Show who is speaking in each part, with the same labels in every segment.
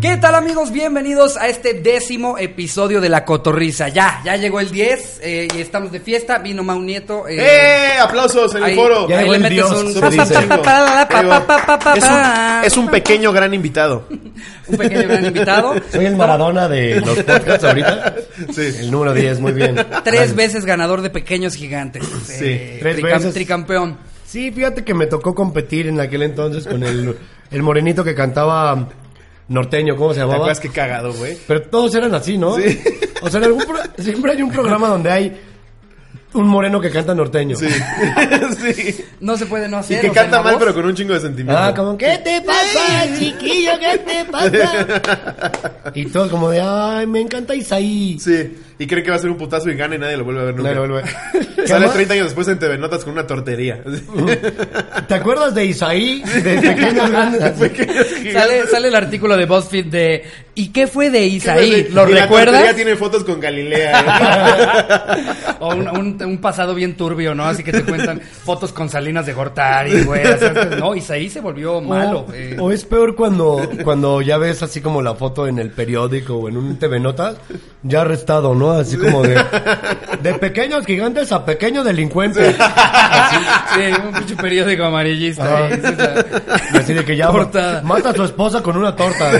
Speaker 1: ¿Qué tal amigos? Bienvenidos a este décimo episodio de La Cotorriza. Ya, ya llegó el 10 eh, y estamos de fiesta. Vino Mau Nieto. eh,
Speaker 2: ¡Eh! ¡Aplausos en
Speaker 1: Ahí-
Speaker 2: el foro!
Speaker 1: Ya
Speaker 3: llegó
Speaker 1: le
Speaker 3: el
Speaker 1: metes
Speaker 3: dios,
Speaker 1: un-
Speaker 2: Es un
Speaker 3: se dice.
Speaker 2: chingo. Es un- Es un pequeño gran invitado.
Speaker 1: Un pequeño gran invitado.
Speaker 3: Soy el Maradona de los podcasts ahorita. El número 10, muy bien.
Speaker 1: Tres veces ganador de Pequeños Gigantes. eh,
Speaker 3: tres
Speaker 1: tricam-
Speaker 3: veces.
Speaker 1: Tricampeón.
Speaker 3: Sí, fíjate que me tocó competir en aquel entonces con el, el morenito que cantaba norteño, ¿cómo se
Speaker 2: ¿Te
Speaker 3: llamaba?
Speaker 2: acuerdas que cagado, güey?
Speaker 3: Pero todos eran así, ¿no?
Speaker 2: Sí.
Speaker 3: O sea, en algún pro- siempre hay un programa donde hay un moreno que canta norteño.
Speaker 2: Sí. sí.
Speaker 1: No se puede no hacer.
Speaker 2: Y que
Speaker 1: o sea,
Speaker 2: canta
Speaker 1: la
Speaker 2: mal,
Speaker 1: voz.
Speaker 2: pero con un chingo de sentimiento.
Speaker 3: Ah, como, ¿qué te pasa, chiquillo? ¿Qué te pasa? Y todos como de, ay, me encanta Isaí.
Speaker 2: Sí. Y cree que va a ser un putazo y gana y nadie lo vuelve a ver nunca.
Speaker 3: Claro, vuelve.
Speaker 2: Sale
Speaker 3: Además,
Speaker 2: 30 años después en TV Notas con una tortería.
Speaker 3: ¿Te acuerdas de Isaí? De pequeño
Speaker 1: Sale, sale el artículo de BuzzFeed de ¿Y qué fue de Isaí? ¿Lo
Speaker 2: Y la tortería
Speaker 1: recuerdas?
Speaker 2: tiene fotos con Galilea. ¿eh?
Speaker 1: O un, un- un pasado bien turbio, ¿no? Así que te cuentan fotos con Salinas de Gortari, güey. o sea, no, Isaí se
Speaker 3: Oh,
Speaker 1: volvió malo.
Speaker 3: O,
Speaker 1: eh.
Speaker 3: o es peor cuando, cuando ya ves así como la foto en el periódico o en un TV Notas, ya arrestado, ¿no? Así como de, de pequeños gigantes a pequeños delincuentes.
Speaker 1: Sí, un pinche periódico amarillista.
Speaker 3: Ajá.
Speaker 1: eh, sí, o sea.
Speaker 3: Así de que ya
Speaker 1: Portada.
Speaker 3: mata a su esposa con una torta,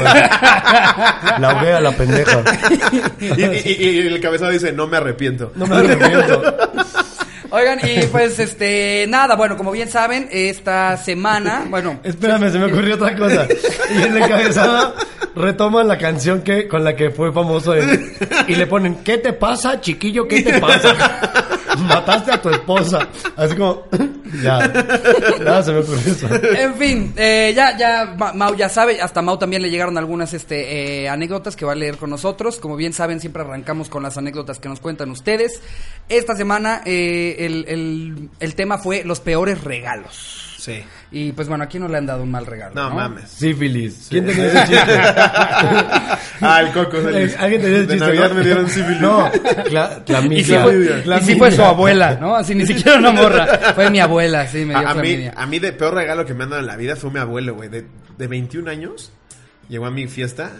Speaker 3: güey. La hoguea, la pendeja.
Speaker 2: y, y- y- y el cabezado dice, no me arrepiento.
Speaker 3: No me arrepiento.
Speaker 1: Oigan, y pues este, nada, bueno, como bien saben, esta semana, bueno,
Speaker 3: Espérame, se me ocurrió otra cosa. Y en la encabezada retoman la canción que, con la que fue famoso él. Y le ponen, ¿qué te pasa, chiquillo? ¿Qué te pasa? Mataste a tu esposa. Así como, ya. Nada, se me ocurrió eso.
Speaker 1: En fin, eh, ya, ya, Ma- Mau ya sabe, hasta Mau también le llegaron algunas este, eh, anécdotas que va a leer con nosotros. Como bien saben, siempre arrancamos con las anécdotas que nos cuentan ustedes. Esta semana eh, el, el- el tema fue los peores regalos.
Speaker 2: Sí.
Speaker 1: Y pues bueno, aquí no le han dado un mal regalo. No,
Speaker 2: No, mames.
Speaker 3: Sífilis. ¿Quién tenía ese chiste?
Speaker 2: Ah, el coco. sale.
Speaker 3: Eh, Alguien tenía ese
Speaker 2: De
Speaker 3: chiste.
Speaker 2: Navidad
Speaker 3: ¿no?
Speaker 2: me dieron sífilis.
Speaker 3: No, cla- clamidia.
Speaker 1: Y sí, fue,
Speaker 3: Clamidia.
Speaker 1: y sí fue su abuela, ¿no? Así ni siquiera una morra. Fue mi abuela, sí, me dio
Speaker 2: A, a mí,
Speaker 1: clamidia.
Speaker 2: a mí de peor regalo que me han dado en la vida fue mi abuelo, güey. De, de 21 años, llegó a mi fiesta,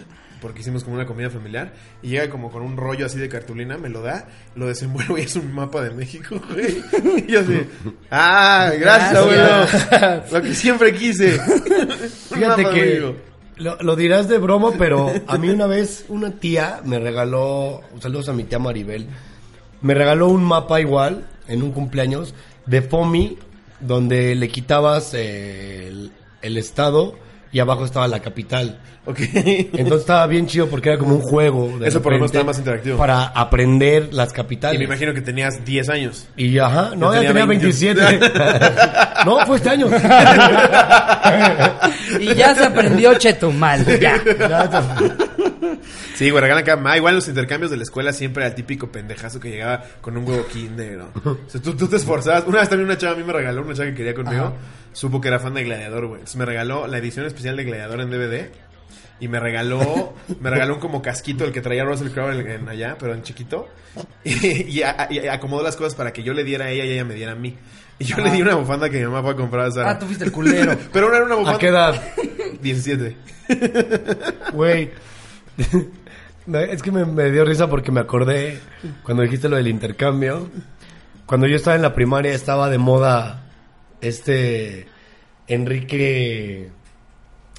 Speaker 2: porque hicimos como una comida familiar, y llega como con un rollo así de cartulina, me lo da, lo desenvuelvo y es un mapa de México, güey. Y yo así, ah, gracias, abuelo.
Speaker 1: Gracias.
Speaker 2: Lo que siempre quise. Un
Speaker 3: Fíjate
Speaker 2: mapa de
Speaker 3: que
Speaker 2: México.
Speaker 3: lo, lo dirás de broma, pero a mí una vez una tía me regaló, saludos a mi tía Maribel, me regaló un mapa igual en un cumpleaños de FOMI donde le quitabas eh, el, el estado y abajo estaba la capital.
Speaker 2: Ok.
Speaker 3: Entonces estaba bien chido porque era como un juego. de
Speaker 2: Eso por lo menos
Speaker 3: repente,
Speaker 2: estaba más interactivo.
Speaker 3: Para aprender las
Speaker 2: Y
Speaker 3: capitales.
Speaker 2: me imagino que tenías 10 años.
Speaker 3: Y yo, ajá, no,
Speaker 2: Yo
Speaker 3: ya
Speaker 2: tenía
Speaker 3: tenía
Speaker 2: 27.
Speaker 3: 27. no, fue este año.
Speaker 1: Y ya se aprendió Chetumal, ya.
Speaker 2: Sí, güey, regalan cada ma- Igual en los intercambios de la escuela siempre al típico pendejazo que llegaba con un huevo kinder. ¿no? O sea, tú, tú te esforzabas. Una vez también una chava a mí me regaló, una chava que quería conmigo. Supo que era fan de Gladiador, güey. Entonces me regaló la edición especial de Gladiador en DVD. Y me regaló, me regaló un como casquito, el que traía Russell Crowe en, en allá, pero en chiquito. Y, y a- y acomodó las cosas para que yo le diera a ella y ella me diera a mí. Y yo le di una bufanda que mi mamá fue a comprar a Sara.
Speaker 1: Ah, tú fuiste el culero.
Speaker 2: Pero no era una
Speaker 3: ¿A
Speaker 2: bufanda.
Speaker 3: qué edad?
Speaker 2: 17.
Speaker 3: Güey. No, Es que me, me dio risa porque me acordé cuando dijiste lo del intercambio. Cuando yo estaba en la primaria estaba de moda este Enrique,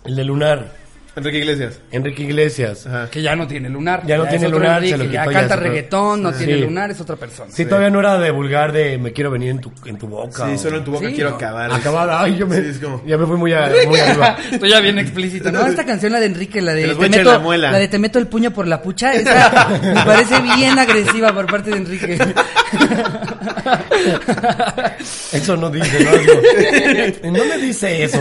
Speaker 3: el de Lunar,
Speaker 2: Enrique Iglesias.
Speaker 3: Enrique Iglesias.
Speaker 2: Ajá.
Speaker 1: Que ya no tiene lunar.
Speaker 3: Ya no tiene
Speaker 1: es otro
Speaker 3: lunar,
Speaker 1: Enrique,
Speaker 3: se lo
Speaker 1: ya
Speaker 3: quitó, ya
Speaker 1: canta
Speaker 3: es otro-
Speaker 1: reggaetón, no
Speaker 3: Sí.
Speaker 1: tiene lunar, es otra persona.
Speaker 3: Sí, todavía no era de vulgar de me quiero venir en tu, en tu boca.
Speaker 2: Sí,
Speaker 3: o-
Speaker 2: solo en tu boca
Speaker 1: Sí,
Speaker 2: quiero
Speaker 1: no.
Speaker 2: acabar.
Speaker 3: Acabada, ay, yo me,
Speaker 2: Sí, es como-
Speaker 3: ya me fui muy, a- muy arriba.
Speaker 1: Tú Pues ya bien explícito. No, esta canción, la de Enrique, la de
Speaker 2: Te
Speaker 1: Te,
Speaker 2: los voy a echar
Speaker 1: meto,
Speaker 2: en la muela.
Speaker 1: de Te meto el puño por la pucha, esa me parece bien agresiva por parte de Enrique.
Speaker 3: Eso no dice, no, no. No me dice eso.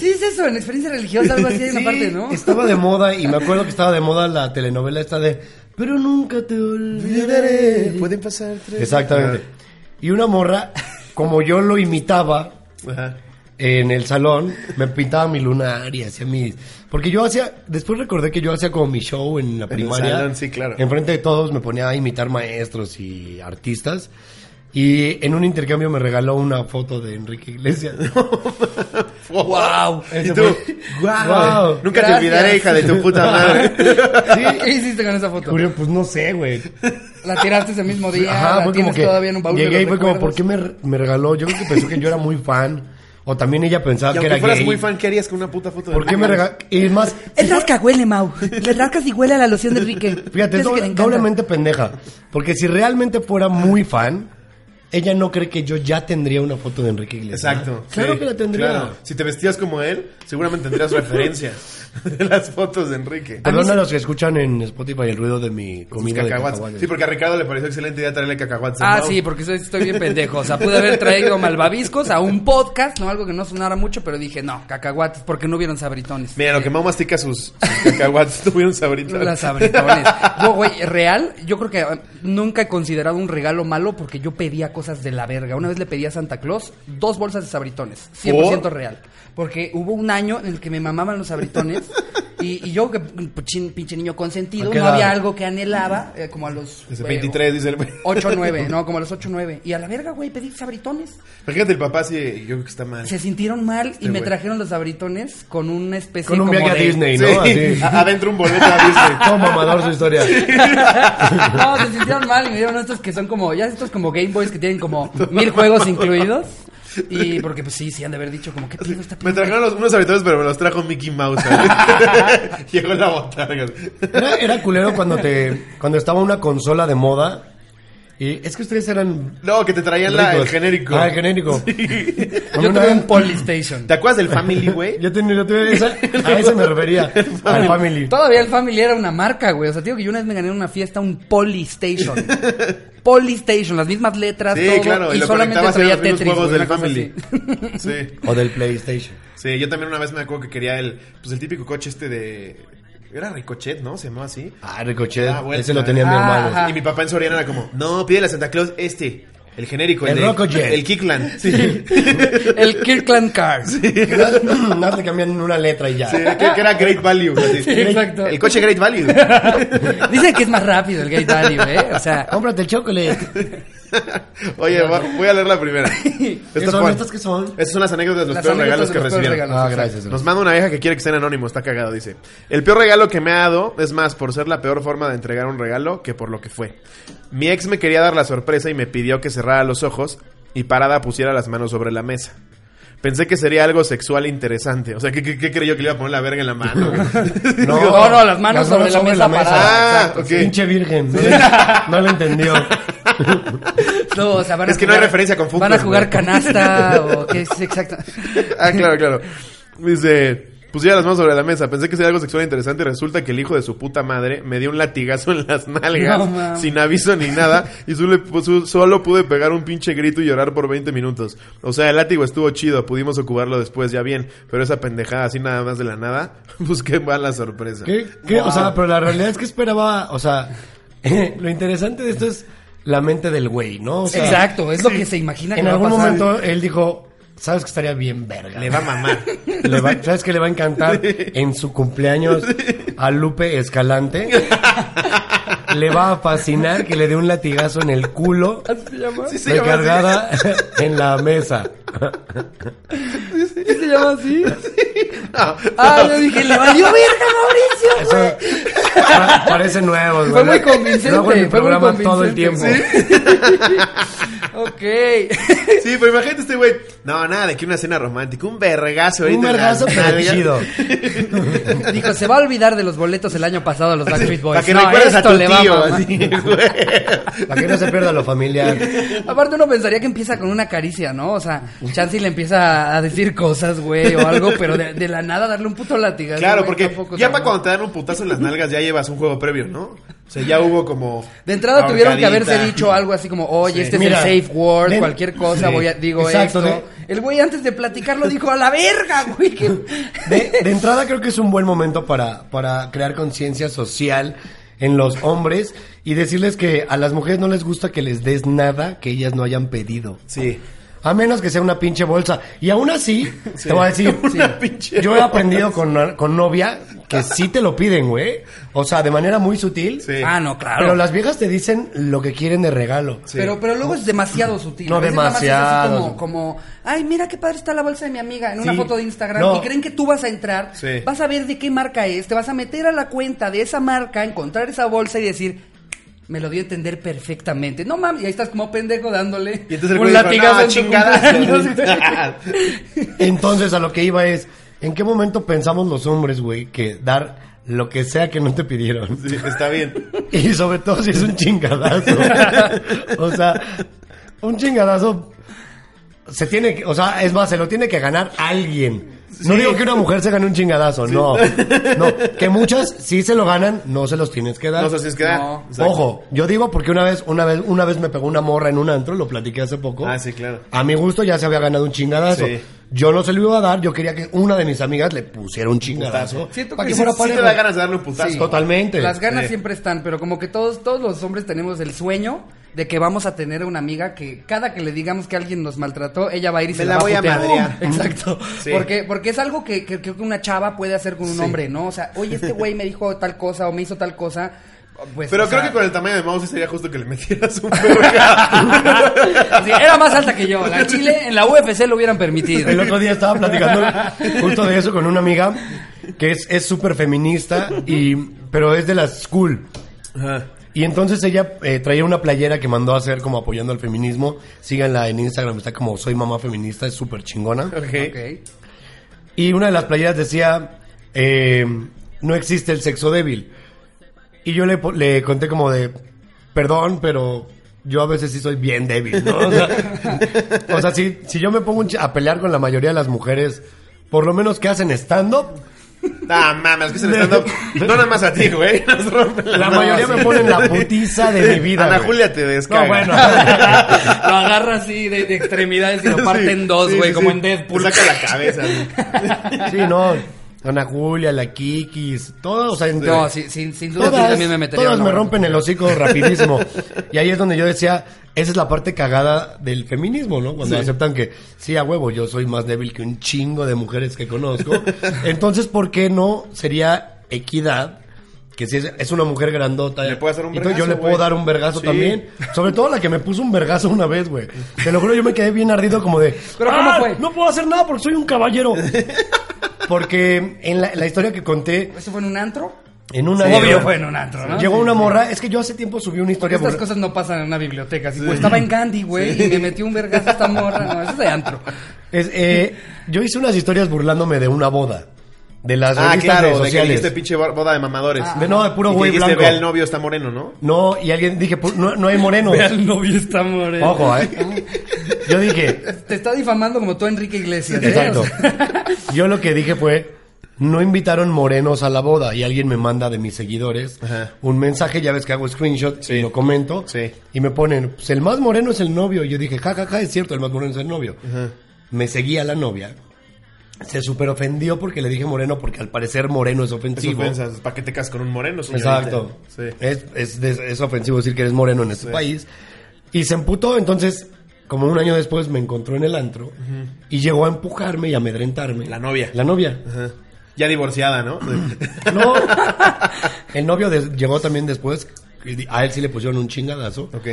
Speaker 1: Sí, es eso, en experiencia religiosa, algo así hay una
Speaker 3: Sí,
Speaker 1: parte, ¿no?
Speaker 3: Estaba de moda y me acuerdo que estaba de moda la telenovela esta de Pero nunca te olvidaré.
Speaker 2: Pueden pasar tres.
Speaker 3: Exactamente. Y una morra, como yo lo imitaba
Speaker 2: Ajá.
Speaker 3: en el salón, me pintaba mi lunar y hacía mis... Porque yo hacía... Después recordé que yo hacía como mi show en la
Speaker 2: el
Speaker 3: primaria.
Speaker 2: salón, sí, claro.
Speaker 3: Enfrente de todos me ponía a imitar maestros y artistas. Y en un intercambio me regaló una foto de Enrique Iglesias.
Speaker 1: Guau.
Speaker 2: Y
Speaker 3: Ese
Speaker 2: tú,
Speaker 3: fue-
Speaker 2: guau.
Speaker 3: Wow.
Speaker 2: Nunca
Speaker 1: Gracias.
Speaker 2: te olvidaré, hija de tu puta madre.
Speaker 1: ¿Qué hiciste con esa foto?
Speaker 3: Julio, pues no sé, güey.
Speaker 1: La tiraste ese mismo día,
Speaker 3: Ajá,
Speaker 1: la
Speaker 3: fue como
Speaker 1: tienes
Speaker 3: que
Speaker 1: todavía en un baúl de
Speaker 3: llegué y
Speaker 1: los
Speaker 3: fue como, ¿por
Speaker 1: recuerdos.
Speaker 3: qué me, me regaló? Yo creo que pensó que yo era muy fan. O también ella pensaba
Speaker 2: Y
Speaker 3: que
Speaker 2: aunque
Speaker 3: era
Speaker 2: fueras
Speaker 3: gay.
Speaker 2: muy fan, ¿qué harías con una puta foto de
Speaker 3: ¿Por qué me regaló? Y es más,
Speaker 1: Es rasca, huele, Mau. Le rascas y huele a la loción de Enrique.
Speaker 3: fíjate,
Speaker 1: Yo sé
Speaker 3: es
Speaker 1: que
Speaker 3: doble-
Speaker 1: le encanta.
Speaker 3: doblemente pendeja. Porque si realmente fuera muy fan, ella no cree que yo ya tendría una foto de Enrique Iglesias.
Speaker 2: Exacto.
Speaker 3: Claro
Speaker 2: sí,
Speaker 3: que la tendría.
Speaker 2: claro. Si te vestías como él, seguramente tendrías referencias de las fotos de Enrique.
Speaker 3: Perdón a, los que escuchan en Spotify el ruido de mi
Speaker 2: Sus
Speaker 3: comida de
Speaker 2: cacahuates.
Speaker 3: cacahuates.
Speaker 2: Sí, porque a Ricardo le pareció excelente idea traerle cacahuates. a
Speaker 1: Ah,
Speaker 2: Mau.
Speaker 1: sí, porque soy- estoy bien pendejo. O sea, pude haber traído malvaviscos a un podcast, ¿no? Algo que no sonara mucho, pero dije, no, cacahuates, porque no hubieron sabritones.
Speaker 2: Mira, lo que Mau mastica sus, sus cacahuates tuvieron sabritas.
Speaker 1: Las sabritones. Yo, güey, real, yo creo que eh, nunca he considerado un regalo malo porque yo pedía cosas de la verga. Una vez le pedí a Santa Claus dos bolsas de sabritones. 100%
Speaker 2: ¿Por?
Speaker 1: real. Porque hubo un año en el que me mamaban los sabritones. Y, y yo, que puchin- pinche niño consentido,
Speaker 3: ¿A qué
Speaker 1: no
Speaker 3: edad?
Speaker 1: había algo que anhelaba, eh, como a los...
Speaker 2: Desde
Speaker 1: eh,
Speaker 2: 23, dice el güey.
Speaker 1: 8 9, no, como a los 8 9. Y a la verga, güey, pedí sabritones.
Speaker 2: Imagínate el papá, sí, yo creo que está mal.
Speaker 1: Se sintieron mal y me
Speaker 2: güey.
Speaker 1: trajeron los sabritones con una especie
Speaker 3: Con un
Speaker 1: como
Speaker 3: viaje a
Speaker 1: de-
Speaker 3: Disney,
Speaker 2: Sí,
Speaker 3: ¿no? Así.
Speaker 2: a- adentro un boleto a Disney.
Speaker 3: Todo mamador su historia.
Speaker 1: No, se sintieron mal y me dieron estos que son como, ya estos como Game Boys que tienen como mil juegos incluidos. Y porque pues sí, sí han de haber dicho como, ¿qué pedo esta
Speaker 2: Me
Speaker 1: pinche?
Speaker 2: trajeron los- unos sabritas, pero me los trajo Mickey Mouse. ¿sabes? Llegó la botarga.
Speaker 3: Era, era culero cuando te cuando estaba una consola de moda. Y es que ustedes eran
Speaker 2: No, que te traían la, el
Speaker 3: ricos.
Speaker 2: genérico.
Speaker 3: Ah, el genérico. A mí
Speaker 1: Yo
Speaker 3: una
Speaker 1: tuve
Speaker 3: vez-
Speaker 1: un Polystation.
Speaker 2: ¿Te acuerdas del Family, güey?
Speaker 3: Yo tenía, yo tenía esa, a ese me refería. al Family.
Speaker 1: Todavía el Family era una marca, güey. O sea, te digo que yo una vez me gané en una fiesta un Polystation. Polystation, las mismas letras,
Speaker 2: Sí,
Speaker 1: todo.
Speaker 2: claro, y,
Speaker 1: y
Speaker 2: lo
Speaker 1: solamente
Speaker 2: conectabas a
Speaker 1: traía
Speaker 2: los mismos
Speaker 1: Tetris.
Speaker 2: juegos
Speaker 1: güey,
Speaker 2: del
Speaker 1: una cosa
Speaker 2: Family.
Speaker 1: así.
Speaker 2: Sí,
Speaker 3: O del PlayStation.
Speaker 2: sí, yo también una vez me acuerdo que quería el, pues el típico coche este de... Era Ricochet, ¿no? Se llamaba así.
Speaker 3: Ah, Ricochet.
Speaker 2: Ah, bueno,
Speaker 3: ese lo
Speaker 2: claro.
Speaker 3: tenía mi
Speaker 1: Ah,
Speaker 3: hermano.
Speaker 1: ajá.
Speaker 2: Y mi papá en Soriana era como, no, pide la Santa Claus este, el genérico, el,
Speaker 3: El
Speaker 2: de-
Speaker 3: Rockojet.
Speaker 2: el Kickland. Sí.
Speaker 1: El Kirkland Cars.
Speaker 3: Nada más le cambian una letra y ya.
Speaker 2: Sí, que, que era Great Value. así.
Speaker 1: Sí, exacto.
Speaker 2: El coche Great Value.
Speaker 1: Dicen que es más rápido el Gay Value, ¿eh? O sea,
Speaker 3: Cómprate el chocolate.
Speaker 2: Oye, va- voy a leer la primera. Estas
Speaker 3: ¿Qué son?
Speaker 2: Juan.
Speaker 3: ¿Estas qué son?
Speaker 2: Esas son las anécdotas de los
Speaker 1: Las
Speaker 2: peores
Speaker 1: anécdotas
Speaker 2: regalos
Speaker 1: de
Speaker 2: que
Speaker 1: los peores
Speaker 2: recibieron.
Speaker 1: regalos.
Speaker 3: Ah, gracias.
Speaker 2: Nos manda una vieja que quiere que estén anónimos, está cagado, dice. El peor regalo que me ha dado es más por ser la peor forma de entregar un regalo que por lo que fue. Mi ex me quería dar la sorpresa y me pidió que cerrara los ojos y parada pusiera las manos sobre la mesa. Pensé que sería algo sexual interesante. O sea, ¿qué, qué, qué creyó que le iba a poner la verga en la mano?
Speaker 3: No,
Speaker 1: No, no, las manos sobre la mesa
Speaker 2: parada. Ah,
Speaker 3: Exacto,
Speaker 2: ok.
Speaker 3: sí. Pinche virgen. No, no lo entendió.
Speaker 1: no, o sea, van a
Speaker 2: Es que no hay referencia con fútbol,
Speaker 1: Van a jugar
Speaker 2: güey.
Speaker 1: canasta o qué es exacto.
Speaker 2: ah, claro, claro. Dice, pusiera las manos sobre la mesa. Pensé que sería algo sexual e interesante. Resulta que el hijo de su puta madre me dio un latigazo en las nalgas,
Speaker 1: No, mames.
Speaker 2: sin aviso ni nada. Y solo, su- solo pude pegar un pinche grito y llorar por 20 minutos. O sea, el látigo estuvo chido. Pudimos ocuparlo después, ya bien. Pero esa pendejada así nada más de la nada. Pues qué mala sorpresa.
Speaker 3: ¿Qué? ¿Qué? O sea, pero la realidad es que esperaba. O sea, lo interesante de esto es la mente del güey, ¿no? O sea,
Speaker 1: exacto, es lo que se imagina que
Speaker 3: En
Speaker 1: va a
Speaker 3: algún
Speaker 1: pasar.
Speaker 3: momento él dijo: Sabes que estaría bien verga.
Speaker 2: Le va a mamar.
Speaker 3: Le va- ¿Sabes que le va a encantar en su cumpleaños a Lupe Escalante? Le va a fascinar que le dé un latigazo en el culo
Speaker 1: ¿Se llama?
Speaker 2: Sí, se llama así.
Speaker 3: recargada en la mesa.
Speaker 1: ¿Sí se llama así?
Speaker 2: No,
Speaker 1: Ah, yo dije, le valió verga Mauricio.
Speaker 3: Eso pa- parece nuevo.
Speaker 1: Fue
Speaker 3: güey.
Speaker 1: muy convincente,
Speaker 3: Lo hago en mi
Speaker 1: fue muy
Speaker 3: programa todo el tiempo.
Speaker 1: convincente, Ok.
Speaker 2: Sí, pero imagínate este güey. No, nada, de que una cena romántica. Un vergazo ahorita.
Speaker 3: Un
Speaker 2: en las
Speaker 3: vergazo pero
Speaker 2: nalgas.
Speaker 3: chido.
Speaker 1: Dijo, se va a olvidar de los boletos el año pasado a los Backstreet Boys.
Speaker 2: Para que
Speaker 1: No,
Speaker 2: recuerdes a
Speaker 1: esto
Speaker 2: tu
Speaker 1: le va
Speaker 2: tío.
Speaker 1: mamar.
Speaker 2: así, güey.
Speaker 3: Para que no se pierda lo familiar.
Speaker 1: Aparte uno pensaría que empieza con una caricia, ¿no? O sea, Chansey le empieza a decir cosas, güey, o algo, pero de, de la nada darle un puto latigazo.
Speaker 2: Claro,
Speaker 1: güey,
Speaker 2: porque
Speaker 1: tampoco
Speaker 2: ya
Speaker 1: se
Speaker 2: para
Speaker 1: arma.
Speaker 2: cuando te dan un putazo en las nalgas ya llevas un juego previo, ¿no? O sea, ya hubo como...
Speaker 1: De entrada tuvieron que
Speaker 2: ahorcadita.
Speaker 1: haberse dicho algo así como, oye,
Speaker 2: Sí.
Speaker 1: este
Speaker 3: Mira,
Speaker 1: es el safe word,
Speaker 3: ven-
Speaker 1: cualquier cosa,
Speaker 3: Sí.
Speaker 1: voy a, digo
Speaker 3: Exacto,
Speaker 1: esto. El güey antes de platicarlo dijo, a la verga, güey. que-".
Speaker 3: De, de entrada creo que es un buen momento para, para crear conciencia social en los hombres y decirles que a las mujeres no les gusta que les des nada que ellas no hayan pedido.
Speaker 2: Sí.
Speaker 3: A menos que sea una pinche bolsa. Y aún así, te voy a decir,
Speaker 2: Una pinche
Speaker 3: yo he aprendido con, con novia que sí te lo piden, güey. O sea, de manera muy sutil.
Speaker 2: Sí.
Speaker 1: Ah, no, claro.
Speaker 3: Pero las viejas te dicen lo que quieren de regalo.
Speaker 2: Sí.
Speaker 1: Pero, pero luego es demasiado sutil.
Speaker 3: No,
Speaker 1: A veces nada más es así
Speaker 3: demasiado.
Speaker 1: Como, como, ay, mira qué padre está la bolsa de mi amiga en una
Speaker 3: Sí.
Speaker 1: foto de Instagram.
Speaker 3: No.
Speaker 1: Y creen que tú vas a entrar,
Speaker 2: Sí.
Speaker 1: vas a ver de qué marca es, te vas a meter a la cuenta de esa marca, encontrar esa bolsa y decir, me lo dio a entender perfectamente. No mames, y ahí estás como pendejo dándole
Speaker 2: Y entonces
Speaker 1: un
Speaker 2: el güey dijo,
Speaker 1: latigazo
Speaker 2: "No,
Speaker 1: en tu
Speaker 2: chingada.
Speaker 1: cumpleaños".
Speaker 3: Entonces, a lo que iba es, ¿en qué momento pensamos los hombres, güey, que dar lo que sea que no te pidieron?
Speaker 2: Sí, está bien.
Speaker 3: Y sobre todo si es un chingadazo. o sea, un chingadazo se tiene que, o sea, es más, se lo tiene que ganar alguien. No
Speaker 2: Sí.
Speaker 3: digo que una mujer se gane un chingadazo, no. No, que muchas sí se lo ganan, no se los tienes que dar.
Speaker 2: No sé si es que da.
Speaker 1: No.
Speaker 2: Exacto.
Speaker 3: Ojo, yo digo porque una vez, una vez, una vez me pegó una morra en un antro, lo platiqué hace poco.
Speaker 2: Ah, sí, claro.
Speaker 3: A mi gusto ya se había ganado un chingadazo.
Speaker 2: Sí.
Speaker 3: Yo no se lo iba a dar, yo quería que una de mis amigas le pusiera un chingadazo.
Speaker 2: Putazo.
Speaker 1: Siento
Speaker 3: para
Speaker 1: que
Speaker 3: que
Speaker 1: sí-
Speaker 3: fuera
Speaker 2: Sí te
Speaker 3: parejo.
Speaker 2: da ganas de darle un putazo.
Speaker 1: Sí.
Speaker 3: Totalmente.
Speaker 1: Las ganas
Speaker 2: Sí.
Speaker 1: siempre están, pero como que todos, todos los hombres tenemos el sueño de que vamos a tener una amiga que cada que le digamos que alguien nos maltrató, ella va a ir y
Speaker 2: Me
Speaker 1: se
Speaker 2: la
Speaker 1: va
Speaker 2: voy a
Speaker 1: putear.
Speaker 2: madrear.
Speaker 1: Exacto.
Speaker 2: Sí.
Speaker 1: Porque, porque es algo que, que creo que una chava puede hacer con un hombre, ¿no? O sea, oye, este güey me dijo tal cosa o me hizo tal cosa. Pues,
Speaker 2: Pero
Speaker 1: o
Speaker 2: creo
Speaker 1: sea,
Speaker 2: que con el tamaño de Mouse sería justo que le metieras un verga.
Speaker 1: así, era más alta que yo. La Chile en la UFC lo hubieran permitido.
Speaker 3: El otro día estaba platicando justo de eso con una amiga que es es súper feminista, y, pero es de las cool.
Speaker 2: Ajá.
Speaker 3: Y entonces ella eh, traía una playera que mandó a hacer como apoyando al feminismo. Síganla en Instagram, está como soy mamá feminista, es súper chingona.
Speaker 2: Ok.
Speaker 1: Ok.
Speaker 3: Y una de las playeras decía, eh, no existe el sexo débil. Y yo le, po- le conté como de, perdón, pero yo a veces sí soy bien débil, ¿no? O sea, o sea, si, si yo me pongo un ch- a pelear con la mayoría de las mujeres, por lo menos que hacen stand-up,
Speaker 2: Ah, mames, que se le están No nada más a ti, güey. Nos rompen
Speaker 3: la
Speaker 2: madre.
Speaker 3: mayoría me ponen la putiza de mi vida.
Speaker 2: Ana
Speaker 3: güey.
Speaker 2: Julia te descarga.
Speaker 3: No, bueno.
Speaker 1: lo agarra así de, de extremidades y lo parte
Speaker 2: Sí,
Speaker 1: en dos,
Speaker 2: sí,
Speaker 1: güey,
Speaker 2: sí,
Speaker 1: como
Speaker 2: sí.
Speaker 1: en Deadpool.
Speaker 2: Te saca la cabeza. güey.
Speaker 3: Sí, no. Ana Julia, la Kikis, todos, o sea, en-
Speaker 1: No, sí, sin, sin duda
Speaker 3: Todas,
Speaker 1: yo también me metería.
Speaker 3: todas
Speaker 1: una
Speaker 3: me
Speaker 1: buena
Speaker 3: rompen el hocico rapidísimo. y ahí es donde yo decía, esa es la parte cagada del feminismo, ¿no? Cuando aceptan que, sí, a huevo, yo soy más débil que un chingo de mujeres que conozco. Entonces, ¿por qué no sería equidad? Que si es, es una mujer grandota.
Speaker 2: Le puedes dar un
Speaker 3: entonces yo
Speaker 2: vergazo,
Speaker 3: le puedo
Speaker 2: güey.
Speaker 3: dar un vergazo
Speaker 2: Sí.
Speaker 3: también. Sobre todo la que me puso un vergazo una vez, güey. Te lo juro, yo me quedé bien ardido como de...
Speaker 1: ¿Pero cómo
Speaker 3: "Ah,
Speaker 1: fue?"
Speaker 3: No puedo hacer nada porque soy un caballero. Porque en la, la historia que conté,
Speaker 1: ¿Eso fue en un antro?
Speaker 3: en una...
Speaker 1: Obvio fue en un antro, ¿no?
Speaker 3: Llegó una morra, es que yo hace tiempo subí una historia.
Speaker 1: Estas
Speaker 3: burla-
Speaker 1: cosas no pasan en una biblioteca. Así, pues, estaba en Gandhi, güey, y me metió un vergazo esta morra. No, eso es de antro.
Speaker 3: es, eh, yo hice unas historias burlándome de una boda. De las
Speaker 2: Ah,
Speaker 3: revistas
Speaker 2: claro,
Speaker 3: de
Speaker 2: de que
Speaker 3: sociales.
Speaker 2: dijiste pinche bar- boda de mamadores.
Speaker 3: De Ah, no, de puro
Speaker 2: Y que
Speaker 3: güey
Speaker 2: dijiste,
Speaker 3: blanco.
Speaker 2: Ve al novio, está moreno, ¿no?
Speaker 3: No, y alguien dije, "Pu- no, no hay moreno.
Speaker 1: Ve al novio está moreno.
Speaker 3: Ojo, eh. Yo dije,
Speaker 1: Te está difamando como tú, Enrique Iglesias. ¿eh?
Speaker 3: exacto.
Speaker 1: O sea,
Speaker 3: Yo lo que dije fue, no invitaron morenos a la boda. Y alguien me manda de mis seguidores
Speaker 2: Ajá.
Speaker 3: un mensaje, ya ves que hago screenshot y lo comento.
Speaker 2: Sí.
Speaker 3: Y me ponen, pues el más moreno es el novio. Y yo dije, jajaja, es cierto, el más moreno es el novio. Me seguía la novia. Se super ofendió porque le dije moreno, porque al parecer moreno es
Speaker 2: Sí,
Speaker 3: ofensivo.
Speaker 2: ofensas. ¿Para qué te casas con un moreno, señorita?
Speaker 3: Exacto.
Speaker 2: Sí.
Speaker 3: Es, es, des- es ofensivo decir que eres moreno en este país. Y se emputó, entonces, como un año después me encontró en el antro y llegó a empujarme y a amedrentarme.
Speaker 2: La novia.
Speaker 3: La novia.
Speaker 2: Ajá. Ya divorciada, ¿no?
Speaker 3: No. el novio des- llegó también después. y di- A él sí le pusieron un chingadazo.
Speaker 2: ok.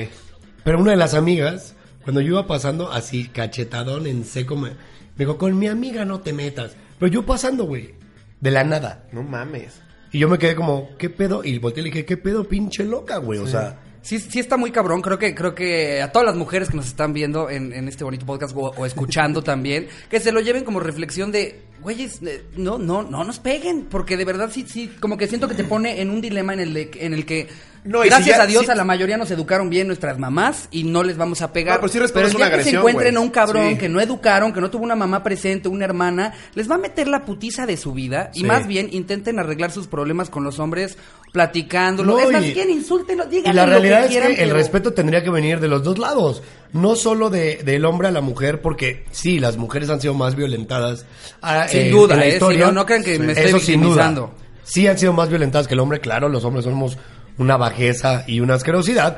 Speaker 3: Pero una de las amigas, cuando yo iba pasando así, cachetadón en seco, me, me dijo, con mi amiga no te metas. Pero yo pasando, güey, de la nada.
Speaker 2: No mames.
Speaker 3: Y yo me quedé como, ¿qué pedo? Y volteé y le dije, ¿qué pedo, pinche loca, güey? O sea,
Speaker 1: Sí, sí está muy cabrón, creo que, creo que a todas las mujeres que nos están viendo en, en este bonito podcast o, o escuchando también, que se lo lleven como reflexión de, güeyes, eh, no, no, no nos peguen, porque de verdad sí, sí, como que siento que te pone en un dilema en el, de- en el que,
Speaker 2: No, y si
Speaker 1: gracias
Speaker 2: ya-
Speaker 1: a Dios,
Speaker 2: si-
Speaker 1: a la mayoría nos educaron bien nuestras mamás y no les vamos a pegar,
Speaker 2: No, pero sí respondes
Speaker 1: el
Speaker 2: una
Speaker 1: día que se
Speaker 2: agresión,
Speaker 1: encuentren
Speaker 2: güey.
Speaker 1: a un cabrón
Speaker 2: Sí.
Speaker 1: que no educaron, que no tuvo una mamá presente, una hermana, les va a meter la putiza de su vida y
Speaker 2: Sí.
Speaker 1: más bien intenten arreglar sus problemas con los hombres platicándolo,
Speaker 3: No,
Speaker 1: es más
Speaker 3: y-
Speaker 1: bien insúltenlo,
Speaker 3: y
Speaker 1: díganle
Speaker 3: la
Speaker 1: lo
Speaker 3: realidad es
Speaker 1: quieran,
Speaker 3: que el
Speaker 1: pero-
Speaker 3: respeto tendría que venir de los dos lados, no solo de, del hombre a la mujer, porque sí, las mujeres han sido más violentadas. ah,
Speaker 1: Sin
Speaker 3: eh,
Speaker 1: duda,
Speaker 3: en la
Speaker 1: eh,
Speaker 3: historia.
Speaker 1: si no, no crean que me estoy
Speaker 3: Eso sin duda.
Speaker 1: victimizando.
Speaker 3: Sí han sido más violentadas que el hombre, claro, los hombres somos una bajeza y una asquerosidad,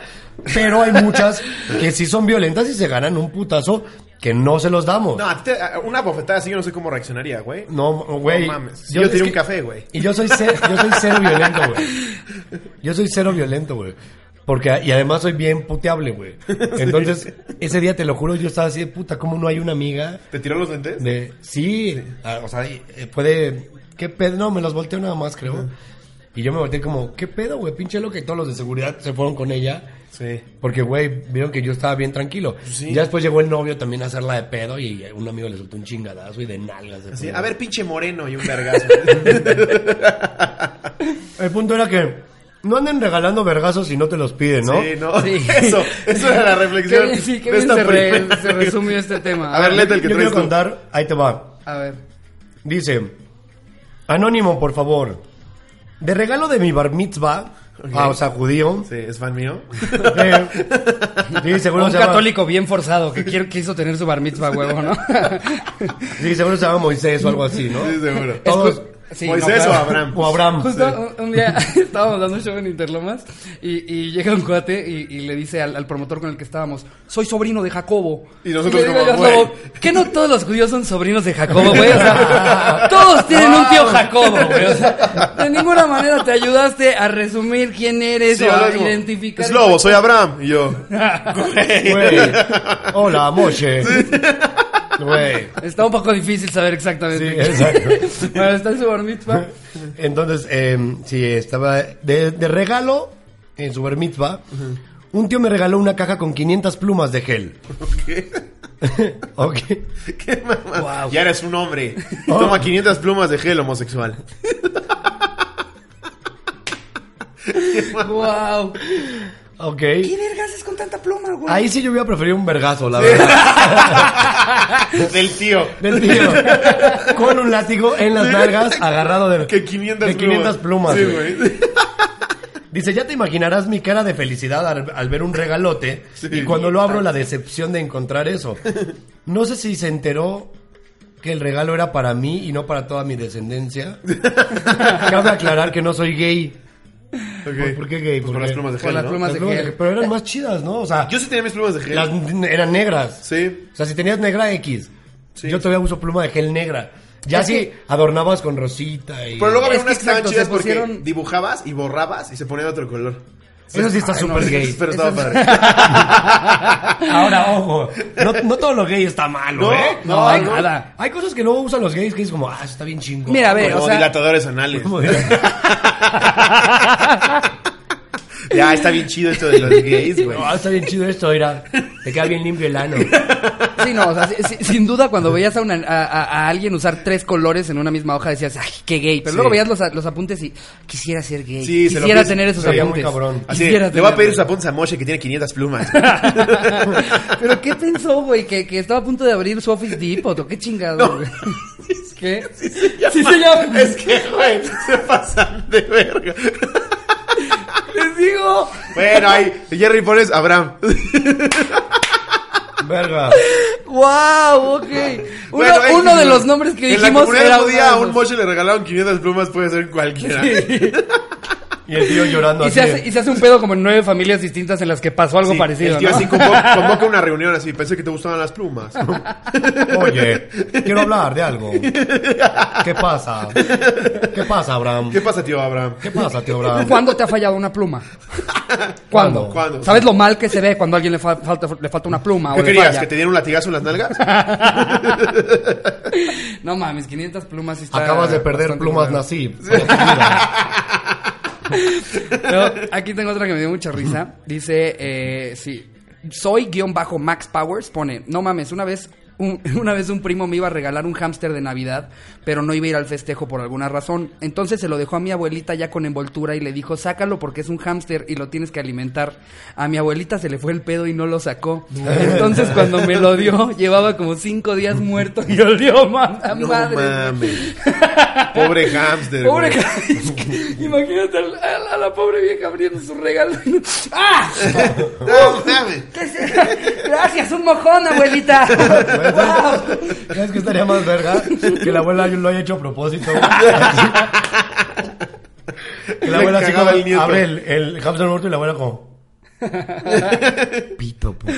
Speaker 3: pero hay muchas que sí son violentas y se ganan un putazo que no se los damos.
Speaker 2: No, a ti te- a- una bofetada así yo no sé cómo reaccionaría, güey.
Speaker 3: No, güey.
Speaker 2: No mames.
Speaker 3: Yo-
Speaker 2: Yo,
Speaker 3: es
Speaker 2: tenía
Speaker 3: que-
Speaker 2: un café, güey.
Speaker 3: Y yo soy cero, yo soy cero violento, güey. Yo soy cero violento, güey. Porque, y además soy bien puteable, güey. Entonces, ese día, te lo juro, yo estaba así de puta, ¿cómo no hay una amiga?
Speaker 2: ¿Te tiró los lentes?
Speaker 3: De, sí, ah, o sea, eh, puede, ¿qué pedo? No, me los volteó nada más, creo. Y yo me volteé como, ¿qué pedo, güey? Pinche loca. Y todos los de seguridad se fueron con ella.
Speaker 2: Sí.
Speaker 3: Porque, güey, vieron que yo estaba bien tranquilo.
Speaker 2: Sí.
Speaker 3: Ya después llegó el novio también a hacerla de pedo y un amigo le soltó un chingadazo y de nalgas. de
Speaker 2: Así,
Speaker 3: pedo.
Speaker 2: a ver, pinche moreno y un vergazo.
Speaker 3: El punto era que no anden regalando vergazos si no te los piden, ¿no?
Speaker 2: Sí, ¿no?
Speaker 1: Sí.
Speaker 2: Eso, eso era la
Speaker 1: Qué
Speaker 2: reflexión.
Speaker 1: bien, sí, qué
Speaker 2: de
Speaker 1: bien
Speaker 2: esta
Speaker 1: se, re-
Speaker 2: primera-
Speaker 1: se resumió este tema.
Speaker 2: A ver, léete el que
Speaker 3: Yo
Speaker 2: traes
Speaker 3: quiero
Speaker 2: tú.
Speaker 3: contar, ahí te va.
Speaker 1: A ver.
Speaker 3: Dice, anónimo, por favor. De regalo de mi bar mitzvah,
Speaker 2: Ok.
Speaker 3: ah, o sea, judío.
Speaker 2: Sí, es fan mío.
Speaker 3: eh, sí, seguro
Speaker 1: Un
Speaker 3: se llama-
Speaker 1: católico bien forzado que quiere- quiso tener su bar mitzvah huevo, ¿no?
Speaker 3: Sí, seguro se llama Moisés o algo así, ¿no?
Speaker 2: Sí, seguro.
Speaker 3: Todos-
Speaker 1: Pues, Sí,
Speaker 2: Moisés
Speaker 1: no,
Speaker 2: o
Speaker 1: claro.
Speaker 2: Abraham.
Speaker 3: O Abraham.
Speaker 1: Justo un, un día estábamos dando un show en Interlomas y, y llega un cuate y, y le dice al, al promotor con el que estábamos, soy sobrino de Jacobo.
Speaker 2: Y nosotros
Speaker 1: le
Speaker 2: como,
Speaker 1: yo a Jacobo,
Speaker 2: "Güey".
Speaker 1: ¿qué no todos los judíos son sobrinos de Jacobo, güey? O sea, todos tienen un tío Jacobo, güey. O sea, de ninguna manera te ayudaste a resumir quién eres
Speaker 2: Sí,
Speaker 1: o
Speaker 2: hablas
Speaker 1: a
Speaker 2: como,
Speaker 1: identificar.
Speaker 2: Es lobo, soy Abraham. Y yo.
Speaker 3: Güey. Hola, Moshe. Güey.
Speaker 1: Está un poco difícil saber exactamente.
Speaker 3: Sí,
Speaker 1: quién es.
Speaker 3: exacto.
Speaker 1: Bueno, está en su bar mitzvah.
Speaker 3: Entonces, eh, sí, estaba de, de regalo en su bar mitzvah. Un tío me regaló una caja con 500 plumas de gel.
Speaker 2: ¿Qué?
Speaker 3: ok.
Speaker 2: ¿Qué mamá?
Speaker 3: Wow.
Speaker 2: Ya eres un hombre. Toma 500 plumas de gel homosexual.
Speaker 1: Wow.
Speaker 3: Ok.
Speaker 1: ¿Qué vergas es con tanta pluma, güey?
Speaker 3: Ahí sí yo hubiera preferido un vergazo, la verdad.
Speaker 2: Del tío.
Speaker 3: Del tío. Con un látigo en las nalgas, agarrado de,
Speaker 2: Que 500
Speaker 3: de 500 plumas.
Speaker 2: Sí,
Speaker 3: güey.
Speaker 2: güey.
Speaker 3: Dice, ya te imaginarás mi cara de felicidad al, al ver un regalote
Speaker 2: Sí.
Speaker 3: y cuando lo abro la decepción de encontrar eso. No sé si se enteró que el regalo era para mí y no para toda mi descendencia. Cabe aclarar que no soy gay.
Speaker 2: Ok.
Speaker 3: por qué gay?
Speaker 2: Pues
Speaker 3: ¿Por
Speaker 2: por las
Speaker 3: qué?
Speaker 2: plumas de
Speaker 1: Por
Speaker 2: gel.
Speaker 1: las
Speaker 2: ¿no?
Speaker 1: plumas.
Speaker 3: Las
Speaker 1: de
Speaker 3: plumas de
Speaker 1: gel.
Speaker 3: gel, Pero eran más chidas, ¿no? O sea,
Speaker 2: Yo sí tenía mis plumas de gel.
Speaker 3: las n- eran negras.
Speaker 2: Sí.
Speaker 3: O sea, si tenías negra X,
Speaker 2: Sí.
Speaker 3: yo todavía uso pluma de gel negra. Ya
Speaker 1: Es
Speaker 3: si
Speaker 1: que-
Speaker 3: adornabas con rosita y...
Speaker 2: Pero luego había
Speaker 1: Es que
Speaker 2: unas que estaban
Speaker 1: exacto,
Speaker 2: chidas
Speaker 1: se
Speaker 2: porque
Speaker 1: pusieron-
Speaker 2: dibujabas y borrabas y se ponía de otro color.
Speaker 3: Eso sí está
Speaker 1: Ay, no,
Speaker 3: súper
Speaker 1: es-
Speaker 3: gay.
Speaker 2: Pero estaba padre.
Speaker 3: Ahora, ojo, no, no todo lo gay está malo,
Speaker 2: No,
Speaker 3: ¿eh?
Speaker 2: no,
Speaker 1: no hay
Speaker 2: no.
Speaker 1: nada.
Speaker 3: Hay cosas que luego usan los gays que es como, ah, eso está bien chingón.
Speaker 1: Mira, a ver,
Speaker 2: Como
Speaker 1: o sea,
Speaker 2: dilatadores anales.
Speaker 3: Como de-
Speaker 2: Ya, está bien chido esto de los gays, güey.
Speaker 3: "Ah, está bien chido esto, era. Te queda bien limpio el ano.
Speaker 1: Sí, no, o sea, sí- sí- sin duda cuando veías a, una- a- a- a alguien usar tres colores en una misma hoja decías, ay, qué gay. Pero
Speaker 2: Sí.
Speaker 1: luego veías los, a- los apuntes y quisiera ser gay.
Speaker 2: Sí, se lo
Speaker 1: quisiera
Speaker 2: pides-
Speaker 1: tener esos
Speaker 2: sería
Speaker 1: apuntes.
Speaker 3: muy cabrón.
Speaker 2: Así,
Speaker 1: Quisiera
Speaker 2: le voy a pedir
Speaker 1: tenerlos".
Speaker 2: sus apuntes a Moshe que tiene 500 plumas.
Speaker 1: Pero ¿qué pensó, güey? ¿Que, que estaba a punto de abrir su Office Depot o qué
Speaker 2: No.
Speaker 1: chingado, güey. ¿Qué? Sí se llama. Es
Speaker 2: Es que, güey, se pasan de verga.
Speaker 1: Les digo.
Speaker 2: Bueno, ahí, Jerry pones Abraham.
Speaker 3: Verga.
Speaker 1: ¡Wow! Ok. Uno,
Speaker 2: Bueno, eh,
Speaker 1: uno de los nombres que
Speaker 2: en la
Speaker 1: dijimos
Speaker 2: comunidad
Speaker 1: era uno
Speaker 2: judía
Speaker 1: de
Speaker 2: a un
Speaker 1: esos.
Speaker 2: Moshe le regalaron 500 plumas, puede ser cualquiera.
Speaker 3: Y el tío llorando
Speaker 1: Y
Speaker 3: así.
Speaker 1: se, hace, y se hace un pedo como en nueve familias distintas en las que pasó algo
Speaker 2: Sí,
Speaker 1: parecido.
Speaker 2: el tío
Speaker 1: ¿no?
Speaker 2: así convoca, convoca una reunión así, pensé que te gustaban las plumas.
Speaker 3: Oye, quiero hablar de algo. ¿Qué pasa? ¿Qué pasa, Abraham?
Speaker 2: ¿Qué pasa, tío
Speaker 1: Ah,
Speaker 2: Abraham?
Speaker 3: ¿Qué pasa, tío Abraham?
Speaker 1: ¿Cuándo te ha fallado una pluma? ¿Cuándo?
Speaker 2: ¿Cuándo?
Speaker 1: ¿Sabes lo mal que se ve cuando a alguien le, fa- falta, le falta una pluma o
Speaker 2: ¿Qué
Speaker 1: le
Speaker 2: querías?
Speaker 1: falla?
Speaker 2: ¿Que te dieran un latigazo en las nalgas?
Speaker 1: No mames, 500 plumas. sí está
Speaker 3: Acabas de perder
Speaker 1: bastante
Speaker 3: plumas
Speaker 1: culero.
Speaker 3: Nasib. Mira,
Speaker 1: Pero aquí tengo otra que me dio mucha risa. Dice, eh, sí, soy guión bajo Max Powers. Pone, no mames, una vez... un- una vez un primo me iba a regalar un hámster de Navidad, pero no iba a ir al festejo por alguna razón. Entonces se lo dejó a mi abuelita ya con envoltura y le dijo, sácalo porque es un hámster y lo tienes que alimentar. A mi abuelita se le fue el pedo y no lo sacó. Entonces cuando me lo dio, llevaba como cinco días muerto y olió ma- a
Speaker 2: No
Speaker 1: madre.
Speaker 2: mames. Pobre hamster.
Speaker 1: Pobre ca- Imagínate al- a, la- a la pobre vieja abriendo su regalo. ¡Ah!
Speaker 2: No mames.
Speaker 1: Gracias, un mojón, abuelita.
Speaker 2: Pues,
Speaker 1: ¡Wow!
Speaker 3: ¿Sabes qué estaría más verga? Que la abuela lo haya hecho a propósito. Que la abuela
Speaker 2: Le
Speaker 3: así
Speaker 2: cagaba
Speaker 3: como
Speaker 2: el nieto.
Speaker 3: abre el, el hamster muerto y la abuela como... Pito, puto.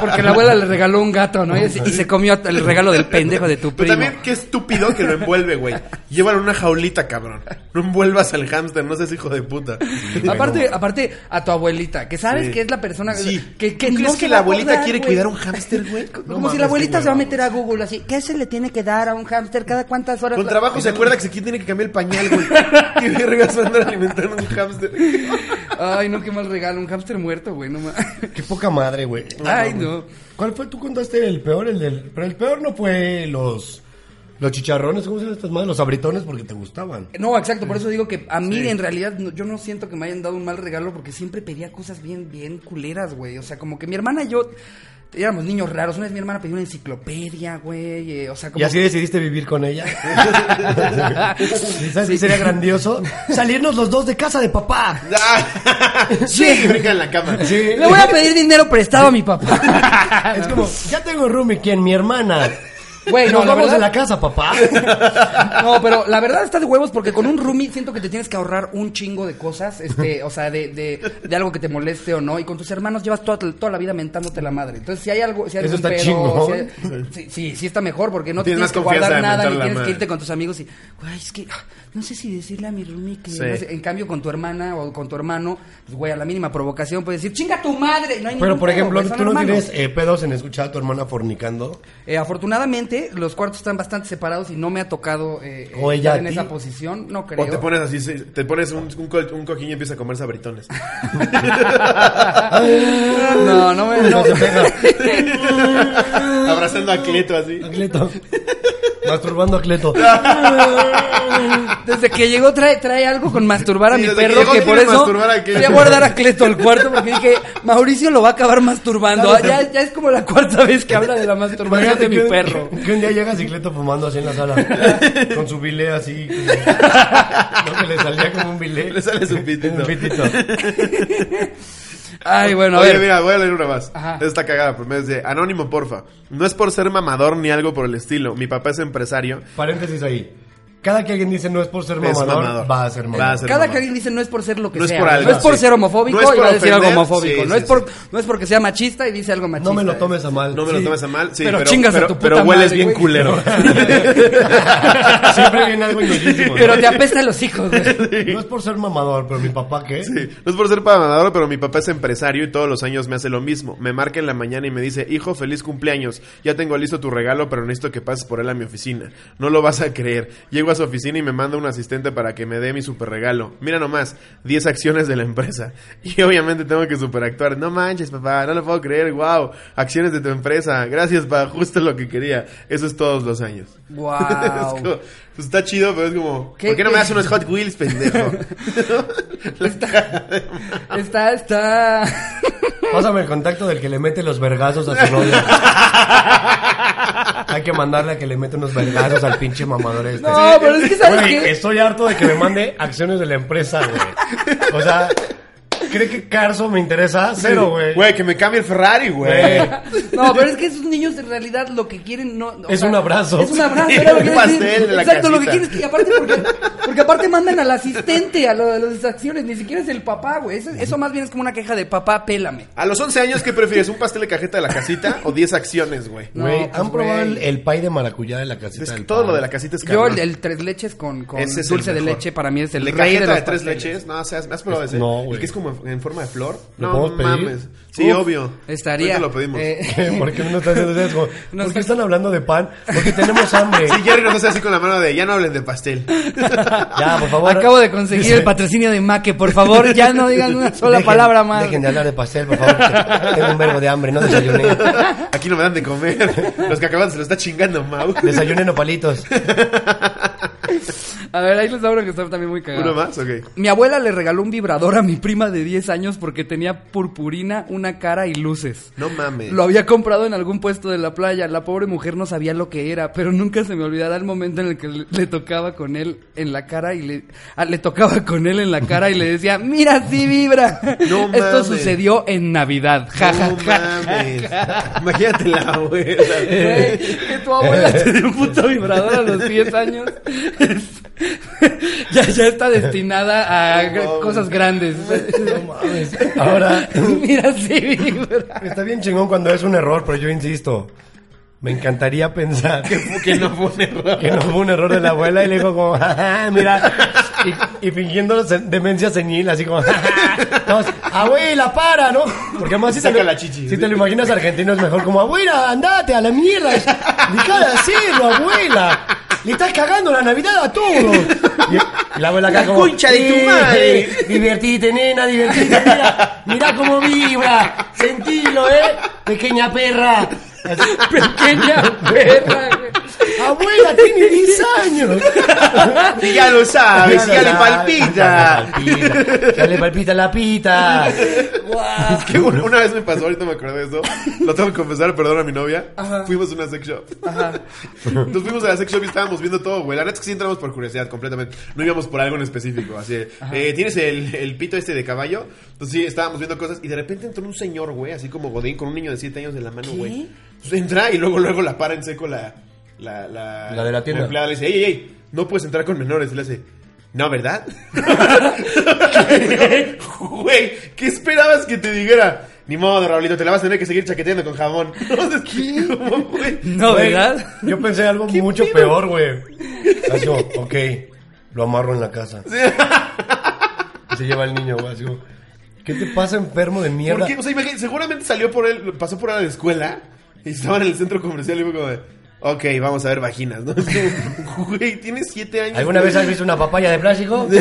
Speaker 1: Porque la abuela le regaló un gato, ¿no? Y, y se comió el regalo del pendejo de tu
Speaker 2: Pero
Speaker 1: primo.
Speaker 2: también, qué estúpido que lo envuelve, güey. Llévalo en una jaulita, cabrón. No envuelvas al hámster, no seas hijo de puta.
Speaker 1: Aparte, aparte a tu abuelita, que sabes
Speaker 2: Sí.
Speaker 1: que es la persona
Speaker 2: Sí.
Speaker 1: que, que
Speaker 2: ¿Tú
Speaker 1: no
Speaker 2: crees
Speaker 1: se
Speaker 2: que
Speaker 1: va
Speaker 2: la
Speaker 1: a
Speaker 2: abuelita
Speaker 1: acordar,
Speaker 2: quiere
Speaker 1: güey.
Speaker 2: cuidar un hámster, güey?
Speaker 1: Como si la abuelita se va a meter a Google así, ¿qué se le tiene que dar a un hámster cada cuántas horas?
Speaker 2: Con
Speaker 1: la-
Speaker 2: trabajo se acuerda que se tiene que cambiar el pañal, güey. Qué vergas van a andar alimentando a un hámster.
Speaker 1: Ay, no, qué mal regalo, un hámster muerto, güey, no ma-
Speaker 3: Qué poca madre, güey.
Speaker 1: Ay, no.
Speaker 3: ¿Cuál fue? Tú contaste el peor, el del. Pero el peor no fue los. Los chicharrones, ¿cómo se llaman estas madres? Los abritones porque te gustaban.
Speaker 1: No, exacto, por eso digo que a mí en realidad no- yo no siento que me hayan dado un mal regalo porque siempre pedía cosas bien, bien culeras, güey. O sea, como que mi hermana y yo éramos niños raros. Una vez mi hermana pidió una enciclopedia, güey. eh, o sea, como.
Speaker 3: ¿Y así decidiste vivir con ella? ¿Sabes qué sería grandioso? Salirnos los dos de casa de papá.
Speaker 1: Sí.
Speaker 2: Que brinca en la cama.
Speaker 3: Sí.
Speaker 1: Le voy a pedir dinero prestado a mi papá.
Speaker 3: Ah, Es como, ya tengo roomie, ¿quién? Mi hermana.
Speaker 1: Güey, no,
Speaker 3: Nos
Speaker 1: la
Speaker 3: vamos
Speaker 1: verdad,
Speaker 3: de la casa, papá.
Speaker 1: no, pero la verdad está de huevos porque con un roomie siento que te tienes que ahorrar un chingo de cosas, este, o sea, de, de, de algo que te moleste o no. Y con tus hermanos llevas toda, toda la vida mentándote la madre. Entonces, si hay algo, si hay
Speaker 3: Eso
Speaker 1: algún pedo,
Speaker 3: está chingón.
Speaker 1: si hay- sí, sí, sí está mejor porque no te tienes
Speaker 2: Tienes más
Speaker 1: que guardar
Speaker 2: confianza de
Speaker 1: nada
Speaker 2: mentar
Speaker 1: ni
Speaker 2: la
Speaker 1: tienes que
Speaker 2: madre.
Speaker 1: irte con tus amigos y, güey, es que ah, no sé si decirle a mi roomie que,
Speaker 2: Sí.
Speaker 1: no sé". en cambio, con tu hermana o con tu hermano, pues, güey, a la mínima provocación puedes decir, chinga tu madre. No hay
Speaker 3: Pero,
Speaker 1: ningún
Speaker 3: por
Speaker 1: pedo,
Speaker 3: ejemplo,
Speaker 1: güey, son
Speaker 3: ¿tú no
Speaker 1: hermanos.
Speaker 3: tienes eh, pedos en escuchar a tu hermana fornicando?
Speaker 1: Eh, afortunadamente, los cuartos están bastante separados y no me ha tocado eh,
Speaker 3: O
Speaker 1: eh,
Speaker 3: ella
Speaker 1: estar en
Speaker 3: a ti.
Speaker 1: esa posición. No creo.
Speaker 2: O te pones así, sí, te pones un, un, col- un cojín y empiezas a comer sabritones. Ah.
Speaker 1: no, no me. No.
Speaker 3: No, se pega.
Speaker 2: Abrazando a Cleto así.
Speaker 3: Cleto. Masturbando a Cleto.
Speaker 1: Desde que llegó trae, trae algo con masturbar a
Speaker 2: Sí,
Speaker 1: mi
Speaker 2: desde que
Speaker 1: perro
Speaker 2: llegó
Speaker 1: que
Speaker 2: quiere
Speaker 1: por eso
Speaker 2: masturbar a Cleto.
Speaker 1: voy a guardar a Cleto al cuarto porque dije Mauricio lo va a acabar masturbando. Ah, ya, ya es como la cuarta vez que habla de la masturbación de mi
Speaker 3: que un-
Speaker 1: perro.
Speaker 3: Que un día llega Cicleto fumando así en la sala. con su bilé así. como- no, que le salía como un bilé.
Speaker 2: Le sale su pitito.
Speaker 3: Un pitito.
Speaker 1: Ay, bueno, a
Speaker 2: Oye,
Speaker 1: ver.
Speaker 2: mira, voy a leer una más.
Speaker 1: Ajá.
Speaker 2: Esta cagada, por medio de Anónimo, porfa. No es por ser mamador ni algo por el estilo. Mi papá es empresario.
Speaker 3: Paréntesis ahí. Cada que alguien dice no es por ser
Speaker 2: Es
Speaker 3: mamador,
Speaker 2: mamador.
Speaker 3: va a ser mamador.
Speaker 2: Va a ser
Speaker 1: Cada
Speaker 2: mamá.
Speaker 1: que alguien dice no es por ser lo que
Speaker 2: No es
Speaker 1: sea.
Speaker 2: por algo,
Speaker 1: no es por
Speaker 2: sí.
Speaker 1: ser homofóbico
Speaker 2: No es
Speaker 1: y
Speaker 2: por
Speaker 1: va a decir algo
Speaker 2: ofender,
Speaker 1: homofóbico.
Speaker 2: sí,
Speaker 1: no,
Speaker 2: sí,
Speaker 1: es por, no es porque sea machista y dice algo machista.
Speaker 3: No me lo tomes a mal.
Speaker 2: No me lo
Speaker 3: Sí.
Speaker 2: tomes a mal, sí,
Speaker 1: Pero
Speaker 2: pero,
Speaker 1: chingas a
Speaker 2: pero-
Speaker 1: tu
Speaker 2: pero
Speaker 1: puta
Speaker 2: hueles
Speaker 1: madre,
Speaker 2: bien
Speaker 1: güey.
Speaker 2: culero.
Speaker 3: Siempre viene algo inutilísimo.
Speaker 1: Pero te apesta los hijos, güey.
Speaker 3: No es por ser mamador, pero mi papá, ¿qué?
Speaker 2: Sí, No es por ser mamador, pero mi papá es empresario y todos los años me hace lo mismo. Me marca en la mañana y me dice, hijo, feliz cumpleaños. Ya tengo listo tu regalo, pero necesito que pases por él a mi oficina. No lo vas a creer. Llego a su oficina y me manda un asistente para que me dé mi super regalo. Mira nomás, 10 acciones de la empresa. Y obviamente tengo que superactuar. No manches, papá, no lo puedo creer. Wow, acciones de tu empresa. Gracias, papá, justo lo que quería. Eso es todos los años.
Speaker 1: Guau.
Speaker 2: Es como, pues, está chido, pero es como,
Speaker 1: ¿Qué-
Speaker 2: ¿por qué no
Speaker 1: qué?
Speaker 2: me das unos Hot Wheels, pendejo?
Speaker 1: Está, está.
Speaker 3: Pásame el contacto del que le mete los vergazos a su novia. Hay que mandarle a que le mete unos vergazos al pinche mamador este.
Speaker 1: No, pero es que sabes
Speaker 3: Güey,
Speaker 1: qué?
Speaker 3: estoy harto de que me mande acciones de la empresa, güey. O sea, ¿cree que Carso me interesa? Cero, güey.
Speaker 2: Güey, que me cambie el Ferrari, güey.
Speaker 3: Güey.
Speaker 1: No, pero es que esos niños en realidad lo que quieren no. o
Speaker 3: Es un abrazo.
Speaker 1: Es un abrazo.
Speaker 2: Sí,
Speaker 1: era lo
Speaker 2: un
Speaker 1: que iba a decir.
Speaker 2: pastel de la
Speaker 1: Exacto, lo que
Speaker 2: casita.
Speaker 1: quieres que. y aparte, porque, porque aparte mandan al asistente a, lo, a las acciones, ni siquiera es el papá, güey. Eso, eso más bien es como una queja de papá, pélame.
Speaker 2: A los 11 años, ¿qué prefieres? ¿Un pastel de cajeta de la casita o 10 acciones, güey?
Speaker 1: No,
Speaker 3: Güey,
Speaker 1: pues,
Speaker 3: ¿han probado
Speaker 1: güey.
Speaker 3: el, el pay de maracuyá de la casita
Speaker 2: Es que
Speaker 3: del
Speaker 2: todo
Speaker 3: pan?
Speaker 2: lo de la casita es
Speaker 1: Yo,
Speaker 2: cabrón.
Speaker 1: el, el tres leches con, con
Speaker 2: Ese es
Speaker 1: dulce
Speaker 2: el
Speaker 1: de
Speaker 2: mejor.
Speaker 1: leche para mí es el
Speaker 2: de
Speaker 1: rey
Speaker 2: cajeta
Speaker 1: de
Speaker 2: de,
Speaker 1: los
Speaker 2: tres
Speaker 1: pasteles.
Speaker 2: leches. No, o sea, ¿has has probado ese?
Speaker 3: No, güey.
Speaker 2: El que es como en forma de flor.
Speaker 3: ¿Lo
Speaker 2: No
Speaker 3: podemos pedir?
Speaker 2: mames. Sí,
Speaker 1: Uf,
Speaker 2: obvio.
Speaker 1: Estaría.
Speaker 2: Ahorita lo pedimos.
Speaker 1: eh,
Speaker 3: ¿Qué? ¿Por qué no están haciendo eso?
Speaker 1: No
Speaker 3: ¿Por
Speaker 1: sé.
Speaker 3: qué están hablando de pan? Porque tenemos hambre.
Speaker 2: Sí, Jerry nos hace así con la mano de ya no hablen de pastel.
Speaker 3: Ya, por favor.
Speaker 1: Acabo de conseguir el patrocinio de Maque, por favor, ya no digan una sola
Speaker 3: Dejen-
Speaker 1: palabra más.
Speaker 3: Dejen de hablar de pastel, por favor. que Tengo un verbo de hambre, no desayuné.
Speaker 2: Aquí no me dan de comer. Los cacahuates se lo está chingando, Mau.
Speaker 3: Desayunen palitos.
Speaker 1: A ver, ahí les da uno que está también muy cagado.
Speaker 2: ¿Uno más? Ok.
Speaker 1: Mi abuela le regaló un vibrador a mi prima de 10 años porque tenía purpurina, una cara y luces.
Speaker 2: No mames.
Speaker 1: Lo había comprado en algún puesto de la playa. La pobre mujer no sabía lo que era, pero nunca se me olvidará el momento en el que le, le tocaba con él en la cara y le, ah, le tocaba con él en la cara y le decía, mira, sí vibra.
Speaker 2: No
Speaker 1: Esto
Speaker 2: mames.
Speaker 1: sucedió en Navidad. Ja, ja,
Speaker 2: No
Speaker 1: ja.
Speaker 2: mames. Imagínate la abuela.
Speaker 1: Güey, que tu abuela te dio un puto vibrador a los 10 años. ya, ya está destinada a gra- cosas grandes.
Speaker 3: Ahora,
Speaker 1: Mira, sí vibra.
Speaker 3: está bien chingón cuando es un error, pero yo insisto. Me encantaría pensar que,
Speaker 2: Que no fue un error.
Speaker 3: no fue un error de la abuela y le digo como, "Ajá, mira, y, y fingiendo se- demencia senil, así como, "Ajá". No, es, abuela, para, ¿no? Porque además si, te
Speaker 2: Saca
Speaker 3: lo,
Speaker 2: la chichi.
Speaker 3: si te lo imaginas argentino es mejor como, abuela, andate a la mierda, deja de hacerlo, abuela, le estás cagando la Navidad a todos. Y, y la abuela acá
Speaker 4: La
Speaker 3: como,
Speaker 4: concha de tu
Speaker 3: "Sí,
Speaker 4: madre".
Speaker 3: Divertite, nena, divertite. Mira, mira cómo vibra. Sentilo, ¿eh? Pequeña perra. Así,
Speaker 1: Pequeña perra. güey.
Speaker 3: Abuela, tiene 10 años.
Speaker 4: Y ya lo sabes, y ya le
Speaker 3: Ya,
Speaker 4: palpita.
Speaker 3: Ya le palpita, ya le palpita la pita.
Speaker 1: Guau.
Speaker 2: Que una, una vez me pasó, ahorita me acordé de eso. Lo tengo que confesar, perdón a mi novia. Fuimos a una sex shop. Nos fuimos a la sex shop y estábamos viendo todo, güey. La neta es que sí entramos por curiosidad completamente. No íbamos por algo en específico. Así, de, eh, ¿tienes el, el pito este de caballo? Entonces sí, estábamos viendo cosas y de repente entró un señor, güey, así como Godín, con un niño de 7 años de la mano, güey. Entonces, Entra y luego, luego la para en seco la. La, la,
Speaker 3: La de la tienda.
Speaker 2: empleada Ah, le dice, ey, ey, ey, no puedes entrar con menores. Y le hace, no, ¿verdad? Güey, ¿qué esperabas que te dijera? Ni modo, Raulito, te la vas a tener que seguir chaqueteando con jabón. ¿Qué?
Speaker 1: No,
Speaker 3: Güey,
Speaker 1: ¿verdad?
Speaker 3: Yo pensé algo mucho peor, güey. Así como, ok, lo amarro en la casa. Y Se lleva el niño, güey. Así como, ¿qué te pasa, enfermo de mierda?
Speaker 2: ¿Por qué? O sea, imagínate, seguramente salió por él, pasó por él a la escuela y estaba en el centro comercial y fue como de, ok, vamos a ver vaginas, ¿no? Es como, Güey, tienes siete años.
Speaker 3: ¿Alguna vez has visto una papaya de plástico?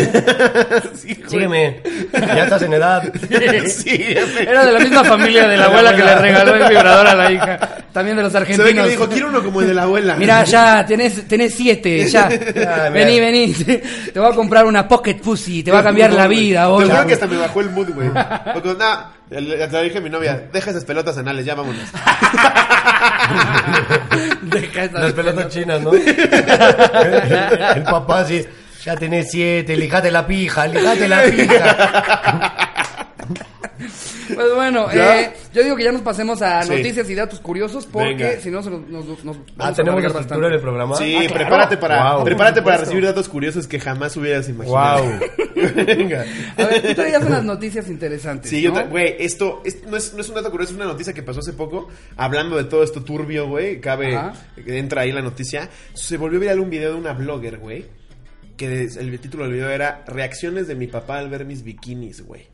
Speaker 2: Sí, güey.
Speaker 3: Sígueme, ya estás en edad.
Speaker 2: Sí, jefe.
Speaker 1: Era de la misma familia de la abuela que le regaló el vibrador a la hija. También de los
Speaker 2: Se ve que
Speaker 1: argentinos.
Speaker 2: le dijo, quiero uno como el de la abuela.
Speaker 1: Mira, ya, tenés, tenés siete, ya.
Speaker 3: mira.
Speaker 1: vení, vení. Te voy a comprar una pocket pussy, te va a cambiar la
Speaker 2: güey.
Speaker 1: vida,
Speaker 2: Te
Speaker 1: hola.
Speaker 2: juro que hasta me bajó el mood, güey. Porque, nah, le- te lo dije a mi novia, deja esas pelotas anales, ya vámonos.
Speaker 1: Deja esa-
Speaker 3: Las pelotas chinas, ¿no? El papá así, ya tenés siete, lijate la pija, lijate la pija. Ah,
Speaker 1: Pues bueno,
Speaker 2: ¿Ya?
Speaker 1: eh, yo digo que ya nos pasemos a
Speaker 2: Sí.
Speaker 1: noticias y datos curiosos porque
Speaker 2: Venga.
Speaker 1: si no se nos, nos, nos vamos
Speaker 3: Ah,
Speaker 1: a
Speaker 3: tenemos la
Speaker 1: alargar
Speaker 3: estructura del programa.
Speaker 2: Sí,
Speaker 3: Ah, claro.
Speaker 2: prepárate para
Speaker 3: Guau.
Speaker 2: prepárate para recibir datos curiosos que jamás hubieras imaginado.
Speaker 3: Guau.
Speaker 2: Venga.
Speaker 1: A ver, tú traías unas noticias interesantes.
Speaker 2: Sí, yo
Speaker 1: ¿no?
Speaker 2: tra- güey, esto, es- no, es, no es un dato curioso, es una noticia que pasó hace poco, hablando de todo esto turbio, güey, cabe,
Speaker 1: Ajá.
Speaker 2: entra ahí la noticia, se volvió viral un video de una blogger, güey, que des- el título del video era Reacciones de mi papá al ver mis bikinis, güey.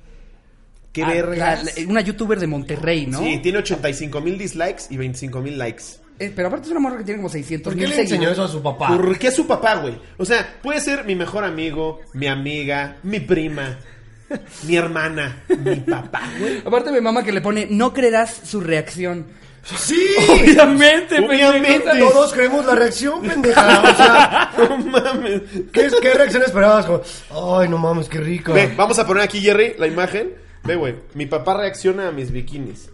Speaker 2: Qué
Speaker 1: Ah,
Speaker 2: vergas.
Speaker 1: la- la- una youtuber de Monterrey, ¿no?
Speaker 2: Sí, tiene 85 mil dislikes y 25 mil likes.
Speaker 1: Eh, pero aparte es una morra que tiene como 600
Speaker 3: ¿Por qué
Speaker 1: mil
Speaker 3: le enseñó
Speaker 1: seguidores.
Speaker 3: eso a su papá?
Speaker 2: ¿Por qué a su papá, güey? O sea, puede ser mi mejor amigo, mi amiga, mi prima, mi hermana, mi papá, güey.
Speaker 1: Aparte mi mamá que le pone, no creerás su reacción. Este,
Speaker 3: ¡Sí!
Speaker 1: Obviamente,
Speaker 2: Obviamente.
Speaker 1: pendejo.
Speaker 3: Todos creemos la reacción, pendeja. O sea,
Speaker 2: No mames.
Speaker 3: ¿qué, es- qué reacción esperabas? Como, Ay, no mames, qué rico.
Speaker 2: Ve, vamos a poner aquí, Jerry, la imagen. Ve, güey, mi papá reacciona a mis bikinis.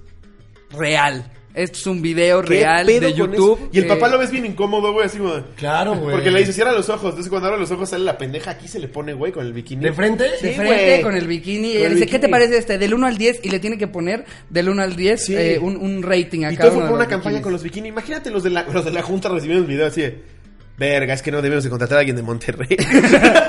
Speaker 1: Real. Esto es un video
Speaker 2: ¿Qué
Speaker 1: real
Speaker 2: pedo
Speaker 1: de
Speaker 2: con
Speaker 1: YouTube.
Speaker 2: eso? Y el
Speaker 1: eh,
Speaker 2: papá lo ves bien incómodo, güey, así como...
Speaker 3: Claro, güey.
Speaker 2: Porque le dice, cierra los ojos. Entonces, cuando abre los ojos, sale la pendeja. Aquí se le pone, güey, con el bikini.
Speaker 3: ¿De frente?
Speaker 1: De
Speaker 2: Sí,
Speaker 1: frente
Speaker 2: güey.
Speaker 1: con el bikini. Y
Speaker 2: Con
Speaker 1: ella
Speaker 2: el
Speaker 1: dice, ¿qué te
Speaker 2: bikini.
Speaker 1: parece este? Del 1 al 10 y le tiene que poner del 1 al 10
Speaker 2: Sí.
Speaker 1: eh, un, un rating a
Speaker 2: Y
Speaker 1: cada
Speaker 2: todo
Speaker 1: uno
Speaker 2: fue por
Speaker 1: de
Speaker 2: una
Speaker 1: los
Speaker 2: campaña
Speaker 1: bikinis.
Speaker 2: con los bikinis. Imagínate los de la, los de la Junta recibiendo el video así de... Verga, es que no debemos de contratar a alguien de Monterrey.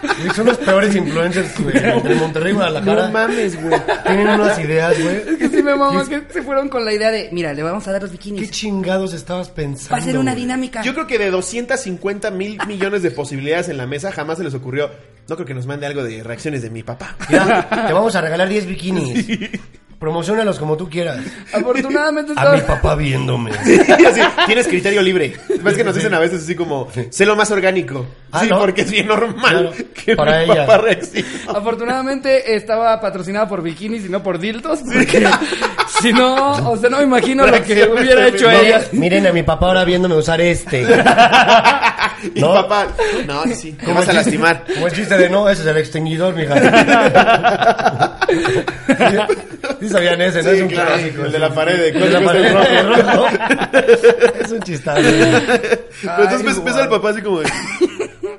Speaker 3: Güey, Son los peores influencers, güey. De Monterrey, Guadalajara.
Speaker 2: No mames, güey.
Speaker 3: Tienen unas ideas, güey.
Speaker 1: Es que sí, me mamá, que se fueron con la idea de, mira, le vamos a dar los
Speaker 3: ¿Qué
Speaker 1: bikinis.
Speaker 3: chingados estabas pensando?
Speaker 1: Va a ser una
Speaker 3: güey?
Speaker 1: dinámica.
Speaker 2: Yo creo que de 250 mil millones de posibilidades en la mesa jamás se les ocurrió. No creo que nos mande algo de reacciones de mi papá.
Speaker 3: Mira, te vamos a regalar 10 bikinis. Promocionalos como tú quieras.
Speaker 1: Afortunadamente
Speaker 3: A mi
Speaker 1: estaba...
Speaker 3: papá viéndome.
Speaker 2: Y así, tienes criterio libre. Ves que nos dicen a veces así como, sé lo más orgánico.
Speaker 3: Ah,
Speaker 2: sí,
Speaker 3: ¿no?
Speaker 2: porque es bien normal
Speaker 3: Claro,
Speaker 2: que
Speaker 3: para
Speaker 2: mi
Speaker 3: ella.
Speaker 2: papá reaccione.
Speaker 1: Afortunadamente estaba patrocinada por bikinis y no por dildos. Porque si no, o sea, no me imagino lo que
Speaker 2: Reacciones
Speaker 1: hubiera
Speaker 2: de
Speaker 1: hecho
Speaker 2: mi-
Speaker 1: ella.
Speaker 3: Miren a mi papá ahora viéndome usar este.
Speaker 2: Y
Speaker 3: ¿No?
Speaker 2: papá, no, sí, te vas a
Speaker 3: el chiste-
Speaker 2: lastimar.
Speaker 3: Como el chiste de no, ese es el extinguidor, mija. sí sabían ese, ¿no?
Speaker 2: Sí,
Speaker 3: es un
Speaker 2: claro,
Speaker 3: clásico.
Speaker 2: el de la pared, de
Speaker 3: El de la
Speaker 2: códigos
Speaker 3: pared
Speaker 2: del
Speaker 3: de rojo. es un chistazo.
Speaker 2: Pero entonces ves, ves al papá así como de,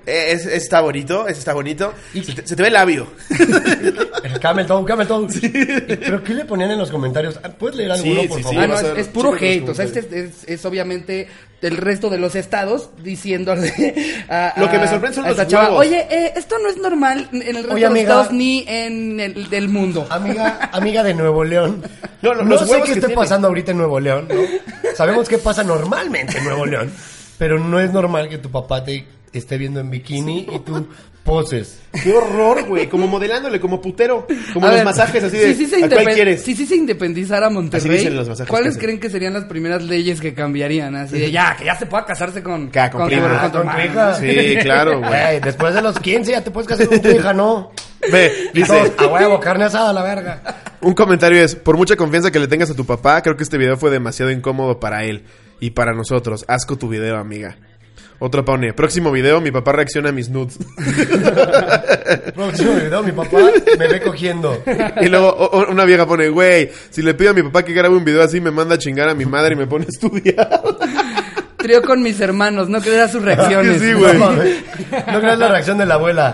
Speaker 4: Eh, es- está bonito, ese está bonito. Se te, se te ve el labio.
Speaker 3: El Camel Toe, Camel Toe. ¿Pero qué le ponían en los comentarios? Ah, ¿Puedes leer alguno,
Speaker 2: Sí,
Speaker 3: por
Speaker 2: sí, sí.
Speaker 3: favor?
Speaker 1: Ah, no,
Speaker 2: vas
Speaker 1: es,
Speaker 2: a ver,
Speaker 1: es puro
Speaker 2: siempre
Speaker 1: hate.
Speaker 2: los
Speaker 1: O sea, este es, es- es obviamente el resto de los estados diciéndole a, a-
Speaker 2: Lo que me sorprende son
Speaker 1: a
Speaker 2: los
Speaker 1: esta chava,
Speaker 2: huevos.
Speaker 1: Oye, eh, esto no es normal en el resto
Speaker 3: Oye,
Speaker 1: de los
Speaker 3: amiga.
Speaker 1: estados ni en el del mundo.
Speaker 3: Amiga, amiga de Nuevo León.
Speaker 2: No,
Speaker 3: No,
Speaker 2: lo- los
Speaker 3: sé
Speaker 2: huevos
Speaker 3: qué
Speaker 2: que
Speaker 3: esté
Speaker 2: tiene.
Speaker 3: pasando ahorita en Nuevo León, ¿no? Sabemos qué pasa normalmente en Nuevo León, pero no es normal que tu papá te esté viendo en bikini y tú poses.
Speaker 2: Qué horror, güey. Como modelándole, como putero. Como
Speaker 1: A
Speaker 2: los
Speaker 1: ver,
Speaker 2: masajes así
Speaker 1: si
Speaker 2: de.
Speaker 1: sí se
Speaker 2: ¿A cuál
Speaker 1: indepen-
Speaker 2: quieres?
Speaker 1: Si sí se independizara Monterrey,
Speaker 2: Así dicen los masajes que
Speaker 1: ¿cuáles
Speaker 2: hacen.
Speaker 1: creen que serían las primeras leyes que cambiarían? Así de ya, que ya se pueda casarse con,
Speaker 2: Ca- con prima,
Speaker 1: tu- con tu
Speaker 3: con tu
Speaker 1: hermano.
Speaker 3: hija.
Speaker 2: Sí, claro, güey.
Speaker 3: Güey, después de los 15 ya te puedes casar con tu hija, ¿no?
Speaker 2: Ve,
Speaker 3: Todos,
Speaker 2: dice.
Speaker 3: a huevo, carne asada, la verga.
Speaker 2: Un comentario es: Por mucha confianza que le tengas a tu papá, creo que este video fue demasiado incómodo para él y para nosotros. Asco tu video, amiga. Otro pone: Próximo video, mi papá reacciona a mis nudes.
Speaker 3: Próximo video, mi papá me ve cogiendo.
Speaker 2: Y luego o- o- una vieja pone: Güey, si le pido a mi papá que grabe un video así, me manda a chingar a mi madre y me pone a estudiar.
Speaker 1: Trío con mis hermanos, no creas sus reacciones.
Speaker 2: Es que sí,
Speaker 3: No,
Speaker 2: güey.
Speaker 3: mames. no creas la reacción de la abuela.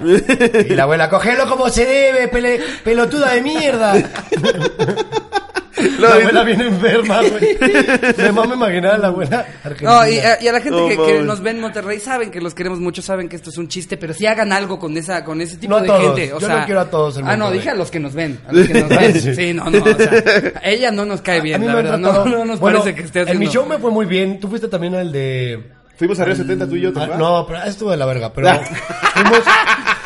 Speaker 3: Y la abuela, cógelo como se debe, pele- pelotuda de mierda.
Speaker 2: Luego
Speaker 3: La
Speaker 2: dice-
Speaker 3: abuela viene enferma, güey. Me mama imaginar a la abuela argentina.
Speaker 1: No, y eh, a, y a la gente
Speaker 2: No
Speaker 1: que, que
Speaker 2: mames.
Speaker 1: nos ve en Monterrey saben que los queremos mucho, saben que esto es un chiste, pero sí hagan algo con esa con ese tipo
Speaker 3: No a
Speaker 1: de
Speaker 3: todos.
Speaker 1: gente. O
Speaker 3: Yo
Speaker 1: sea,
Speaker 3: no quiero a todos en
Speaker 1: Ah, no,
Speaker 3: Monterrey.
Speaker 1: dije a los que nos ven. A los que nos ven. Sí, no, no. O sea, a ella no nos cae
Speaker 3: A
Speaker 1: bien,
Speaker 3: mí
Speaker 1: la
Speaker 3: me han
Speaker 1: verdad. No,
Speaker 3: tratado-
Speaker 1: no nos
Speaker 3: Bueno,
Speaker 1: parece que esté
Speaker 3: En
Speaker 1: haciendo.
Speaker 3: mi show me fue muy bien. Tú fuiste también al de...
Speaker 2: Fuimos a Río 70 tú y yo, ¿te
Speaker 3: Ah,
Speaker 2: acuerdas?
Speaker 3: no, pero estuvo de la verga. Pero fuimos,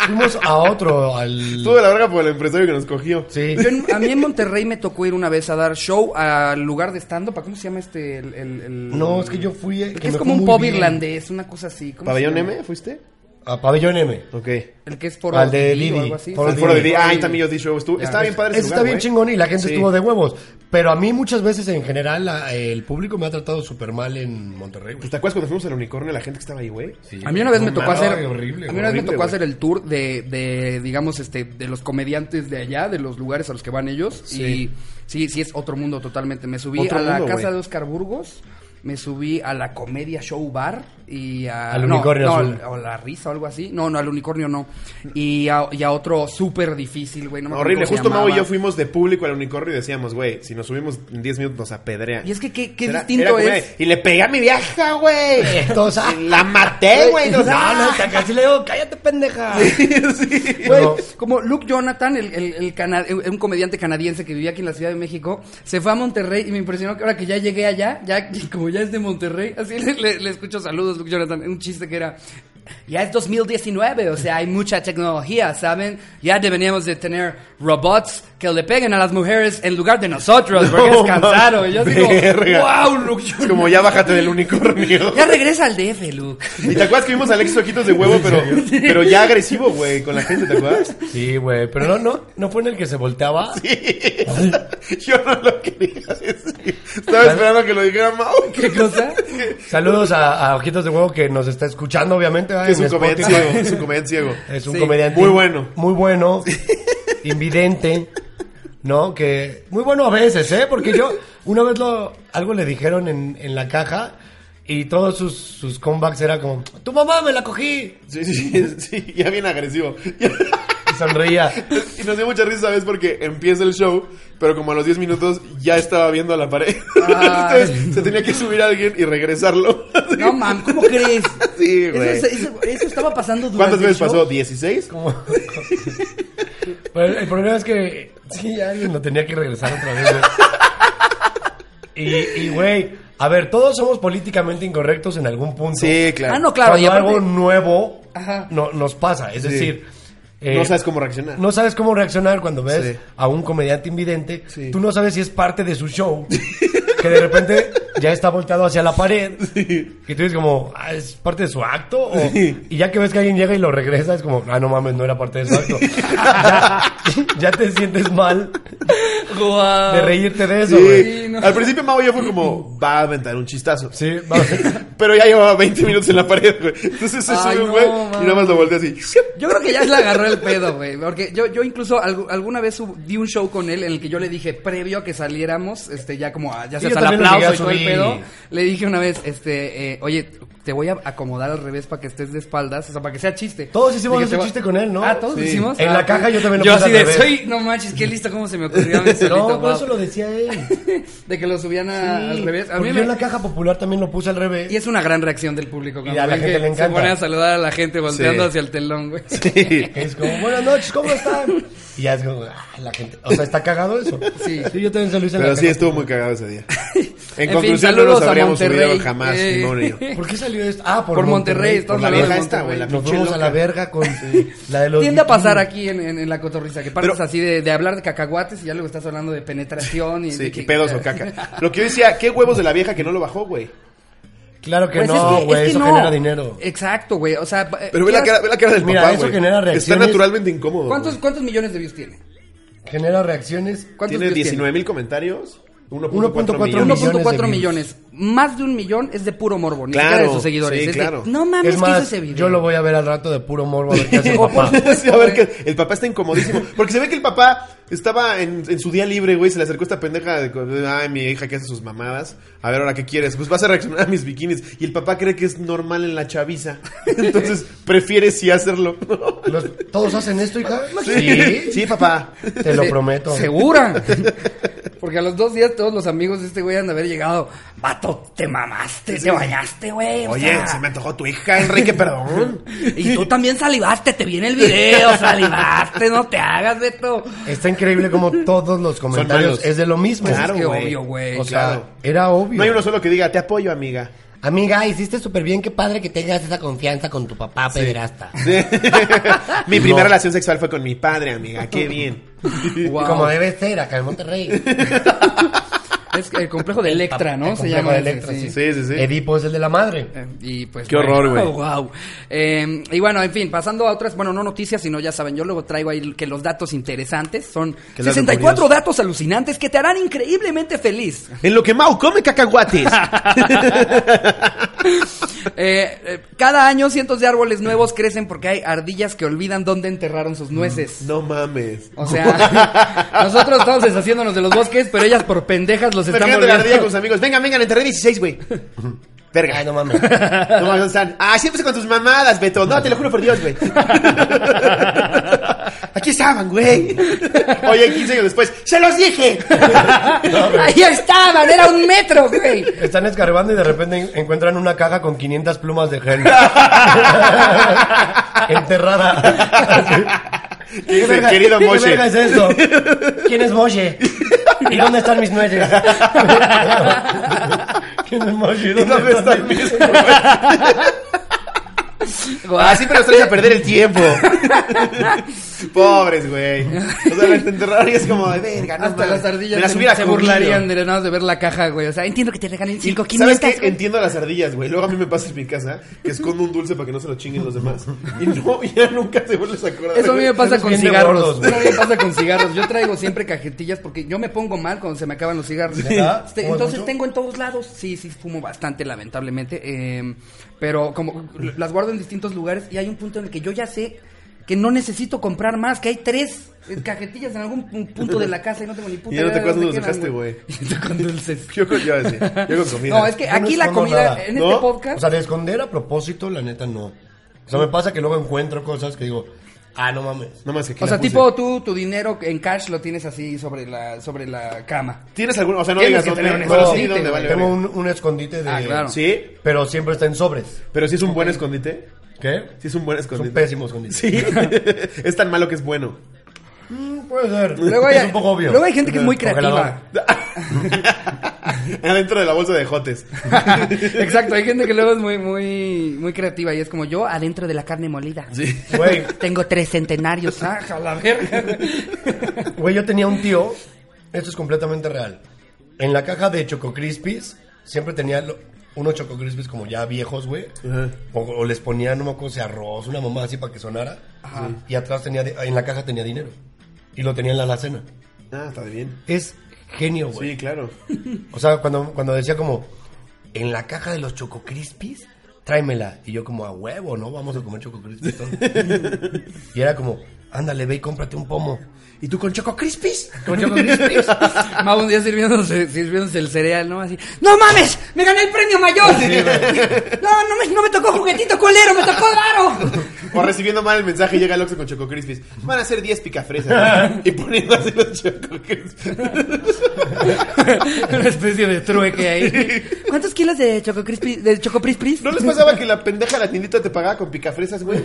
Speaker 3: fuimos a otro, al...
Speaker 2: Estuvo de la verga por el empresario que nos cogió.
Speaker 3: Sí.
Speaker 1: Yo en- a mí en Monterrey me tocó ir una vez a dar show al lugar de stand-up. ¿Cómo se llama este? El, el- el-
Speaker 3: No, es que yo fui... eh,
Speaker 1: Porque
Speaker 3: que
Speaker 1: es
Speaker 3: me
Speaker 1: como
Speaker 3: fue
Speaker 1: un
Speaker 3: muy
Speaker 1: pub
Speaker 3: bien.
Speaker 1: irlandés, una cosa así. ¿Cómo se
Speaker 2: ¿Pabellón
Speaker 1: llama?
Speaker 2: M fuiste?
Speaker 3: A Pabellón M.
Speaker 2: Ok.
Speaker 1: El que es por
Speaker 3: Al de Didi, por
Speaker 2: Al foro de Didi. Ah, ahí también yo di show. Estuvo- Estaba bien padre ese
Speaker 3: Eso
Speaker 2: lugar,
Speaker 3: está bien
Speaker 2: güey.
Speaker 3: chingón y la gente
Speaker 2: Sí.
Speaker 3: estuvo de huevos. Pero a mí muchas veces en general la- el público me ha tratado súper mal en Monterrey, güey.
Speaker 2: Pues, ¿Te acuerdas cuando fuimos al unicornio la gente que estaba ahí, güey?
Speaker 1: A mí una vez
Speaker 3: No
Speaker 1: me tocó
Speaker 3: mames,
Speaker 1: hacer,
Speaker 3: horrible,
Speaker 1: a mí una vez me
Speaker 2: horrible,
Speaker 1: tocó
Speaker 2: güey.
Speaker 1: hacer el tour de, de, digamos, este, de los comediantes de allá, de los lugares a los que van ellos. Y sí, sí es otro mundo totalmente. Me subí
Speaker 2: Otro
Speaker 1: a la
Speaker 2: mundo,
Speaker 1: casa
Speaker 2: güey.
Speaker 1: de Oscar Burgos, me subí a la comedia show bar y a,
Speaker 3: Al
Speaker 1: no,
Speaker 3: Unicornio
Speaker 1: no,
Speaker 3: Azul.
Speaker 1: al- o la risa o algo así. No, no, al unicornio no. Y a, y a otro súper difícil, güey. No me acuerdo
Speaker 2: Horrible,
Speaker 1: cómo se
Speaker 2: justo Mau y
Speaker 1: llamaba.
Speaker 2: yo fuimos de público al unicornio y decíamos, güey, si nos subimos en 10 minutos nos apedrean.
Speaker 1: Y es que qué, qué
Speaker 2: Era- era
Speaker 1: distinto
Speaker 2: como,
Speaker 1: es.
Speaker 2: "Ey, Y le pegué a mi vieja, güey.
Speaker 3: Entonces, ah,
Speaker 2: La maté, güey.
Speaker 3: no,
Speaker 2: o sea,
Speaker 3: no, te- casi le digo, cállate, pendeja.
Speaker 1: Güey,
Speaker 3: No.
Speaker 1: como Luke Jonathan, el, el- el cana- eh, un comediante canadiense que vivía aquí en la Ciudad de México, se fue a Monterrey y me impresionó que ahora que ya llegué allá, ya como ya es de Monterrey, así le, le- le escucho saludos, Luke Jonathan, un chiste que era, ya es 2019, o sea, hay mucha tecnología, ¿saben? Ya deberíamos de tener robots que le peguen a las mujeres en lugar de nosotros, porque es cansado. Y yo digo,
Speaker 2: verga.
Speaker 1: wow, Luke
Speaker 2: Es
Speaker 1: Jonathan.
Speaker 2: como ya bájate del unicornio.
Speaker 1: Ya regresa al DF, Luke.
Speaker 2: ¿Y te acuerdas que vimos a Alex Ojitos de huevo, pero, pero ya agresivo, güey, con la gente, ¿te acuerdas?
Speaker 3: Sí, güey, pero no, no, no fue en el que se volteaba.
Speaker 2: Yo no lo quería decir. Estaba esperando que lo dijera Mau.
Speaker 1: ¿Qué cosa?
Speaker 3: Saludos a, a Ojitos de Huevo que nos está escuchando, obviamente. ah,
Speaker 2: Que es
Speaker 3: en
Speaker 2: un comediante
Speaker 3: Spotify.
Speaker 2: ciego.
Speaker 3: Eh.
Speaker 2: Es un comediante ciego.
Speaker 3: Es un
Speaker 1: Sí.
Speaker 3: comediante.
Speaker 2: Muy bueno.
Speaker 3: Muy bueno. invidente. ¿No? Que. Muy bueno a veces, ¿eh? Porque yo. Una vez lo, algo le dijeron en, en la caja. Y todos sus, sus comebacks era como. ¡Tu mamá me la cogí!
Speaker 2: Sí, sí, sí, sí, ya bien agresivo.
Speaker 3: Y sonreía.
Speaker 2: Y nos dio mucha risa, ¿sabes? Porque empieza el show, pero como a los 10 minutos ya estaba viendo a la pared.
Speaker 1: Ay.
Speaker 2: Entonces se tenía que subir a alguien y regresarlo.
Speaker 1: No, mam, ¿cómo crees?
Speaker 2: Sí,
Speaker 1: Eso,
Speaker 2: güey.
Speaker 1: eso- eso estaba pasando durante
Speaker 2: ¿Cuántas veces
Speaker 1: el show.
Speaker 2: pasó? ¿16?
Speaker 3: Como- Pero el problema es que. Sí, alguien lo tenía que regresar otra vez. güey. Y, y, güey. A ver, todos somos políticamente incorrectos en algún punto.
Speaker 2: Sí, claro.
Speaker 1: Ah, no, claro.
Speaker 3: Cuando
Speaker 1: y aparte-
Speaker 3: algo nuevo
Speaker 1: Ajá.
Speaker 3: no, nos pasa. Es decir, eh,
Speaker 2: No sabes cómo reaccionar.
Speaker 3: no sabes cómo reaccionar cuando ves
Speaker 2: Sí.
Speaker 3: a un comediante invidente.
Speaker 2: Sí.
Speaker 3: Tú no sabes si es parte de su show. que de repente ya está volteado hacia la pared. Y tú dices como, "Ah, ¿es parte de su acto? O-
Speaker 2: Sí.
Speaker 3: Y ya que ves que alguien llega y lo regresa, es como, ah, no mames, no era parte de su acto. ya, ya te sientes mal
Speaker 1: Guau.
Speaker 3: de reírte de eso,
Speaker 2: Sí.
Speaker 3: güey.
Speaker 1: Sí, no.
Speaker 2: Al principio Mau ya fue como, va a aventar un chistazo.
Speaker 3: Sí, vamos.
Speaker 2: Pero ya llevaba 20 minutos en la pared, güey. Entonces se
Speaker 1: Ay,
Speaker 2: sube un
Speaker 1: no,
Speaker 2: güey
Speaker 1: man.
Speaker 2: y nada más lo voltea así.
Speaker 1: Yo creo que ya le agarró el pedo, güey. Porque yo, yo incluso algu- alguna vez sub- di un show con él en el que yo le dije, previo a que saliéramos, este, ya como, a- ya
Speaker 3: Sí,
Speaker 1: se
Speaker 3: yo
Speaker 1: al
Speaker 3: también lo llegué
Speaker 1: aplauso
Speaker 3: a
Speaker 1: y todo el
Speaker 3: subir
Speaker 1: pedo, le dije una vez, este, eh, oye, te voy a acomodar al revés para que estés de espaldas, o sea, para que sea chiste.
Speaker 3: Todos hicimos ese
Speaker 1: te voy-
Speaker 3: chiste con él, ¿no?
Speaker 1: Ah, todos
Speaker 3: Sí.
Speaker 1: hicimos.
Speaker 3: En
Speaker 1: Ah,
Speaker 3: la caja yo también lo
Speaker 1: Yo
Speaker 3: puse
Speaker 1: así
Speaker 3: al
Speaker 1: de,
Speaker 3: revés.
Speaker 1: soy, no manches, qué listo, cómo se me ocurrió a mí solito,
Speaker 3: No, pues por
Speaker 1: guau.
Speaker 3: eso lo decía él.
Speaker 1: De que lo subían a- Ah, al revés. A
Speaker 3: Porque
Speaker 1: mí
Speaker 3: yo
Speaker 1: me...
Speaker 3: en la caja popular también lo puse al revés.
Speaker 1: Y es una gran reacción del público. cuando
Speaker 3: a la
Speaker 1: ven
Speaker 3: gente
Speaker 1: que
Speaker 3: le
Speaker 1: Se
Speaker 3: encanta.
Speaker 1: pone a saludar a la gente volteando
Speaker 2: Sí.
Speaker 1: hacia el telón, güey.
Speaker 3: Es como, buenas noches, ¿cómo están? Y ya es como, ah, la gente. O sea, está cagado eso.
Speaker 1: Sí.
Speaker 3: yo también se lo hice en
Speaker 2: Pero
Speaker 3: la
Speaker 2: sí
Speaker 3: caja
Speaker 2: estuvo muy cagado ese día. En,
Speaker 1: fin,
Speaker 2: conclusión, no
Speaker 1: saludos
Speaker 2: nos
Speaker 1: a
Speaker 2: habríamos subido
Speaker 1: Monterrey.
Speaker 2: jamás,
Speaker 1: Eh.
Speaker 2: ni Mauricio.
Speaker 3: popular. ¿Por qué salió esto? Ah, por,
Speaker 1: Por Monterrey,
Speaker 3: por
Speaker 1: estamos
Speaker 3: la
Speaker 1: hablando de
Speaker 3: verga.
Speaker 2: esta,
Speaker 1: Monterrey.
Speaker 2: güey, la
Speaker 3: Nos
Speaker 2: pinche
Speaker 3: fuimos a la
Speaker 2: loca.
Speaker 3: verga con la de los.
Speaker 1: Tiende a pasar aquí
Speaker 3: bikinis.
Speaker 1: en, en- en la cotorriza, que partes
Speaker 2: Pero-
Speaker 1: así de, de hablar de cacahuates y ya luego estás hablando de penetración y,
Speaker 2: Sí,
Speaker 1: de
Speaker 2: y pedos o caca. Lo que yo decía, ¿qué huevos de la vieja que no lo bajó, güey?
Speaker 3: Claro que
Speaker 1: Pues es
Speaker 3: no,
Speaker 1: que- es
Speaker 3: güey,
Speaker 1: que
Speaker 3: eso
Speaker 1: no.
Speaker 3: genera dinero.
Speaker 1: Exacto, güey. O sea, eh,
Speaker 2: Pero ve la
Speaker 1: quieras-
Speaker 2: cara, ve la cara del
Speaker 3: Mira,
Speaker 2: papá,
Speaker 3: eso
Speaker 2: güey.
Speaker 3: genera reacciones.
Speaker 2: Está naturalmente incómodo.
Speaker 1: ¿Cuántos,
Speaker 2: güey.
Speaker 1: ¿Cuántos millones de views tiene?
Speaker 3: Genera reacciones.
Speaker 1: ¿Cuántos
Speaker 2: Tiene
Speaker 1: views
Speaker 2: 19 mil comentarios.
Speaker 3: 1.4
Speaker 2: 1.4 millones.
Speaker 3: millones. de
Speaker 1: 1.4
Speaker 3: views.
Speaker 1: millones. Más de un millón es de puro morbo, ni
Speaker 2: Claro,
Speaker 1: siquiera de sus seguidores.
Speaker 2: sí,
Speaker 1: Es de,
Speaker 2: claro.
Speaker 1: no mames,
Speaker 3: Es
Speaker 1: que hizo
Speaker 3: más,
Speaker 1: ese video.
Speaker 3: yo lo voy a ver al rato de puro morbo a ver qué hace el
Speaker 1: O por-
Speaker 3: papá.
Speaker 2: Sí, a ver, que el papá está incomodísimo. Porque se ve que el papá estaba en, en su día libre, güey. Se le acercó esta pendeja. de- Ay, mi hija que hace sus mamadas. A ver, ahora, ¿qué quieres? Pues vas a reaccionar a mis bikinis. Y el papá cree que es normal en la chaviza. Entonces, prefiere sí hacerlo.
Speaker 3: Los- ¿Todos hacen esto, hija?
Speaker 2: Sí, sí, papá.
Speaker 3: Te lo prometo.
Speaker 1: ¿Segura? Porque a los dos días todos los amigos de este güey han de haber llegado. Vato, te mamaste, te bañaste, güey. o
Speaker 2: Oye,
Speaker 1: sea,
Speaker 2: se me antojó tu hija, Enrique, perdón.
Speaker 1: Y tú también salivaste, te viene el video, salivaste, no te hagas, Beto.
Speaker 3: Está increíble como todos los comentarios
Speaker 2: malos.
Speaker 3: es de lo mismo.
Speaker 1: Pues
Speaker 2: Claro,
Speaker 1: es que
Speaker 2: güey.
Speaker 1: obvio, güey.
Speaker 3: O sea,
Speaker 2: claro.
Speaker 3: era obvio.
Speaker 2: No hay uno solo que diga, te apoyo, amiga.
Speaker 3: Amiga, hiciste súper bien. Qué padre que tengas esa confianza con tu papá pederasta.
Speaker 2: mi primera
Speaker 3: No.
Speaker 2: relación sexual fue con mi padre, amiga. Qué bien.
Speaker 1: Wow.
Speaker 3: Como debe ser acá en Monterrey.
Speaker 1: Es el complejo de Electra, ¿no?
Speaker 3: El
Speaker 1: Se
Speaker 3: complejo
Speaker 1: llama
Speaker 3: de
Speaker 1: ese,
Speaker 3: Electra, sí.
Speaker 2: Sí, sí, sí.
Speaker 3: Edipo es el de la madre.
Speaker 1: Eh, Y pues,
Speaker 2: Qué horror, güey.
Speaker 1: wow. Eh, y bueno, en fin, pasando a otras, bueno, no noticias, sino ya saben, yo luego traigo ahí que los datos interesantes son
Speaker 2: Qué dato
Speaker 1: 64
Speaker 2: curioso.
Speaker 1: datos alucinantes que te harán increíblemente feliz.
Speaker 2: En lo que Mau come cacahuates.
Speaker 1: Eh, eh, cada año cientos de árboles nuevos crecen porque hay ardillas que olvidan dónde enterraron sus nueces.
Speaker 2: no mames.
Speaker 1: O sea, nosotros estamos deshaciéndonos de los bosques, pero ellas por pendejas los están
Speaker 2: Imagínate la ardilla con sus
Speaker 1: volviendo.
Speaker 2: amigos. Venga, venga, enterré 16, güey. Verga.
Speaker 3: Ay, no mames.
Speaker 2: No mames, ¿dónde están? Ah, siempre con tus mamadas, Beto. No, te lo juro por Dios, güey. Aquí estaban, güey. Oye, 15 años después. ¡Se los dije!
Speaker 1: Ahí estaban, era un metro, güey.
Speaker 3: Están escarbando y de repente en- encuentran una caja con 500 plumas de gel. Enterrada.
Speaker 2: Dice, querido
Speaker 3: ¿qué
Speaker 2: Moshe.
Speaker 3: verga es eso? ¿Quién es Moshe? ¿Y dónde están mis nueces? ¿Quién es Moshe?
Speaker 2: ¿Y dónde están mis mamadas? Ah,
Speaker 1: Guau.
Speaker 2: siempre los traes a perder el tiempo. Pobres, güey. O sea, la te enterraron y es como de verga, no
Speaker 1: Hasta
Speaker 2: mames.
Speaker 1: las ardillas
Speaker 2: Me las
Speaker 1: se-
Speaker 2: hubiera
Speaker 1: se
Speaker 2: comido.
Speaker 1: burlarían de nada más de ver la caja, güey. O sea, entiendo que te regalen cinco 500.
Speaker 2: ¿Sabes qué?
Speaker 1: güey.
Speaker 2: Entiendo a las ardillas, güey. Luego a mí me pasa en mi casa que escondo un dulce para que no se lo chinguen los demás. Y no, ya nunca te vuelves a acordar.
Speaker 1: Eso a mí
Speaker 2: güey.
Speaker 1: me pasa
Speaker 3: Eres
Speaker 1: con
Speaker 3: bien de
Speaker 1: cigarros.
Speaker 3: gordos,
Speaker 1: Eso
Speaker 3: güey.
Speaker 1: a mí me pasa con cigarros. Yo traigo siempre cajetillas porque yo me pongo mal cuando se me acaban los cigarros.
Speaker 3: ¿Verdad?
Speaker 1: Este,
Speaker 3: ¿Fumas
Speaker 1: entonces
Speaker 3: mucho?
Speaker 1: tengo en todos lados. Sí, sí, fumo bastante, lamentablemente. eh, pero como las guardo en distintos lugares y hay un punto en el que yo ya sé que no necesito comprar más, que hay tres eh, cajetillas en algún pu- punto de la casa y no tengo ni puta
Speaker 2: Y ya no te
Speaker 1: idea de
Speaker 2: acuerdas
Speaker 1: dónde
Speaker 2: dónde los
Speaker 1: quedan,
Speaker 2: dejaste,
Speaker 1: Y con dulces.
Speaker 2: Yo con, yo, así, yo con comida.
Speaker 1: No, es que
Speaker 3: Yo no
Speaker 1: aquí la
Speaker 3: escondo
Speaker 1: comida,
Speaker 3: nada,
Speaker 1: en
Speaker 2: ¿no?
Speaker 1: este podcast...
Speaker 3: O sea, de esconder a propósito, la neta, no. O sea, me pasa que luego encuentro cosas que digo, ah, no mames.
Speaker 2: No más que aquí
Speaker 1: O
Speaker 2: la
Speaker 1: sea,
Speaker 2: puse.
Speaker 1: tipo tú, tu dinero en cash lo tienes así sobre la, sobre la cama.
Speaker 2: ¿Tienes alguna? O sea, no
Speaker 1: Tienes
Speaker 2: digas
Speaker 1: que
Speaker 2: dónde.
Speaker 1: tener un
Speaker 2: bueno, sí,
Speaker 1: escondite,
Speaker 2: dónde
Speaker 1: güey.
Speaker 2: vale. verga.
Speaker 3: Tengo un, un escondite de...
Speaker 1: Ah, claro.
Speaker 2: Sí,
Speaker 3: Pero siempre está en sobres.
Speaker 2: pero si es un buen escondite.
Speaker 3: ¿Qué?
Speaker 2: Si es un buen
Speaker 3: Es un
Speaker 2: escondite.
Speaker 3: pésimo escondite.
Speaker 2: Sí. es tan malo que es bueno.
Speaker 3: Mm, puede ser.
Speaker 1: Luego hay,
Speaker 3: es un poco obvio.
Speaker 1: Luego hay gente que es muy
Speaker 3: Congelador.
Speaker 1: creativa.
Speaker 2: Adentro de la bolsa de jotes. Ah,
Speaker 1: Exacto, hay gente que luego es muy, muy, muy creativa y es como yo adentro de la carne molida.
Speaker 2: Sí.
Speaker 3: Güey,
Speaker 1: Tengo tres centenarios. Ah, a la verga.
Speaker 3: güey, yo tenía un tío. Esto es completamente real. En la caja de Choco Crispies siempre tenía lo- unos Choco Crispies como ya viejos, güey.
Speaker 2: Ajá.
Speaker 3: O, o les ponían, no me acuerdo si arroz, una mamá así para que sonara. Y atrás tenía, de- en la caja tenía dinero. Y lo tenía en la alacena.
Speaker 2: Ah, está bien.
Speaker 3: Es genio, güey.
Speaker 2: Sí, claro.
Speaker 3: O sea, cuando, cuando decía como, en la caja de los Choco Crispies, tráemela. Y yo como, a huevo, ¿no? Vamos a comer Choco Crispies. todos". y era como, ándale, ve y cómprate un pomo.
Speaker 4: ¿Y tú con Choco Crispis?
Speaker 3: Con Choco Crispis.
Speaker 1: Mau un día sirviéndose, sirviéndose el cereal, ¿no? Así, ¡no mames! ¡Me gané el premio mayor! no, no me, no me tocó juguetito colero, me tocó raro.
Speaker 2: O recibiendo mal el mensaje llega el Oxxo con Choco Crispies. Van a ser 10 picafresas. y poniendo así los Choco Crispies.
Speaker 1: Una especie de trueque ahí. ¿Cuántos kilos de Choco Crispy, de Choco Prispris?
Speaker 2: ¿No les pasaba que la pendeja la tiendita te pagaba con picafresas, güey?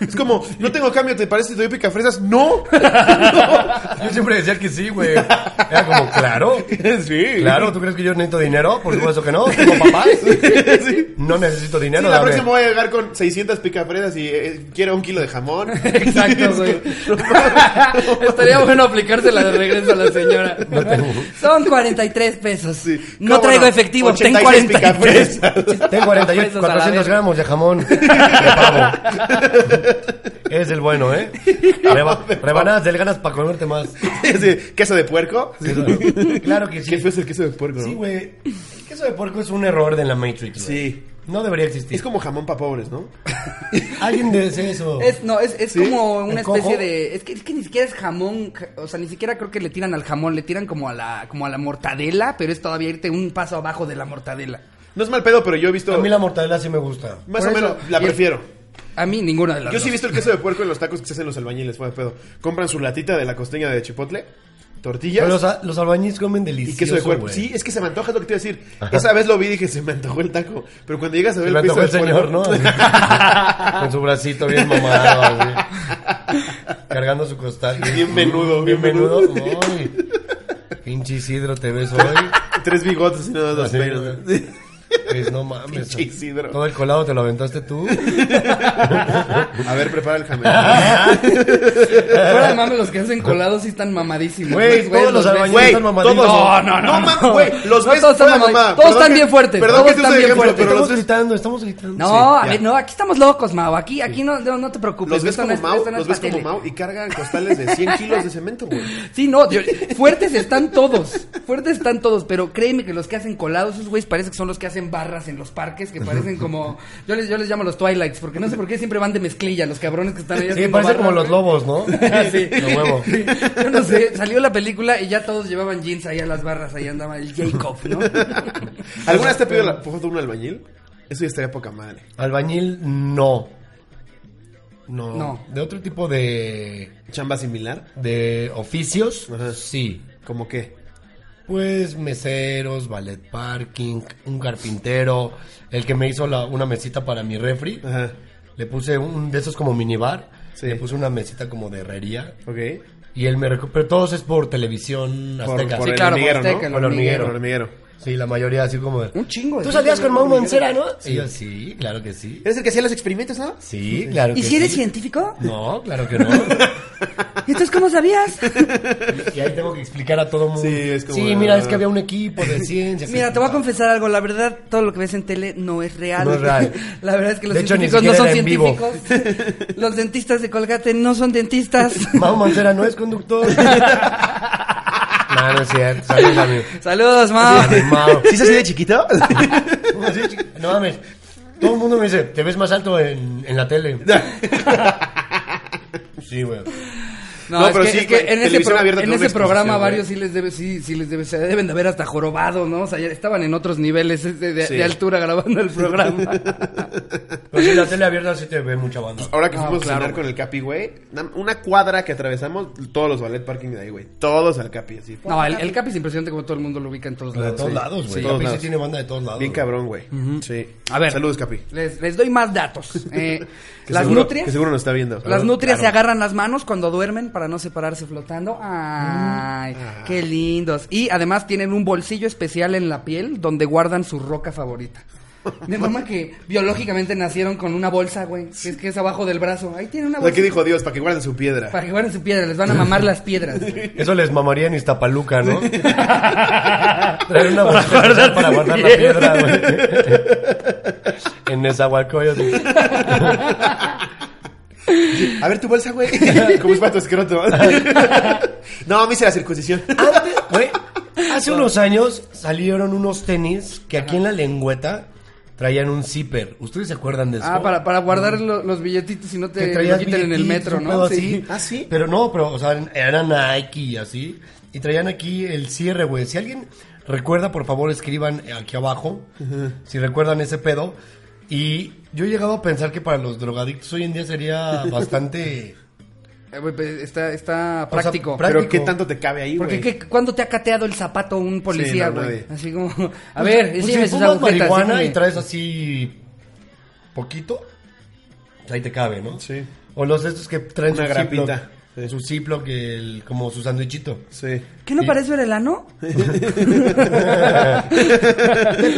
Speaker 2: Es como, no tengo cambio, ¿te parece si te doy picafresas? ¡No!
Speaker 3: Yo siempre decía que sí, güey. Era como, claro.
Speaker 2: sí.
Speaker 3: Claro, ¿tú crees que yo necesito dinero? Por supuesto que no. Tengo papás.
Speaker 2: Sí.
Speaker 3: No necesito
Speaker 2: Sí,
Speaker 3: dinero.
Speaker 2: la
Speaker 3: dame.
Speaker 2: próxima voy a llegar con 600 picafresas y eh, quiero un kilo de jamón.
Speaker 1: Exacto, güey. Estaría bueno aplicársela de regreso a la señora. Son 43 pesos.
Speaker 2: Sí.
Speaker 1: No
Speaker 2: ¿Cómo
Speaker 1: traigo
Speaker 2: no?
Speaker 1: efectivo, ten
Speaker 2: 86
Speaker 1: 43.
Speaker 2: picafresas.
Speaker 3: Tengo 48,
Speaker 1: Pesos a la
Speaker 3: 400
Speaker 1: verga.
Speaker 3: gramos de jamón de pavo. Es el bueno, ¿eh? Reba- rebanadas delgadas para comerte más.
Speaker 2: Sí, ¿Queso de puerco? Sí.
Speaker 3: Claro que
Speaker 2: ¿Qué
Speaker 3: sí.
Speaker 2: fue el queso de puerco?
Speaker 3: Sí,
Speaker 2: no?
Speaker 3: güey. El queso de puerco es un error de la Matrix, güey.
Speaker 2: Sí.
Speaker 3: No debería existir.
Speaker 2: Es como jamón para pobres, ¿no?
Speaker 3: Alguien desea eso.
Speaker 1: Es, no, es, es como una
Speaker 3: ¿El cojo?
Speaker 1: especie de... Es que, es que ni siquiera es jamón, ja- o sea, ni siquiera creo que le tiran al jamón, le tiran como a la, como a la mortadela, pero es todavía irte un paso abajo de la mortadela.
Speaker 2: No es mal pedo, pero yo he visto...
Speaker 3: A mí la mortadela sí me gusta.
Speaker 2: Más o
Speaker 1: Por eso-
Speaker 2: menos, la
Speaker 1: y el-
Speaker 2: prefiero.
Speaker 1: A mí ninguna de las
Speaker 2: Yo
Speaker 1: dos.
Speaker 2: sí he visto el queso de puerco en los tacos que se hacen los albañiles, fue de pedo. Compran su latita de la costeña de chipotle, tortillas
Speaker 3: Pero los, a- los albañiles comen
Speaker 2: y
Speaker 3: delicioso,
Speaker 2: queso de puerco.
Speaker 3: güey.
Speaker 2: Sí, es que se me antoja es lo que te iba a decir. Esa vez lo vi y dije, se me antojó el taco. Pero cuando llegas a
Speaker 3: Se
Speaker 2: ver
Speaker 3: le
Speaker 2: el queso
Speaker 3: antojó
Speaker 2: de
Speaker 3: el señor, ¿no?
Speaker 2: puerco-
Speaker 3: Así. Con su bracito bien mamado, así. Cargando su costal.
Speaker 2: Bien menudo, bien
Speaker 3: menudo.
Speaker 2: menudo.
Speaker 3: Ay, pinche Isidro, te ves hoy.
Speaker 2: Tres bigotes y nada más dos
Speaker 3: Así,
Speaker 2: pelos.
Speaker 3: güey. Pues no mames.
Speaker 2: Pinche Isidro.
Speaker 3: Todo el colado te lo aventaste tú.
Speaker 2: A ver, prepara el jamón.
Speaker 1: Fuera de mames, los que hacen colados sí están mamadísimos.
Speaker 3: Güey,
Speaker 1: ¿no?
Speaker 3: todos los
Speaker 1: ves.
Speaker 3: albañiles
Speaker 2: Güey,
Speaker 3: están mamadísimos.
Speaker 1: No,
Speaker 2: todos.
Speaker 1: no, no,
Speaker 2: mames,
Speaker 1: no.
Speaker 2: güey. Los
Speaker 1: No,
Speaker 2: ves
Speaker 1: todos están
Speaker 2: fuera de
Speaker 1: mamad-
Speaker 2: mamá.
Speaker 1: todos
Speaker 2: Perdón
Speaker 1: están
Speaker 2: que-
Speaker 1: bien fuertes,
Speaker 2: Perdón
Speaker 1: todos
Speaker 2: que te
Speaker 1: están
Speaker 2: use de
Speaker 1: bien
Speaker 2: ejemplo,
Speaker 1: fuertes.
Speaker 2: pero
Speaker 3: estamos
Speaker 2: los
Speaker 3: gritando, estamos gritando.
Speaker 1: No,
Speaker 3: Sí.
Speaker 1: a
Speaker 2: ya.
Speaker 1: ver, no, aquí estamos locos, Mau. Aquí, aquí no, no, no te preocupes.
Speaker 2: los ves
Speaker 1: esto
Speaker 2: como
Speaker 1: no es-
Speaker 2: Mau,
Speaker 1: esto no es
Speaker 2: los ves
Speaker 1: patele.
Speaker 2: como Mau y cargan costales de 100 kilos de cemento, güey.
Speaker 1: Sí, no, yo- fuertes están todos. Fuertes están todos, pero créeme que los que hacen colados, esos güeyes parece que son los que hacen barras en los parques, que parecen como. Yo les, yo les llamo los Twilights, porque no sé por qué siempre van de mezclilla los cabrones que están ahí.
Speaker 3: Sí,
Speaker 1: haciendo
Speaker 3: parece
Speaker 1: barras,
Speaker 3: como los
Speaker 1: güey.
Speaker 3: lobos, ¿no?
Speaker 1: Ah, sí.
Speaker 3: Lo huevo.
Speaker 1: Sí, Yo no sé, salió la película y ya todos llevaban jeans ahí a las barras, ahí andaba el Jacob, ¿no?
Speaker 2: ¿Alguna vez te pido la foto de un albañil? Eso ya estaría poca madre.
Speaker 3: Albañil, no. No.
Speaker 1: No.
Speaker 3: De otro tipo de,
Speaker 2: Chamba similar,
Speaker 3: de oficios,
Speaker 2: Ajá.
Speaker 3: sí.
Speaker 2: como qué?
Speaker 3: Pues meseros, ballet parking, un carpintero, el que me hizo la- una mesita para mi refri.
Speaker 1: Ah.
Speaker 2: Ajá.
Speaker 3: Le puse un de esos como minibar.
Speaker 2: Sí.
Speaker 3: Le puse una mesita como de herrería.
Speaker 2: Ok.
Speaker 3: Y él me recu- Pero todos es por televisión azteca.
Speaker 1: por Sí,
Speaker 3: sí,
Speaker 1: el- claro, Azteca,
Speaker 2: Por
Speaker 1: el
Speaker 2: el hormiguero.
Speaker 1: hormiguero.
Speaker 2: Por el hormiguero.
Speaker 3: sí, la mayoría así como de.
Speaker 1: Un chingo. de
Speaker 3: Tú
Speaker 1: gente
Speaker 3: salías
Speaker 1: viendo
Speaker 3: con Mau
Speaker 1: hormiguero.
Speaker 3: Mancera, ¿no? Sí. yo, sí, claro que sí.
Speaker 2: ¿Eres el que hacía los experimentos, no?
Speaker 3: Sí, claro que
Speaker 1: ¿Y
Speaker 3: sí.
Speaker 1: si eres científico?
Speaker 3: No, claro que no.
Speaker 1: ¿Y entonces cómo sabías?
Speaker 3: y ahí tengo que explicar a todo mundo.
Speaker 2: Sí, es como- Ah,
Speaker 3: Sí, mira, es que había un equipo de ciencia.
Speaker 1: Mira, te voy a confesar algo, la verdad, todo lo que ves en tele no es real.
Speaker 3: No es real.
Speaker 1: La verdad es que los
Speaker 3: De hecho, ni
Speaker 1: científicos no son
Speaker 3: siquiera
Speaker 1: científicos. Los dentistas de Colgate no son dentistas.
Speaker 3: Mau Mancera no es conductor. no, no es cierto. Saludos a mi-
Speaker 1: Saludos, Mao.
Speaker 3: a mi Mau.
Speaker 4: ¿Sí es así de chiquito?
Speaker 3: Así, chiqui- No mames. Todo el mundo me dice, te ves más alto en, en la tele. sí, güey.
Speaker 1: No,
Speaker 2: No,
Speaker 1: es
Speaker 2: pero
Speaker 1: que,
Speaker 2: sí,
Speaker 1: es que
Speaker 2: güey,
Speaker 1: en ese,
Speaker 2: televisión
Speaker 1: pro-
Speaker 2: abierta
Speaker 1: en
Speaker 2: tiene una
Speaker 1: ese programa
Speaker 2: exposición,
Speaker 1: varios sí les debe, sí, sí les debe, se deben de haber hasta jorobado, ¿no? O sea, ya estaban en otros niveles de, de-
Speaker 2: Sí.
Speaker 1: de altura grabando el programa.
Speaker 3: Pero sí, en la tele abierta sí te ve mucha banda.
Speaker 2: Ahora que
Speaker 1: No,
Speaker 2: fuimos
Speaker 1: claro,
Speaker 2: a cenar con el Capi, güey, na- una cuadra que atravesamos, todos los ballet parking de ahí, güey. Todos al Capi, así.
Speaker 1: No, el, el Capi es impresionante como todo el mundo lo ubica en todos
Speaker 3: De
Speaker 1: lados.
Speaker 3: todos
Speaker 1: sí.
Speaker 3: lados, güey.
Speaker 2: Sí,
Speaker 3: La
Speaker 2: todos
Speaker 3: PC
Speaker 2: lados.
Speaker 3: tiene banda de todos lados.
Speaker 2: Bien
Speaker 3: güey.
Speaker 2: cabrón, güey. Sí.
Speaker 1: A ver.
Speaker 2: Saludos, Capi. Que
Speaker 1: Les, les doy más datos. Eh, las
Speaker 2: seguro-
Speaker 1: nutrias.
Speaker 2: Que seguro nos está viendo.
Speaker 1: Las
Speaker 2: Saludos.
Speaker 1: nutrias se agarran las manos cuando duermen para no separarse flotando.
Speaker 2: Mm.
Speaker 1: Ay,
Speaker 2: Ah.
Speaker 1: qué lindos. Y además tienen un bolsillo especial en la piel donde guardan su roca favorita. De forma que biológicamente nacieron con una bolsa, güey. Que es que es abajo del brazo. Ahí tiene una
Speaker 2: O sea,
Speaker 1: bolsa.
Speaker 2: ¿Qué dijo Dios? Para que guarden su piedra.
Speaker 1: Para que guarden su piedra, les van a mamar las piedras. güey.
Speaker 3: Eso les mamaría en Iztapaluca, ¿no? Traer una bolsa especial para guardar la piedra, güey. en Nezahualcóyotl.
Speaker 2: A ver tu bolsa, güey. Como es para tu escroto. no, a mí se la circuncisión.
Speaker 3: Antes, güey, hace unos años salieron unos tenis que aquí en la lengüeta traían un zipper. ¿Ustedes se acuerdan de eso?
Speaker 1: Ah, para, para guardar lo- los billetitos y no
Speaker 3: que
Speaker 1: te lo
Speaker 3: traías
Speaker 1: quiten en el
Speaker 3: billetitos,
Speaker 1: metro,
Speaker 3: un
Speaker 1: ¿no?
Speaker 3: pedo
Speaker 1: Sí.
Speaker 3: así.
Speaker 4: Ah, ¿sí?
Speaker 3: Pero no, pero, o sea, era Nike y así. Y traían aquí el cierre, güey. Si alguien recuerda, por favor, escriban aquí abajo. Si recuerdan ese pedo. Y yo he llegado a pensar que para los drogadictos hoy en día sería bastante...
Speaker 1: Eh, güey, pues, Está, está práctico.
Speaker 3: práctico.
Speaker 2: Pero qué tanto te cabe ahí,
Speaker 1: Porque
Speaker 2: güey.
Speaker 1: ¿qué, ¿cuándo te ha cateado el zapato un policía,
Speaker 2: Sí, no,
Speaker 1: güey?
Speaker 2: nadie.
Speaker 1: Así como, a ver,
Speaker 3: Pues,
Speaker 1: enséñame
Speaker 3: si
Speaker 1: sus
Speaker 3: fumas
Speaker 1: agujetas,
Speaker 3: marihuana
Speaker 1: déjame.
Speaker 3: y traes así poquito, pues ahí te cabe, ¿no?
Speaker 2: Sí.
Speaker 3: O los de estos que traen
Speaker 2: Una
Speaker 3: su Ziploc,
Speaker 2: grapita, sí.
Speaker 3: su Ziploc, el- como su sandwichito.
Speaker 2: Sí.
Speaker 1: ¿Qué no parece ver el ano?
Speaker 3: Depende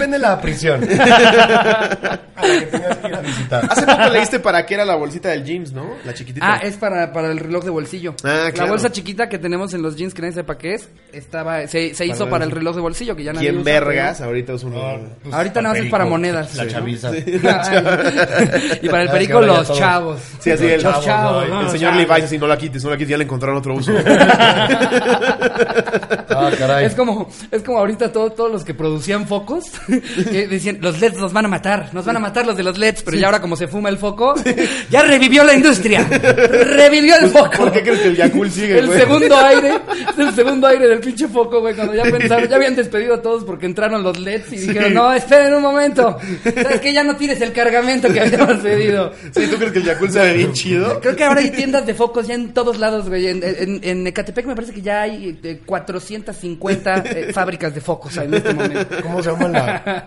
Speaker 3: de la prisión. A la que tengas que ir a visitar.
Speaker 2: Hace poco leíste para qué era la bolsita del James, ¿no? La chiquitita.
Speaker 1: Ah, es para, para el reloj de bolsillo.
Speaker 2: Ah,
Speaker 1: La
Speaker 2: claro.
Speaker 1: bolsa chiquita que tenemos en los jeans, que nadie sepa qué es, estaba, se, se hizo
Speaker 2: Para
Speaker 1: para
Speaker 2: el-
Speaker 1: el reloj de bolsillo, que ya nadie
Speaker 2: ¿Quién
Speaker 1: usa,
Speaker 2: vergas? Ahorita usa uno.
Speaker 3: Ah, pues,
Speaker 1: Ahorita nada más es para
Speaker 3: perico,
Speaker 1: monedas.
Speaker 3: La
Speaker 1: Sí.
Speaker 3: chaviza.
Speaker 1: pero-
Speaker 2: Ah,
Speaker 1: Ay, y para el
Speaker 3: Ya
Speaker 1: perico,
Speaker 3: ahora ya
Speaker 1: los
Speaker 3: todo-
Speaker 1: chavos.
Speaker 2: Sí, así el,
Speaker 3: Los chavos,
Speaker 2: el
Speaker 3: ¿no? Los
Speaker 2: señor
Speaker 3: chavos.
Speaker 2: Levi's así, no la quites, no la quites, ya le encontraron otro uso.
Speaker 3: Ah, caray.
Speaker 1: Es como, es como ahorita todo- todos los que producían focos que decían, los LEDs nos van a matar, nos van a matar los de los LEDs, pero ya ahora como se fuma el foco, ya revivió la industria, revivió
Speaker 2: Pues,
Speaker 1: el foco.
Speaker 2: ¿Por qué crees que el Yakul sigue,
Speaker 1: El
Speaker 2: güey?
Speaker 1: segundo aire, es el segundo aire del pinche foco, güey, cuando ya pensaron, ya habían despedido a todos porque entraron los LEDs y dijeron, no, esperen un momento, ¿sabes qué? Ya no tires el cargamento que habíamos pedido.
Speaker 2: Sí, ¿tú crees que el Yakul sabe bien chido?
Speaker 1: Creo que ahora hay tiendas de focos ya en todos lados, güey. En, en, en Ecatepec me parece que ya hay eh, 450 eh, fábricas de focos en este momento.
Speaker 3: ¿Cómo se llama la...?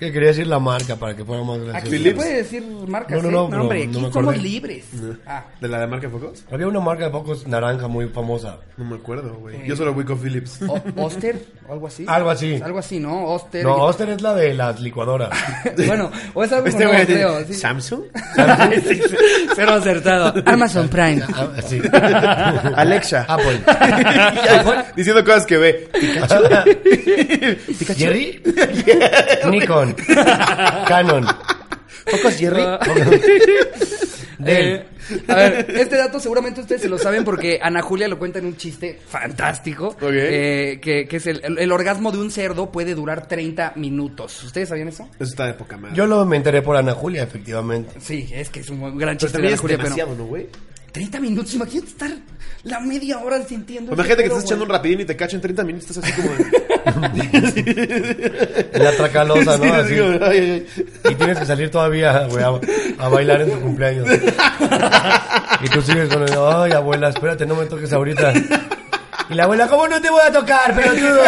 Speaker 3: Es que quería decir la marca para que fuera más
Speaker 1: Aquí
Speaker 3: gracioso.
Speaker 1: se puede decir marcas,
Speaker 3: No, no,
Speaker 1: ¿eh?
Speaker 3: no, pero
Speaker 1: hombre,
Speaker 3: no
Speaker 1: aquí
Speaker 3: me acordé.
Speaker 1: somos libres. Ah,
Speaker 2: ¿De la de marca Focus?
Speaker 3: Había una marca de focos naranja muy famosa.
Speaker 2: No me acuerdo, güey. Yo solo voy con Philips.
Speaker 1: o- Oster, o algo así.
Speaker 3: Algo así.
Speaker 1: Algo así, ¿no? Oster.
Speaker 3: No, Oster es la de las licuadoras.
Speaker 1: bueno, o es algo
Speaker 2: Este
Speaker 1: con
Speaker 2: güey
Speaker 1: nuevo, creo.
Speaker 2: dice,
Speaker 1: sí.
Speaker 2: ¿Samsung?
Speaker 1: Pero acertado. Amazon Prime.
Speaker 3: Ah, sí. Ah, pues.
Speaker 2: Alexa.
Speaker 3: Apple.
Speaker 2: Diciendo cosas que ve.
Speaker 3: Jerry. Nikon. Canon. Focos Jerry. Dell.
Speaker 1: Eh, a ver, este dato seguramente ustedes se lo saben porque Ana Julia lo cuenta en un chiste fantástico. eh, que, que es el, el- el orgasmo de un cerdo puede durar 30 minutos. ¿Ustedes sabían eso?
Speaker 2: Eso está de poca madre.
Speaker 3: Yo lo me enteré por Ana Julia, efectivamente.
Speaker 1: Sí, es que es un buen- gran
Speaker 2: Pero
Speaker 1: chiste de
Speaker 2: también
Speaker 1: Ana
Speaker 2: es
Speaker 1: Julia, pero
Speaker 2: demasiado, ¿no, güey?
Speaker 1: 30 minutos, imagínate estar la media hora sintiendo.
Speaker 2: Imagínate que
Speaker 1: ese
Speaker 2: estás
Speaker 1: pedo,
Speaker 2: echando un
Speaker 1: güey.
Speaker 2: rapidín y te cacho en 30 minutos estás así como... de-
Speaker 3: La tracalosa,
Speaker 2: Sí,
Speaker 3: ¿no? Así.
Speaker 2: así como, ay, ay, ay.
Speaker 3: Y tienes que salir todavía, güey, a, a bailar en tu cumpleaños. Y tú sigues con el, ay, abuela, espérate, no me toques ahorita. Y la abuela, ¿cómo no te voy a tocar, pelotudo?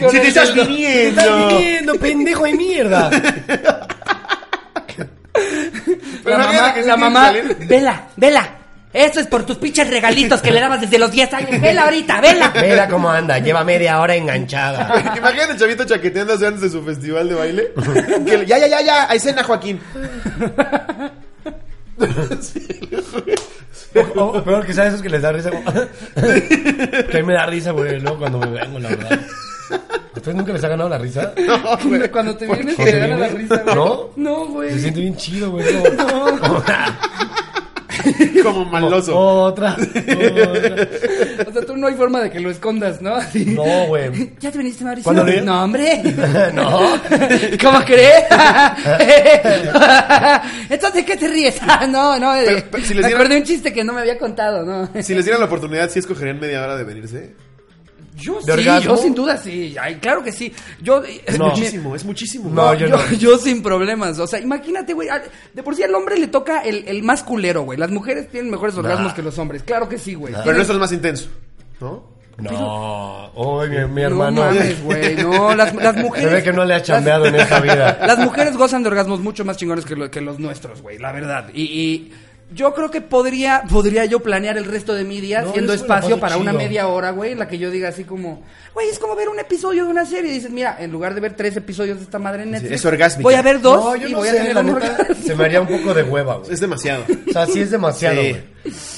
Speaker 1: Con
Speaker 2: Si te
Speaker 1: el
Speaker 2: estás
Speaker 1: cerdo.
Speaker 3: Te
Speaker 2: viniendo.
Speaker 3: estás viniendo, pendejo de mierda.
Speaker 2: Pero
Speaker 1: La mamá,
Speaker 2: imagínate que sí
Speaker 1: la
Speaker 2: tienes
Speaker 1: mamá,
Speaker 2: que salir.
Speaker 1: vela, vela. Eso es por tus pinches regalitos que le dabas desde los 10 años. Vela ahorita, vela.
Speaker 3: Mira cómo anda, lleva media hora enganchada.
Speaker 2: Imagínate el chavito chaqueteándose antes de su festival de baile. Que le- ya, ya, ya, ya, ahí cena Joaquín.
Speaker 3: O, o peor que sabes, esos que les da risa. como- que a mí me da risa, güey, luego cuando me vengo, la verdad. ¿A ¿Ustedes nunca les ha ganado la risa?
Speaker 1: Cuando te vienes
Speaker 3: Porque
Speaker 1: te gana la
Speaker 3: vienes-
Speaker 1: risa. güey.
Speaker 3: ¿No?
Speaker 1: No,
Speaker 3: Se
Speaker 1: güey.
Speaker 3: siente bien chido, güey. como-
Speaker 2: Como maloso.
Speaker 3: Otra. otra.
Speaker 1: O sea, tú no hay forma de que lo escondas, ¿no? Así.
Speaker 3: No, güey.
Speaker 1: ¿Ya te viniste, Mauricio?
Speaker 3: ¿Cuándo le-
Speaker 1: No, hombre.
Speaker 3: No.
Speaker 1: ¿Cómo crees? Entonces, ¿qué te ríes? Ah, no, no. eh,
Speaker 2: Pero- pero si les
Speaker 1: me
Speaker 2: dieran-
Speaker 1: acordé un chiste que no me había contado, ¿no?
Speaker 2: Si les dieran la oportunidad, ¿sí escogerían media hora de venirse?
Speaker 1: Yo sí,
Speaker 3: orgasmo?
Speaker 1: yo sin duda sí. Ay, claro que sí. Yo... eh,
Speaker 2: Es
Speaker 3: No.
Speaker 2: muchísimo, es muchísimo.
Speaker 3: No, yo
Speaker 1: yo,
Speaker 3: no.
Speaker 1: yo sin problemas. O sea, imagínate, güey. al- De por sí al hombre le toca el, el más culero, güey. Las mujeres tienen mejores orgasmos que los hombres. Claro que sí, güey.
Speaker 2: Pero nuestro es más intenso, ¿no?
Speaker 3: No. Uy, mi, mi
Speaker 1: No
Speaker 3: hermano.
Speaker 1: mames, güey. No, las, las
Speaker 3: Se
Speaker 1: mujeres.
Speaker 3: ve que no le ha
Speaker 1: las-
Speaker 3: chambeado en esta vida.
Speaker 1: Las mujeres gozan de orgasmos mucho más chingones que, lo- que los nuestros, güey, la verdad. Y, y yo creo que podría, podría yo planear el resto de mi día
Speaker 3: No,
Speaker 1: haciendo
Speaker 3: eso me la
Speaker 1: espacio
Speaker 3: paso
Speaker 1: para una
Speaker 3: chido.
Speaker 1: media hora, güey, en la que yo diga así como, güey, es como ver un episodio de una serie. Y dices, mira, en lugar de ver tres episodios de esta madre en Netflix,
Speaker 2: es orgásmica.
Speaker 1: voy a ver dos
Speaker 3: No, yo
Speaker 1: y
Speaker 3: no
Speaker 1: voy a
Speaker 3: sé,
Speaker 1: tener
Speaker 3: la
Speaker 1: un
Speaker 3: neta.
Speaker 1: orgasmo".
Speaker 3: Se me haría un poco de hueva, güey.
Speaker 2: Es demasiado.
Speaker 3: O sea, sí es demasiado,
Speaker 2: Sí.
Speaker 3: güey.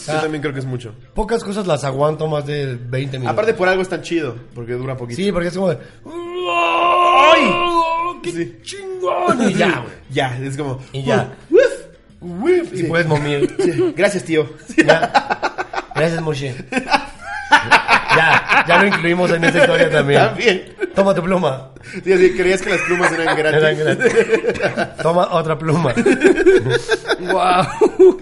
Speaker 2: Yo también creo que es mucho.
Speaker 3: Pocas cosas las aguanto más de 20 minutos.
Speaker 2: Aparte, por algo es tan chido, porque dura poquito.
Speaker 3: Sí, porque es como de...
Speaker 2: ¡Qué
Speaker 3: chingón! Y ya, güey.
Speaker 2: Ya, es como...
Speaker 3: Y ya.
Speaker 2: "Wif, wif",
Speaker 3: Y
Speaker 2: sí.
Speaker 3: puedes momir.
Speaker 2: Sí. Gracias, tío.
Speaker 3: Ya. Gracias, Moshe. Ya, ya lo incluimos en esta historia también.
Speaker 2: También.
Speaker 3: Toma tu pluma.
Speaker 2: Sí, así, creías que las plumas eran gratis.
Speaker 3: Eran gratis. Toma otra pluma.
Speaker 1: ¡Wow!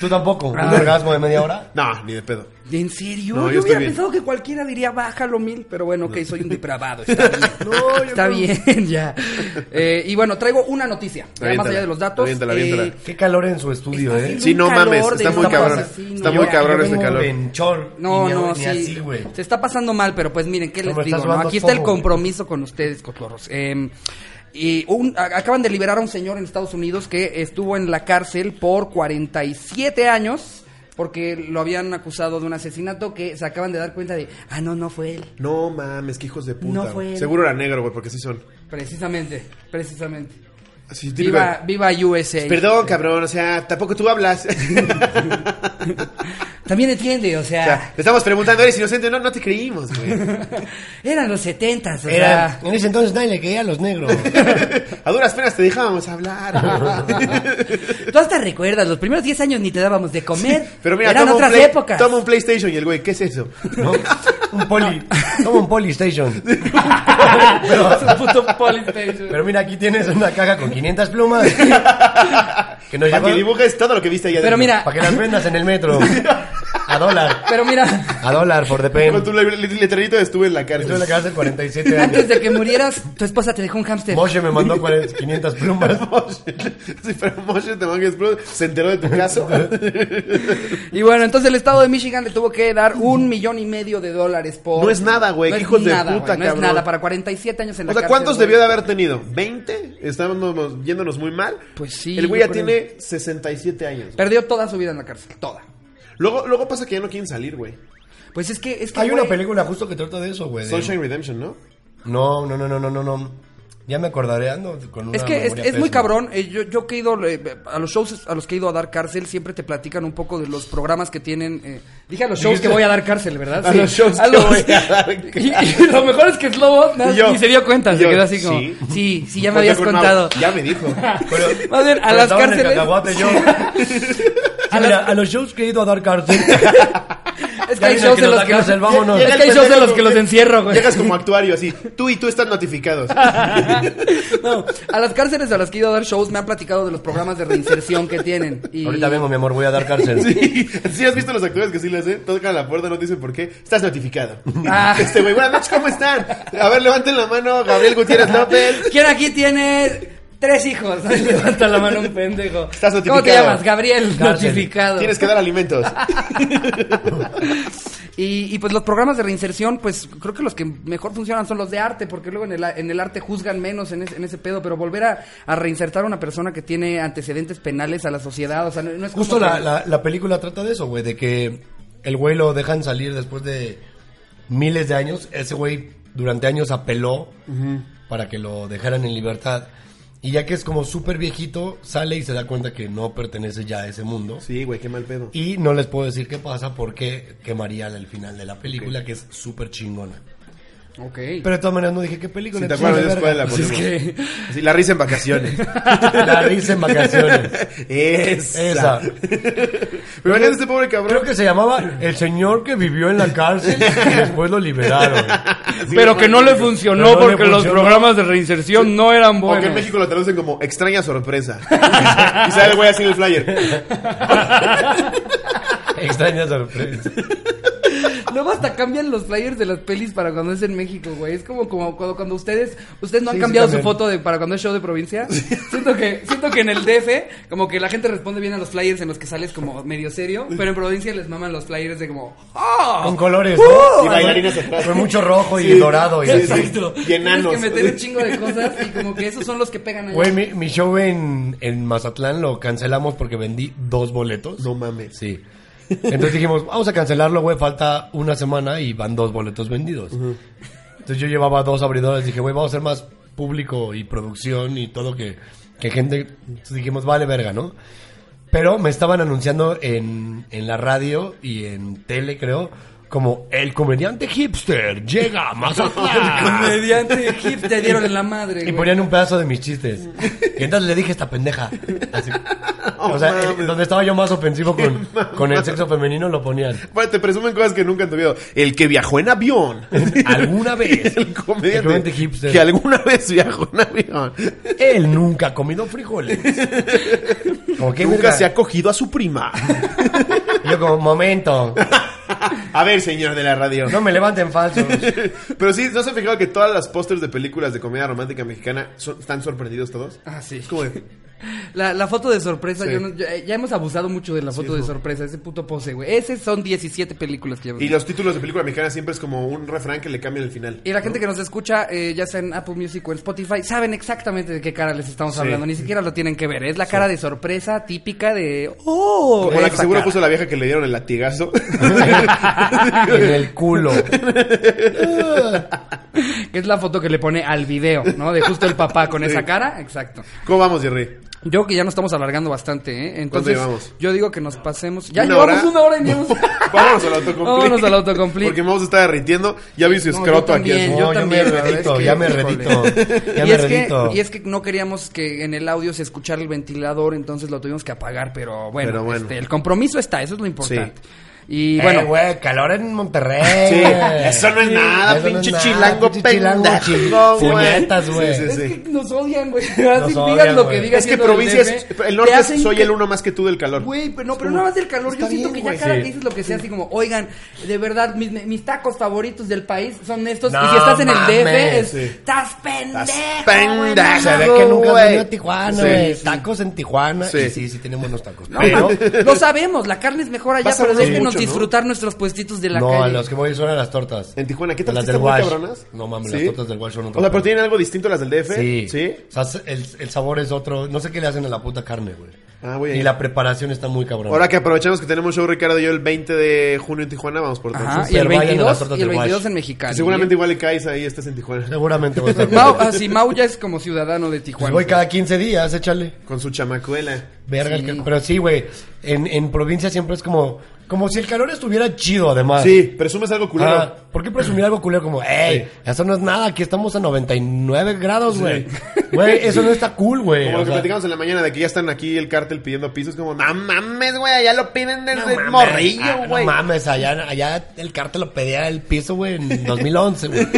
Speaker 3: ¿Tú tampoco? ¿Un orgasmo de media hora?
Speaker 2: No, ni de pedo.
Speaker 1: ¿En serio?
Speaker 2: No, yo
Speaker 1: yo
Speaker 2: estoy
Speaker 1: hubiera
Speaker 2: bien.
Speaker 1: pensado que cualquiera diría bájalo mil, pero bueno, ok, soy un depravado. Está bien,
Speaker 3: No, yo
Speaker 1: Está
Speaker 3: no.
Speaker 1: bien ya. Eh, y bueno, traigo una noticia, ya más
Speaker 2: Aviéntala,
Speaker 1: allá de los datos.
Speaker 2: aviéntala,
Speaker 1: eh,
Speaker 2: aviéntala.
Speaker 3: Qué calor en su estudio,
Speaker 1: Está
Speaker 3: ¿eh?
Speaker 1: así,
Speaker 2: Sí, no
Speaker 1: Un calor
Speaker 2: mames,
Speaker 1: de
Speaker 2: está muy
Speaker 1: una
Speaker 2: cabrón.
Speaker 1: cosa así, ¿no?
Speaker 2: Está
Speaker 1: Yo-
Speaker 2: muy
Speaker 1: yo
Speaker 2: cabrón este
Speaker 3: vengo
Speaker 2: calor.
Speaker 3: En short,
Speaker 1: No,
Speaker 3: y ni-
Speaker 1: no,
Speaker 3: ni
Speaker 1: sí.
Speaker 3: así, güey.
Speaker 1: se está pasando mal, pero pues miren, ¿qué
Speaker 3: No,
Speaker 1: les
Speaker 3: me
Speaker 1: digo?
Speaker 3: estás
Speaker 1: no?
Speaker 3: sudando
Speaker 1: Aquí está el
Speaker 3: todo, güey.
Speaker 1: compromiso con ustedes, cotorros. Eh, y un- a- acaban de liberar a un señor en Estados Unidos que estuvo en la cárcel por 47 años porque lo habían acusado de un asesinato que se acaban de dar cuenta de, ah, no, no fue él.
Speaker 2: No mames, que hijos de puta.
Speaker 1: No fue
Speaker 2: güey.
Speaker 1: él.
Speaker 2: Seguro era negro, güey, porque sí son.
Speaker 1: Precisamente, precisamente.
Speaker 2: Así, típico de-
Speaker 1: Viva, viva USA.
Speaker 2: Perdón, cabrón, o sea, tampoco tú hablas.
Speaker 1: También entiende, o
Speaker 2: O sea,
Speaker 1: sea,
Speaker 2: te estamos preguntando, ¿eres inocente? No, no te creímos, güey.
Speaker 1: eran los 70s, o sea.
Speaker 3: Era, en ese entonces nadie le creía a los negros.
Speaker 2: A duras penas te dejábamos hablar.
Speaker 1: Tú hasta recuerdas, los primeros 10 años ni te dábamos de comer.
Speaker 2: Pero mira,
Speaker 1: eran
Speaker 2: toma,
Speaker 1: otras
Speaker 2: un play-
Speaker 1: épocas.
Speaker 2: toma un PlayStation y el güey, ¿qué es eso?
Speaker 3: ¿no? Un poli. Como un polystation.
Speaker 1: Es un puto Polystation.
Speaker 3: Pero mira, aquí tienes una caja con 500 plumas. Que nos
Speaker 2: Para que
Speaker 3: llevó
Speaker 2: dibujes todo lo que viste allá
Speaker 1: Pero
Speaker 2: adentro.
Speaker 1: mira,
Speaker 3: para que las vendas en el metro. A dólar.
Speaker 1: pero mira,
Speaker 3: A dólar, por the
Speaker 2: Con tu
Speaker 3: pen.
Speaker 2: le- le- letrerito de estuve en la
Speaker 3: Estuve en la
Speaker 2: cárcel.
Speaker 3: cárcel 47 años.
Speaker 1: antes de que murieras, tu esposa te dejó un hámster.
Speaker 3: Moshe me mandó 40 500 plumas.
Speaker 2: Sí, pero Moshe te mangues, bro, se enteró de tu caso.
Speaker 1: Y bueno, entonces el estado de Michigan le tuvo que dar un millón y medio de dólares por.
Speaker 2: No es nada, güey,
Speaker 1: No
Speaker 2: qué
Speaker 1: es
Speaker 2: hijos de
Speaker 1: nada,
Speaker 2: puta,
Speaker 1: güey, No es
Speaker 2: cabrón.
Speaker 1: nada, para 47 años en la
Speaker 2: O sea,
Speaker 1: cárcel,
Speaker 2: ¿cuántos
Speaker 1: güey.
Speaker 2: debió de haber tenido? ¿20? Estábamos yéndonos muy mal.
Speaker 1: Pues sí,
Speaker 2: El güey
Speaker 1: yo
Speaker 2: ya
Speaker 1: creo.
Speaker 2: tiene 67 años.
Speaker 1: Perdió toda su vida en la cárcel, toda.
Speaker 2: Luego, luego pasa que ya no quieren salir, güey.
Speaker 1: Pues es que. Es que
Speaker 3: Hay una
Speaker 1: güey,
Speaker 3: película justo que trata de eso, güey. de-
Speaker 2: Sunshine Redemption, ¿no?
Speaker 3: No, no, no, no, no, no, no. Ya me acordaré, ando con una
Speaker 1: Es que es,
Speaker 3: memoria
Speaker 1: es muy
Speaker 3: pésima.
Speaker 1: cabrón. eh, yo, yo que he ido eh, a los shows a los que he ido a dar cárcel, siempre te platican un poco de los programas que tienen. eh, dije a los shows
Speaker 3: Dijiste-
Speaker 1: que voy a dar cárcel, ¿verdad?
Speaker 2: A los shows que voy a dar
Speaker 1: y, y lo mejor es que Slobo nada,
Speaker 2: Y yo-
Speaker 1: ni se dio cuenta.
Speaker 2: yo,
Speaker 1: se quedó así como.
Speaker 2: sí.
Speaker 1: Sí, sí, ya me
Speaker 2: Cuenta
Speaker 1: habías
Speaker 2: con una-
Speaker 1: contado.
Speaker 2: Ya me dijo.
Speaker 3: Pero-
Speaker 1: Más bien, a
Speaker 3: pero
Speaker 1: las
Speaker 3: estaba en el
Speaker 1: cárceles.
Speaker 3: cacahuate yo. Sí, mira, a los shows que he ido a dar cárcel.
Speaker 1: Es que
Speaker 3: Ya
Speaker 1: hay
Speaker 3: vino
Speaker 1: shows
Speaker 3: que
Speaker 1: en
Speaker 3: nos
Speaker 1: los que.
Speaker 3: da cárcel, vámonos.
Speaker 1: Es que hay
Speaker 2: el
Speaker 1: shows en
Speaker 2: pendejo
Speaker 1: los que
Speaker 2: con-
Speaker 1: los encierro, güey.
Speaker 2: Llegas como actuario así. Tú y tú están notificados.
Speaker 1: No, a las cárceles a las que he ido a dar shows me han platicado de los programas de reinserción que tienen. Y...
Speaker 3: Ahorita vengo, mi amor, voy a dar cárcel.
Speaker 2: Sí, ¿Sí has visto los actores que sí le hacen? Tocan la puerta, no te dicen por qué. Estás notificado.
Speaker 1: Ah.
Speaker 2: Este güey, buenas noches, ¿cómo están? A ver, levanten la mano, Gabriel Gutiérrez López.
Speaker 1: ¿Quién aquí tiene tres hijos? Ay, Levanta la mano un pendejo.
Speaker 2: Estás notificado.
Speaker 1: ¿Cómo te llamas? Gabriel,
Speaker 3: Cárcel.
Speaker 1: notificado.
Speaker 2: Tienes que dar alimentos.
Speaker 1: Y, y pues los programas de reinserción, pues creo que los que mejor funcionan son los de arte, porque luego en el, a- en el arte juzgan menos en, es- en ese pedo, pero volver a, a reinsertar a una persona que tiene antecedentes penales a la sociedad, o sea, no, no es
Speaker 3: Justo
Speaker 1: como
Speaker 3: la,
Speaker 1: que-
Speaker 3: la- la película trata de eso, güey, de que el güey lo dejan salir después de miles de años. Ese güey durante años apeló para que lo dejaran en libertad. Y ya que es como súper viejito, sale y se da cuenta que no pertenece ya a ese mundo.
Speaker 2: Sí, güey, qué mal pedo.
Speaker 3: Y no les puedo decir qué pasa porque quemaría el final de la película, que es súper chingona.
Speaker 1: Ok.
Speaker 3: Pero de todas maneras no dije qué película.
Speaker 2: Si te
Speaker 3: pues,
Speaker 2: acuerdas después
Speaker 3: vale
Speaker 2: de la
Speaker 3: verga.
Speaker 1: Pues es
Speaker 2: ponemos.
Speaker 1: que-
Speaker 2: Sí, la risa en vacaciones.
Speaker 3: La risa en vacaciones.
Speaker 2: Esa.
Speaker 3: Esa.
Speaker 2: Pero imagínate este pobre cabrón.
Speaker 3: Creo que se llamaba El señor que vivió en la cárcel y después lo liberaron.
Speaker 2: Sí,
Speaker 1: pero que no le
Speaker 2: imagínate.
Speaker 1: funcionó
Speaker 3: Pero no le
Speaker 1: porque los
Speaker 3: funcionó.
Speaker 1: programas de reinserción no eran
Speaker 2: O que en
Speaker 1: buenos.
Speaker 2: México lo traducen como extraña sorpresa. y sale el güey así en el flyer.
Speaker 3: Extraña sorpresa.
Speaker 1: Luego hasta cambian los flyers de las pelis para cuando es en México, güey. Es como, como cuando, cuando ustedes, ustedes no han
Speaker 3: Sí, sí,
Speaker 1: cambiado su
Speaker 3: también.
Speaker 1: foto de para cuando es show de provincia. Siento que, siento que en el DF, como que la gente responde bien a los flyers en los que sales como medio serio, pero en provincia les maman los flyers de como ¡Ah!
Speaker 3: Con colores, ¿no?
Speaker 2: Y bailarinas atrás.
Speaker 3: Con mucho rojo y
Speaker 2: Sí.
Speaker 3: dorado. Y
Speaker 2: Sí,
Speaker 3: así.
Speaker 2: Exacto. Y
Speaker 1: Tienes
Speaker 2: enanos.
Speaker 1: que meter un chingo de cosas y como que esos son los que pegan ahí.
Speaker 3: Güey, mi, mi show en, en Mazatlán lo cancelamos porque vendí dos boletos.
Speaker 2: No mames.
Speaker 3: Sí. Entonces dijimos, vamos a cancelarlo, güey, falta una semana y van dos boletos vendidos. Entonces yo llevaba dos abridores, dije, güey, vamos a hacer más público y producción y todo que, que gente. Entonces dijimos, vale verga, ¿no? Pero me estaban anunciando en, en la radio y en tele, creo, como el comediante hipster llega a Mazatlán.
Speaker 1: Mediante hip te dieron en la madre.
Speaker 3: Y
Speaker 1: güey.
Speaker 3: ponían un pedazo de mis chistes. Y entonces le dije esta pendeja. Así.
Speaker 2: Oh,
Speaker 3: O sea, el- donde estaba yo más ofensivo con, con el sexo femenino lo ponían.
Speaker 2: Bueno, te presumen cosas que nunca han tenido. El que viajó en avión.
Speaker 3: Alguna vez.
Speaker 2: El comediante,
Speaker 3: El comediante hipster.
Speaker 2: que alguna vez viajó en avión.
Speaker 3: Él nunca ha comido frijoles. Como que
Speaker 2: Nunca
Speaker 3: verga.
Speaker 2: se ha cogido a su prima.
Speaker 3: Y Yo como, momento,
Speaker 2: a ver, señor de la radio.
Speaker 3: no me levanten falsos.
Speaker 2: Pero sí, ¿no se han fijado que todas las pósters de películas de comedia romántica mexicana son- están sorprendidos todos?
Speaker 1: Ah, sí.
Speaker 2: Es como de,
Speaker 1: La, la foto de sorpresa,
Speaker 2: Sí.
Speaker 1: yo no- ya, ya hemos abusado mucho de la foto de sorpresa, ese puto pose, güey. Esas son 17 películas que llevamos.
Speaker 2: Y los títulos de película mexicana siempre es como un refrán que le cambian el final.
Speaker 1: Y la gente que nos escucha, eh, ya sea en Apple Music o en Spotify, saben exactamente de qué cara les estamos
Speaker 2: Sí.
Speaker 1: hablando. Ni siquiera lo tienen que ver. Es la cara de sorpresa típica de. ¡Oh!
Speaker 2: Como la que
Speaker 1: Esa
Speaker 2: seguro
Speaker 1: cara.
Speaker 2: puso la vieja que le dieron el latigazo.
Speaker 3: en el culo.
Speaker 2: pues-
Speaker 1: Que es la foto que le pone al video, ¿no? De justo el papá con esa cara. Exacto.
Speaker 2: ¿Cómo vamos, Jerry?
Speaker 1: Yo creo que ya nos estamos alargando bastante, ¿eh? Entonces,
Speaker 2: llevamos?
Speaker 1: yo digo que nos pasemos. Ya
Speaker 2: ¿Una
Speaker 1: llevamos
Speaker 2: hora?
Speaker 1: una hora y llevamos.
Speaker 2: Vámonos al autocomplete.
Speaker 1: Vámonos al autocomplete.
Speaker 2: Porque vamos a estar derritiendo. Ya vi su
Speaker 1: No, yo
Speaker 2: escroto aquí.
Speaker 1: también, yo
Speaker 2: así.
Speaker 3: No, ya me
Speaker 1: también, la verdad
Speaker 3: redito,
Speaker 1: es que-
Speaker 3: ya me
Speaker 1: híjole.
Speaker 3: redito. Ya
Speaker 1: y,
Speaker 3: me
Speaker 1: es que,
Speaker 3: redito.
Speaker 1: y es que no queríamos que en el audio se escuchara el ventilador, entonces lo tuvimos que apagar, pero bueno,
Speaker 2: Pero bueno.
Speaker 1: este, el compromiso está, eso es lo importante. Y
Speaker 3: Eh,
Speaker 1: bueno,
Speaker 3: güey, calor en Monterrey.
Speaker 2: Sí, eso no es nada,
Speaker 3: Eso no es
Speaker 2: pinche
Speaker 3: nada,
Speaker 2: chilango
Speaker 3: pinche chilango,
Speaker 2: pendejo,
Speaker 3: chi-
Speaker 2: güey.
Speaker 3: puñetas, güey.
Speaker 2: Sí, sí,
Speaker 1: es
Speaker 2: sí.
Speaker 1: que nos odian, güey. Así
Speaker 3: odian,
Speaker 1: digas lo
Speaker 3: güey.
Speaker 1: que digas.
Speaker 2: Es que
Speaker 1: siendo del
Speaker 2: provincia es...
Speaker 1: DF,
Speaker 2: El
Speaker 1: te
Speaker 2: norte
Speaker 1: hacen
Speaker 2: soy
Speaker 1: que-
Speaker 2: el uno más que tú del calor.
Speaker 1: Güey, pero no, pero nada más del calor. Yo
Speaker 3: Está
Speaker 1: siento
Speaker 3: bien,
Speaker 1: que ya
Speaker 3: güey.
Speaker 1: cada que
Speaker 3: Sí.
Speaker 1: dices lo que sea, así como, oigan, de verdad, mis, mis tacos favoritos del país son estos. y
Speaker 3: No
Speaker 1: si estás en el DF,
Speaker 3: mames.
Speaker 1: es- estás pendejo. güey,
Speaker 2: pendejo.
Speaker 1: no
Speaker 3: Se ve
Speaker 1: mames".
Speaker 3: que nunca has
Speaker 2: Güey.
Speaker 3: venido a Tijuana,
Speaker 2: Sí,
Speaker 3: güey.
Speaker 2: sí.
Speaker 3: Tacos en Tijuana.
Speaker 2: Sí.
Speaker 3: Sí, sí, sí, tenemos unos tacos.
Speaker 1: No,
Speaker 3: pero
Speaker 1: no sabemos, la carne es mejor allá,
Speaker 2: Vas a
Speaker 1: pero
Speaker 2: hablar
Speaker 1: déjenos
Speaker 2: mucho, ¿no?
Speaker 1: disfrutar nuestros puestitos de la
Speaker 3: no, a
Speaker 1: calle.
Speaker 3: los que voy son a las tortas.
Speaker 2: En Tijuana, ¿qué tal?
Speaker 3: Las
Speaker 2: ¿Sí
Speaker 3: del
Speaker 2: están muy
Speaker 3: Wash.
Speaker 2: cabronas?
Speaker 3: No mames,
Speaker 2: ¿Sí?
Speaker 3: las tortas del Wash son otra
Speaker 2: O sea, pero
Speaker 3: cosa.
Speaker 2: tienen algo distinto a las del DF.
Speaker 3: Sí.
Speaker 2: ¿Sí?
Speaker 3: O sea, el, el sabor es otro. No sé qué le hacen a la puta carne, güey.
Speaker 2: Ah, voy a
Speaker 3: y
Speaker 2: ir.
Speaker 3: la preparación está muy cabrón.
Speaker 2: Ahora que aprovechamos que tenemos show Ricardo y yo el 20 de junio en Tijuana, vamos por
Speaker 1: Ajá,
Speaker 2: tantos.
Speaker 1: y el
Speaker 3: Pero vayan a las
Speaker 1: 22,
Speaker 3: tortas
Speaker 1: y el
Speaker 3: del
Speaker 1: 22
Speaker 3: Wash.
Speaker 1: en Mexicali. ¿eh?
Speaker 2: Seguramente igual le caes ahí, estás en Tijuana.
Speaker 3: Seguramente voy a estar.
Speaker 1: Mau, ah, sí, Mau ya es como ciudadano de
Speaker 3: Pues
Speaker 1: Tijuana.
Speaker 3: voy cada 15 días, échale.
Speaker 2: Con su chamacuela.
Speaker 3: Verga,
Speaker 1: Sí.
Speaker 3: el cal- pero sí, güey. En, en provincia siempre es como como si el calor estuviera chido, además.
Speaker 2: Sí, presumes algo culero.
Speaker 3: Ah, ¿Por qué presumir algo culero como, ey, eso no es nada, aquí estamos a 99 grados, güey? Güey, eso no está cool, güey.
Speaker 2: Como
Speaker 3: O
Speaker 2: lo que
Speaker 3: sea,
Speaker 2: platicamos en la mañana de que ya están aquí el cártel pidiendo pisos, como, no mames, güey, allá lo piden
Speaker 3: no
Speaker 2: desde
Speaker 3: mames, ah,
Speaker 2: morrillo,
Speaker 3: no
Speaker 2: güey.
Speaker 3: mames, allá, allá el cártel lo pedía el piso, güey, en 2011, güey.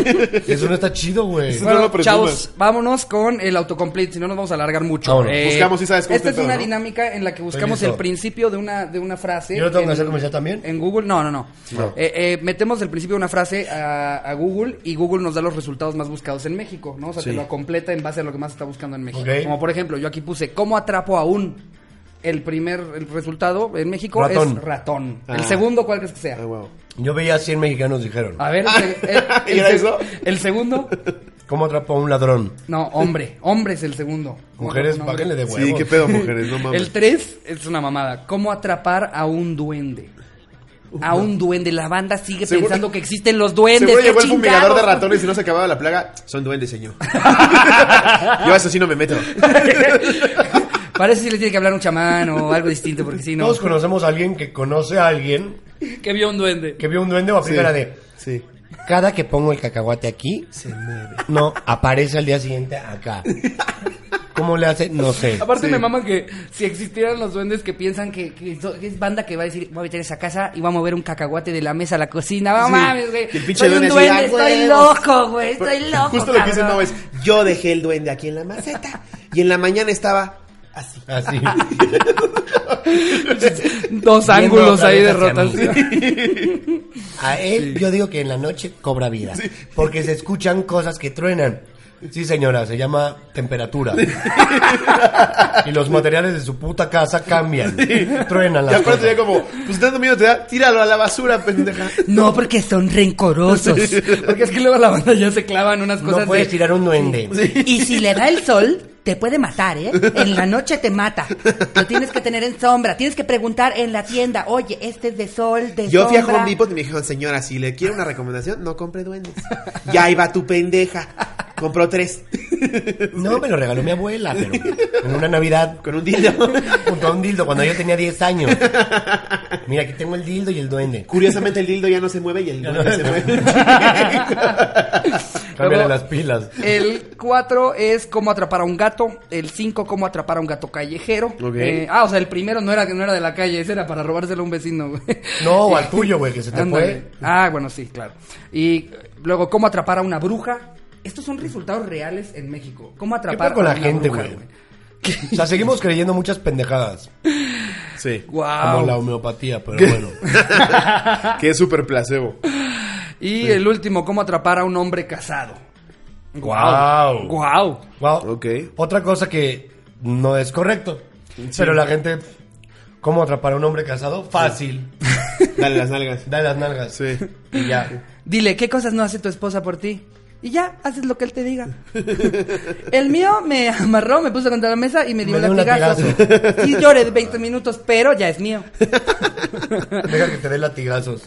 Speaker 3: Eso no está chido, güey.
Speaker 2: No lo
Speaker 1: Bueno,
Speaker 2: presumas.
Speaker 1: chavos, vámonos con el autocomplete, si no nos vamos a alargar mucho.
Speaker 3: Vámonos.
Speaker 2: Buscamos, sí sabes cómo
Speaker 1: Esta es
Speaker 2: está el
Speaker 1: una
Speaker 2: pedo, ¿no?
Speaker 1: dinámica en la que buscamos
Speaker 3: listo.
Speaker 1: el principio de una, de una frase.
Speaker 3: ¿Yo lo tengo
Speaker 1: en-
Speaker 3: que hacer comercial también?
Speaker 1: En Google, no, no, no.
Speaker 3: No.
Speaker 1: Eh, eh, metemos el principio de una frase a, a Google y Google nos da los resultados más buscados en México, ¿no? O sea, te lo completa en base a lo que más está buscando en México.
Speaker 3: Ok.
Speaker 1: Como por ejemplo, yo aquí puse, ¿cómo atrapo a un? El primer el resultado en México
Speaker 3: Ratón.
Speaker 1: es ratón.
Speaker 2: Ah.
Speaker 1: El segundo, cuál crees que sea.
Speaker 2: Ah, wow.
Speaker 3: Yo veía 100 mexicanos dijeron,
Speaker 2: Ah.
Speaker 1: A ver, el, se- el-
Speaker 2: ¿Y
Speaker 1: el
Speaker 2: era
Speaker 1: se-
Speaker 2: eso?
Speaker 1: el segundo,
Speaker 3: ¿cómo atrapó a un ladrón?
Speaker 1: no, hombre. Hombre es el segundo.
Speaker 3: Mujeres,
Speaker 1: No, no,
Speaker 3: bájenle de huevos.
Speaker 2: Sí, qué pedo, mujeres, no mames.
Speaker 1: El 3 es una mamada. ¿Cómo atrapar a un duende? A un duende. La banda sigue
Speaker 2: Seguro-
Speaker 1: pensando que existen los duendes.
Speaker 2: Seguro
Speaker 1: ¡qué
Speaker 2: llegó el fumigador de
Speaker 1: chingados!
Speaker 2: ratones y no se acababa la plaga. Son duendes, señor. Yo a eso sí no me meto.
Speaker 1: Parece que le tiene que hablar un chamán o algo distinto, porque si no.
Speaker 3: Todos conocemos a alguien que conoce a alguien
Speaker 1: Que vio un duende.
Speaker 3: que vio un duende o aplica la de...
Speaker 2: Sí.
Speaker 3: Cada que pongo el cacahuate aquí, se mueve. No, aparece al día siguiente acá. ¿Cómo le hace? No sé.
Speaker 1: Aparte
Speaker 2: Sí.
Speaker 1: me maman que si existieran los duendes que piensan que, que so- que es banda que va a decir, voy a meter esa casa y va a mover un cacahuate de la mesa a la cocina. ¡Va,
Speaker 2: Sí.
Speaker 1: mames, güey!
Speaker 2: Y el pinche
Speaker 1: Soy un
Speaker 2: duende
Speaker 1: duende,
Speaker 2: así, "Ah,
Speaker 1: estoy
Speaker 2: huevos".
Speaker 1: loco, güey, estoy loco.
Speaker 2: Justo lo que dice
Speaker 1: cabrón.
Speaker 2: no es.
Speaker 4: Yo dejé el duende aquí en la maceta y en la mañana estaba así.
Speaker 3: Así.
Speaker 1: Dos ángulos ahí de rotación.
Speaker 3: A él yo digo que en la noche cobra vida. Porque se escuchan cosas que truenan. Sí, señora, se llama temperatura. y los materiales de su puta casa cambian. Truenan
Speaker 2: Ya
Speaker 3: las
Speaker 2: aparte ya
Speaker 3: cosas.
Speaker 2: como, pues tanto miedo te da, tíralo a la basura, pendeja.
Speaker 1: No, porque son rencorosos. Porque es que luego la banda ya se clavan unas cosas.
Speaker 3: No puedes
Speaker 1: de-
Speaker 3: tirar un duende.
Speaker 5: Y si le da el sol, te puede matar, ¿eh? En la noche te mata. Lo tienes que tener en sombra. Tienes que preguntar en la tienda, oye, este es de sol, de
Speaker 4: Yo fui a
Speaker 5: sombra.
Speaker 4: Home Depot y me dijeron, señora, si le quiere una recomendación, no compre duendes. Ya iba tu pendeja. Compró tres.
Speaker 3: No, me lo regaló mi abuela, pero en una Navidad
Speaker 2: Con un dildo.
Speaker 3: junto a un dildo cuando yo tenía 10 años. Mira, aquí tengo el dildo y el duende.
Speaker 2: Curiosamente el dildo ya no se mueve y el duende se mueve.
Speaker 3: Cámbiale
Speaker 1: Luego-
Speaker 3: las pilas.
Speaker 1: El 4 es cómo atrapar a un gato. El 5, cómo atrapar a un gato callejero.
Speaker 2: Ok.
Speaker 1: Eh, ah, o sea, el primero no era, no era de la calle, ese era para robárselo a un vecino, güey.
Speaker 3: No, o al tuyo, güey, que se te
Speaker 1: Ándale.
Speaker 3: fue.
Speaker 1: Ah, bueno, sí, claro. Y eh, luego, cómo atrapar a una bruja. Estos son resultados reales en México. ¿Cómo atrapar
Speaker 3: pedo con
Speaker 1: a
Speaker 3: la
Speaker 1: una
Speaker 3: gente,
Speaker 1: bruja,
Speaker 3: güey? O sea, seguimos creyendo muchas pendejadas,
Speaker 2: Sí.
Speaker 1: Guau.
Speaker 3: como la homeopatía, pero bueno.
Speaker 2: Que es súper placebo.
Speaker 1: Y el último, cómo atrapar a un hombre casado.
Speaker 3: Guau.
Speaker 1: Guau.
Speaker 3: Wow.
Speaker 2: Ok.
Speaker 3: Otra cosa que no es correcto, pero la gente, ¿cómo atrapar a un hombre casado? Fácil,
Speaker 2: Dale las nalgas.
Speaker 3: dale las nalgas.
Speaker 2: Sí.
Speaker 3: Y ya.
Speaker 1: Dile, ¿qué cosas no hace tu esposa por ti? Y ya, haces lo que él te diga. El mío me amarró, me puso contra la mesa y me dio
Speaker 3: Me dio
Speaker 1: un
Speaker 3: un
Speaker 1: latigazo. Sí lloré 20 minutos, pero ya es mío.
Speaker 3: Deja que te dé latigazos.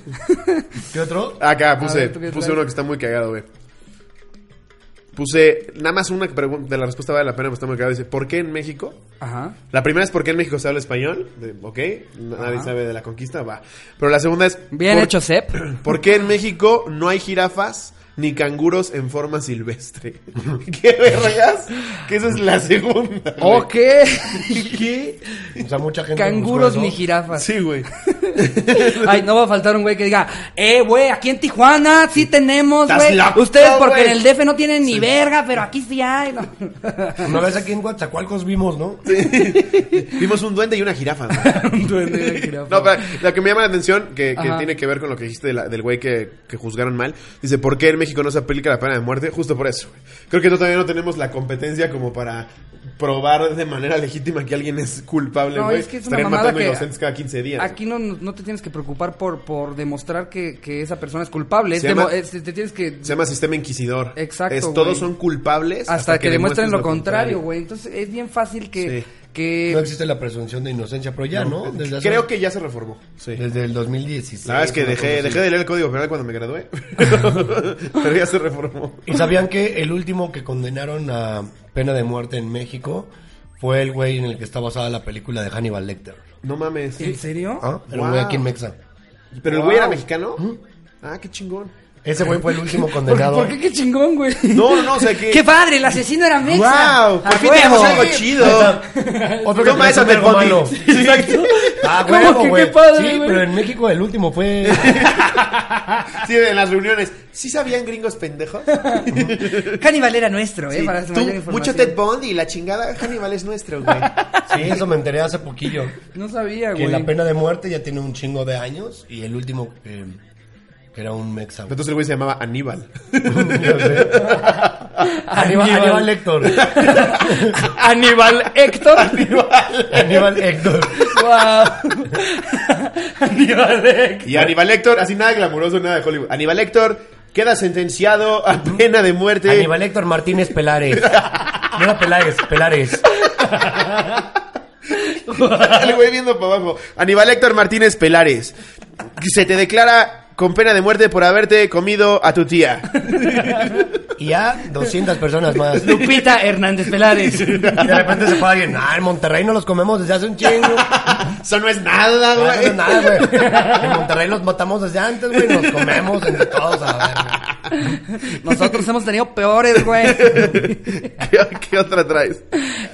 Speaker 3: ¿Qué otro?
Speaker 2: Acá
Speaker 1: A
Speaker 2: puse,
Speaker 1: ver, ¿tú qué
Speaker 2: puse
Speaker 1: traes?
Speaker 2: uno que está muy cagado, güey. Puse, nada más una pregunta, de la respuesta vale la pena, pero está muy cagado. Dice, ¿por qué en México?
Speaker 1: Ajá.
Speaker 2: La primera es, ¿por qué en México se habla español? De- ok, nadie sabe de la conquista, va. Pero la segunda es,
Speaker 1: Bien
Speaker 2: ¿por,
Speaker 1: hecho, Sep.
Speaker 2: ¿por qué en México no hay jirafas ni canguros en forma silvestre? ¿Qué vergas? Que esa es la segunda. güey.
Speaker 1: Ok.
Speaker 2: ¿Qué?
Speaker 3: O sea, mucha gente.
Speaker 1: Canguros
Speaker 3: buscó
Speaker 1: ni
Speaker 3: eso.
Speaker 1: jirafas.
Speaker 2: Sí, güey.
Speaker 1: Ay, no va a faltar un güey que diga, eh, güey, aquí en Tijuana sí tenemos,
Speaker 2: Estás
Speaker 1: güey.
Speaker 2: loco,
Speaker 1: Ustedes porque en
Speaker 2: güey.
Speaker 1: el DF no tienen ni verga, pero aquí sí hay. ¿no?
Speaker 3: Una vez aquí en Coatzacoalcos vimos, ¿no?
Speaker 2: Vimos un duende y una jirafa. güey.
Speaker 1: Un duende de jirafa.
Speaker 2: No, pero la que me llama la atención, que, que
Speaker 1: Ajá.
Speaker 2: tiene que ver con lo que dijiste de la- del güey que, que juzgaron mal, dice, ¿por qué en México no se aplica la pena de muerte? Justo por eso. güey. Creo que no- todavía no tenemos la competencia como para probar de manera legítima que alguien es culpable,
Speaker 1: No,
Speaker 2: güey.
Speaker 1: es que es una
Speaker 2: Estarían
Speaker 1: mamada
Speaker 2: matando
Speaker 1: que-
Speaker 2: inocentes cada 15 días.
Speaker 1: Aquí no, no te tienes que preocupar por, por demostrar que, que esa persona es culpable. Es
Speaker 2: Se
Speaker 1: demo-
Speaker 2: llama-
Speaker 1: es- te tienes que...
Speaker 2: güey. Se llama sistema inquisidor.
Speaker 1: Exacto,
Speaker 2: Es,
Speaker 1: güey.
Speaker 2: todos son culpables
Speaker 1: hasta, que, demuestren
Speaker 2: demuestres
Speaker 1: lo contrario, güey. Entonces es bien fácil que...
Speaker 2: Sí.
Speaker 1: que
Speaker 3: No existe la presunción de inocencia, pero ya, ¿no? Desde hace-
Speaker 2: Creo que ya se reformó. Sí.
Speaker 3: Desde el 2016.
Speaker 2: La verdad es que
Speaker 3: una cosa
Speaker 2: dejé,
Speaker 3: así.
Speaker 2: dejé de leer el código penal cuando me gradué. Pero ya se reformó.
Speaker 3: ¿Y sabían que el último que condenaron a pena de muerte en México fue el güey en el que está basada la película de Hannibal Lecter?
Speaker 2: No mames.
Speaker 1: ¿En serio?
Speaker 3: ¿Ah? El
Speaker 2: Wow.
Speaker 3: güey aquí en Mexa.
Speaker 2: ¿Pero el
Speaker 3: Wow.
Speaker 2: güey era mexicano? Ah, qué chingón.
Speaker 3: Ese güey fue el último
Speaker 1: ¿Por,
Speaker 3: condenado.
Speaker 1: por qué qué chingón, güey?
Speaker 2: No, no, no, o sea que.
Speaker 5: ¡Qué padre! El asesino era Mexa.
Speaker 2: ¡Wow!
Speaker 5: ¡A
Speaker 2: Por fin
Speaker 5: huevo!
Speaker 2: tenemos algo chido.
Speaker 3: Otro que
Speaker 2: Toma
Speaker 3: presume
Speaker 2: esa del
Speaker 3: algo
Speaker 2: bondi.
Speaker 3: malo.
Speaker 2: Sí, exacto.
Speaker 3: Ah,
Speaker 1: ¿Cómo
Speaker 3: huevo,
Speaker 1: que qué
Speaker 3: güey.
Speaker 1: padre,
Speaker 3: Sí,
Speaker 1: güey?
Speaker 3: pero en México el último fue...
Speaker 2: Sí, en las reuniones. ¿Sí sabían gringos pendejos?
Speaker 1: Hannibal era nuestro, ¿eh?
Speaker 2: Sí,
Speaker 1: Para
Speaker 2: tú,
Speaker 1: mayor información.
Speaker 2: mucho Ted Bundy, la chingada Hannibal es nuestro, güey.
Speaker 3: Sí, eso me enteré hace poquillo.
Speaker 1: No sabía,
Speaker 3: Que
Speaker 1: güey.
Speaker 3: la pena de muerte ya tiene un chingo de años y el último eh, que era un Mexa. güey.
Speaker 2: Entonces el güey se llamaba Aníbal.
Speaker 3: Ya sé. Aníbal, Aníbal Héctor.
Speaker 1: Aníbal Héctor. Aníbal.
Speaker 3: Aníbal Héctor.
Speaker 1: Wow. Aníbal Héctor.
Speaker 2: Y Aníbal Héctor, así nada glamuroso, nada de Hollywood. Aníbal Héctor queda sentenciado a pena de muerte.
Speaker 3: Aníbal Héctor Martínez Pelares. No era Pelares, Pelares.
Speaker 2: El güey viendo para abajo. Aníbal Héctor Martínez Pelares. Se te declara con pena de muerte por haberte comido a tu tía.
Speaker 3: Y ya 200 personas más. Y
Speaker 1: Lupita Hernández Pelares.
Speaker 3: de repente se fue alguien. Ah, en Monterrey no los comemos desde hace un chingo.
Speaker 2: Eso no es nada,
Speaker 3: Ah, No
Speaker 2: güey.
Speaker 3: hacen nada, güey. En Monterrey los matamos desde antes, güey. Nos comemos entre todos. a la verga.
Speaker 1: Nosotros hemos tenido peores, güey.
Speaker 2: ¿Qué, qué otra traes?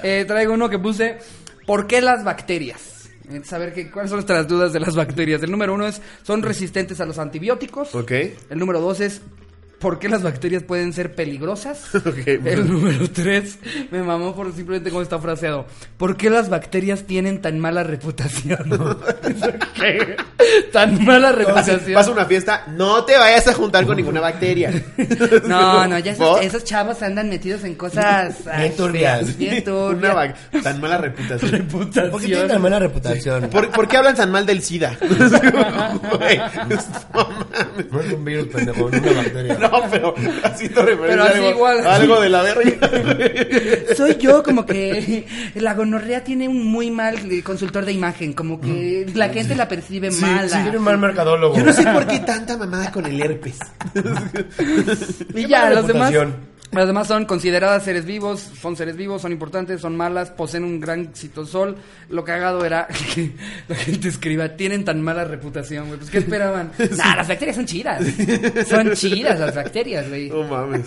Speaker 1: Eh, traigo uno que puse, ¿por qué las bacterias? Eh, Saber que, cuáles son nuestras dudas de las bacterias. El número uno es, ¿son resistentes a los antibióticos?
Speaker 2: Ok.
Speaker 1: El número dos es, ¿por qué las bacterias pueden ser peligrosas?
Speaker 2: Ok.
Speaker 1: El número tres, me mamó por simplemente cómo está fraseado, ¿por qué las bacterias tienen tan mala reputación? ¿Qué? Tan mala reputación.
Speaker 2: Vas a una fiesta, no te vayas a juntar con ninguna bacteria.
Speaker 1: No, no, ya esos,
Speaker 2: ¿Por?
Speaker 1: esos chavos andan metidos en cosas... ay,
Speaker 3: Bien turbias.
Speaker 1: Bien
Speaker 2: Una
Speaker 1: turbias.
Speaker 2: bac- tan mala reputación.
Speaker 3: ¿Por qué tienen tan mala reputación?
Speaker 2: ¿Por, por qué hablan tan mal del SIDA? Güey, no mames.
Speaker 3: No es un virus, pendejo, no es una bacteria.
Speaker 2: No, pero así te referencia
Speaker 1: Pero así
Speaker 2: algo,
Speaker 1: igual.
Speaker 2: algo de la verga.
Speaker 1: Soy yo como que la gonorrea tiene un muy mal eh, consultor de imagen, como que la gente la percibe
Speaker 3: Mm. Sí,
Speaker 1: mala.
Speaker 3: sí, tiene un mal mercadólogo.
Speaker 2: Yo no sé por qué tanta mamada con el herpes.
Speaker 1: Y
Speaker 3: Qué
Speaker 1: ya,
Speaker 3: mala
Speaker 1: los demás
Speaker 3: reputación.
Speaker 1: Además son consideradas seres vivos, son seres vivos, son importantes, son malas, poseen un gran citosol. Lo cagado era que la gente escriba, tienen tan mala reputación, güey. Pues, ¿qué esperaban? Nah, las bacterias son chidas. Son chidas las bacterias, güey.
Speaker 2: No mames.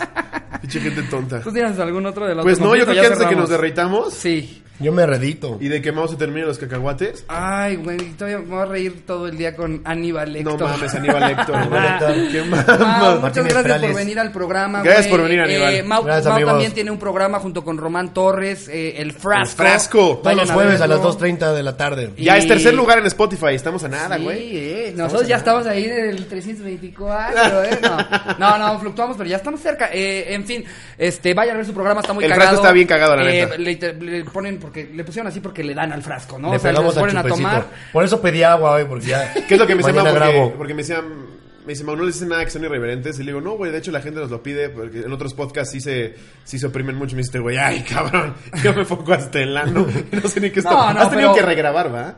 Speaker 2: Pinche gente tonta.
Speaker 1: ¿Tú tienes algún otro de los
Speaker 2: Pues
Speaker 1: otro
Speaker 2: no, yo
Speaker 1: conflicto? Pues,
Speaker 2: creo
Speaker 1: Ya
Speaker 2: que antes de que
Speaker 1: cerramos.
Speaker 2: nos derreitamos
Speaker 1: Sí.
Speaker 3: Yo me redito.
Speaker 2: y de que Mao se termine los cacahuates.
Speaker 1: Ay, güey, todavía me voy a reír todo el día con Aníbal Héctor.
Speaker 2: No mames, Aníbal Héctor. güey.
Speaker 3: Aníbal
Speaker 2: Qué
Speaker 1: Mau,
Speaker 2: mal.
Speaker 1: muchas
Speaker 3: Martínez
Speaker 1: gracias
Speaker 3: Perales.
Speaker 1: por venir al programa.
Speaker 2: Gracias
Speaker 1: güey.
Speaker 2: por venir, Aníbal.
Speaker 1: Eh, Mau,
Speaker 3: Gracias,
Speaker 1: Mau
Speaker 3: amigos.
Speaker 1: también tiene un programa junto con Román Torres, eh, El Frasco.
Speaker 2: El Frasco. Todos
Speaker 3: Todos los
Speaker 1: Vayan
Speaker 3: jueves a las
Speaker 1: verlo.
Speaker 3: 2.30 de la tarde.
Speaker 2: Ya es
Speaker 1: Y-
Speaker 2: tercer lugar en Spotify, estamos a nada,
Speaker 1: Sí,
Speaker 2: güey.
Speaker 1: eh, Nosotros ya estamos ahí en el 324, ¿eh? No, no, no, fluctuamos, pero ya estamos cerca. Eh, en fin, este, vayan a ver su programa, está muy
Speaker 2: El
Speaker 1: cagado.
Speaker 2: frasco está bien cagado, la
Speaker 1: Eh, le,
Speaker 2: neta.
Speaker 1: le ponen porque le pusieron así porque le dan al frasco, ¿no?
Speaker 3: Le
Speaker 1: o sea, los
Speaker 3: pegamos
Speaker 1: ponen
Speaker 3: a
Speaker 1: a tomar.
Speaker 3: chupecito. Por eso pedí agua hoy, porque ya.
Speaker 2: ¿Qué es lo que me dice Mau?
Speaker 3: mañana
Speaker 2: Porque,
Speaker 3: grabo.
Speaker 2: porque me decía, me dice, Mau, no les dicen nada que son irreverentes. Y le digo, no, güey, de hecho la gente nos lo pide, porque en otros podcasts sí se, sí se oprimen mucho. Y me dice, este güey, ay, cabrón, yo me foco hasta el ano. No sé ni qué está.
Speaker 1: No, no,
Speaker 2: Has tenido
Speaker 1: pero-
Speaker 2: que regrabar, ¿va?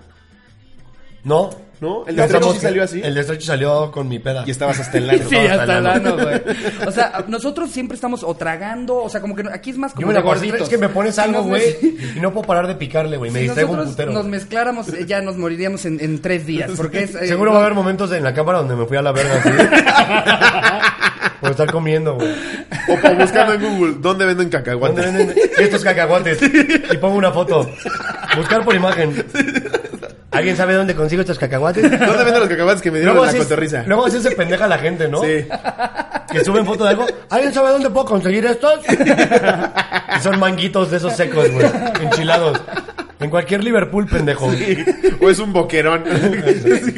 Speaker 3: No.
Speaker 2: ¿No? El
Speaker 3: Ya
Speaker 2: estrecho
Speaker 3: estamos-
Speaker 2: sí salió así.
Speaker 3: El estrecho salió con mi peda.
Speaker 2: Y estabas hasta el ano.
Speaker 1: Sí,
Speaker 3: Vamos
Speaker 1: hasta el
Speaker 3: talando.
Speaker 1: ano, güey. O sea, nosotros siempre estamos o tragando, o sea, como que no- aquí es más como
Speaker 3: Yo me
Speaker 1: de
Speaker 3: la gordito.
Speaker 1: gorditos.
Speaker 3: Es que me pones
Speaker 1: Si
Speaker 3: algo,
Speaker 1: nos
Speaker 3: güey.
Speaker 1: mez-
Speaker 3: Y no puedo parar de picarle, güey. Me
Speaker 1: Si
Speaker 3: distraigo un
Speaker 1: nosotros
Speaker 3: putero.
Speaker 1: nos mezcláramos, eh, ya nos moriríamos en, en tres días. Porque es, eh,
Speaker 3: Seguro
Speaker 1: no-
Speaker 3: va a haber momentos en la cámara donde me fui a la verga, así. Por estar comiendo, güey.
Speaker 2: O por buscando en Google, ¿dónde venden
Speaker 3: ¿Dónde
Speaker 2: cacahuates?
Speaker 3: venden estos cacahuates? Y pongo una foto. Buscar por imagen. ¿Alguien sabe dónde consigo estos cacahuates?
Speaker 2: ¿Dónde venden los cacahuates que me dieron
Speaker 3: Luego
Speaker 2: en la
Speaker 3: así,
Speaker 2: cotorriza?
Speaker 3: luego así se pendeja la gente, ¿no?
Speaker 2: Sí.
Speaker 3: Que suben foto de algo. ¿Alguien sabe dónde puedo conseguir estos? Y son manguitos de esos secos, güey. Enchilados. En cualquier Liverpool, pendejo.
Speaker 2: O es un boquerón.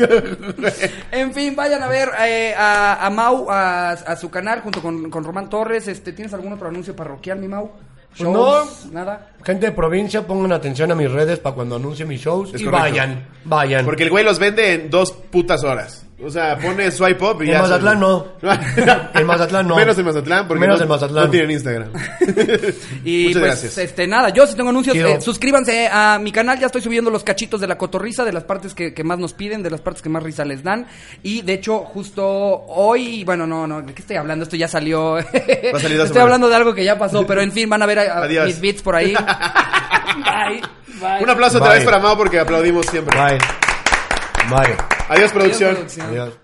Speaker 1: En fin, vayan a ver eh, a, a Mau, a, a su canal, junto con, con Román Torres. Este, ¿Tienes algún otro anuncio parroquial, mi Mau? ¿Shows?
Speaker 3: Pues no.
Speaker 1: ¿Nada?
Speaker 3: Gente de provincia, pongan atención a mis redes para cuando anuncie mis shows.
Speaker 2: Es
Speaker 3: y
Speaker 2: correcto.
Speaker 3: vayan, vayan.
Speaker 2: Porque el güey los vende en dos putas horas. O sea, pone swipe up y
Speaker 3: En
Speaker 2: ya.
Speaker 3: Mazatlán
Speaker 2: sale.
Speaker 3: no. En Mazatlán no.
Speaker 2: Menos en Mazatlán porque
Speaker 3: Menos
Speaker 2: no,
Speaker 3: en Mazatlán.
Speaker 2: no tienen Instagram.
Speaker 1: Y
Speaker 2: Muchas
Speaker 1: pues,
Speaker 2: gracias.
Speaker 1: este, nada, yo sí tengo anuncios.
Speaker 3: Chido.
Speaker 1: Eh, suscríbanse a mi canal, ya estoy subiendo los cachitos de la cotorriza, de las partes que, que más nos piden, de las partes que más risa les dan. Y de hecho, justo hoy, bueno, no, no, ¿de qué estoy hablando? Esto ya salió.
Speaker 2: dos semanas.
Speaker 1: estoy hablando de algo que ya pasó, pero en fin, van a ver a- a
Speaker 2: Adiós.
Speaker 1: mis beats por ahí. Bye. Bye.
Speaker 2: Un aplauso otra
Speaker 3: Bye.
Speaker 2: vez para Mao porque aplaudimos siempre.
Speaker 3: Bye. Bye.
Speaker 2: Adiós, producción.
Speaker 1: Adiós, producción.
Speaker 3: Adiós.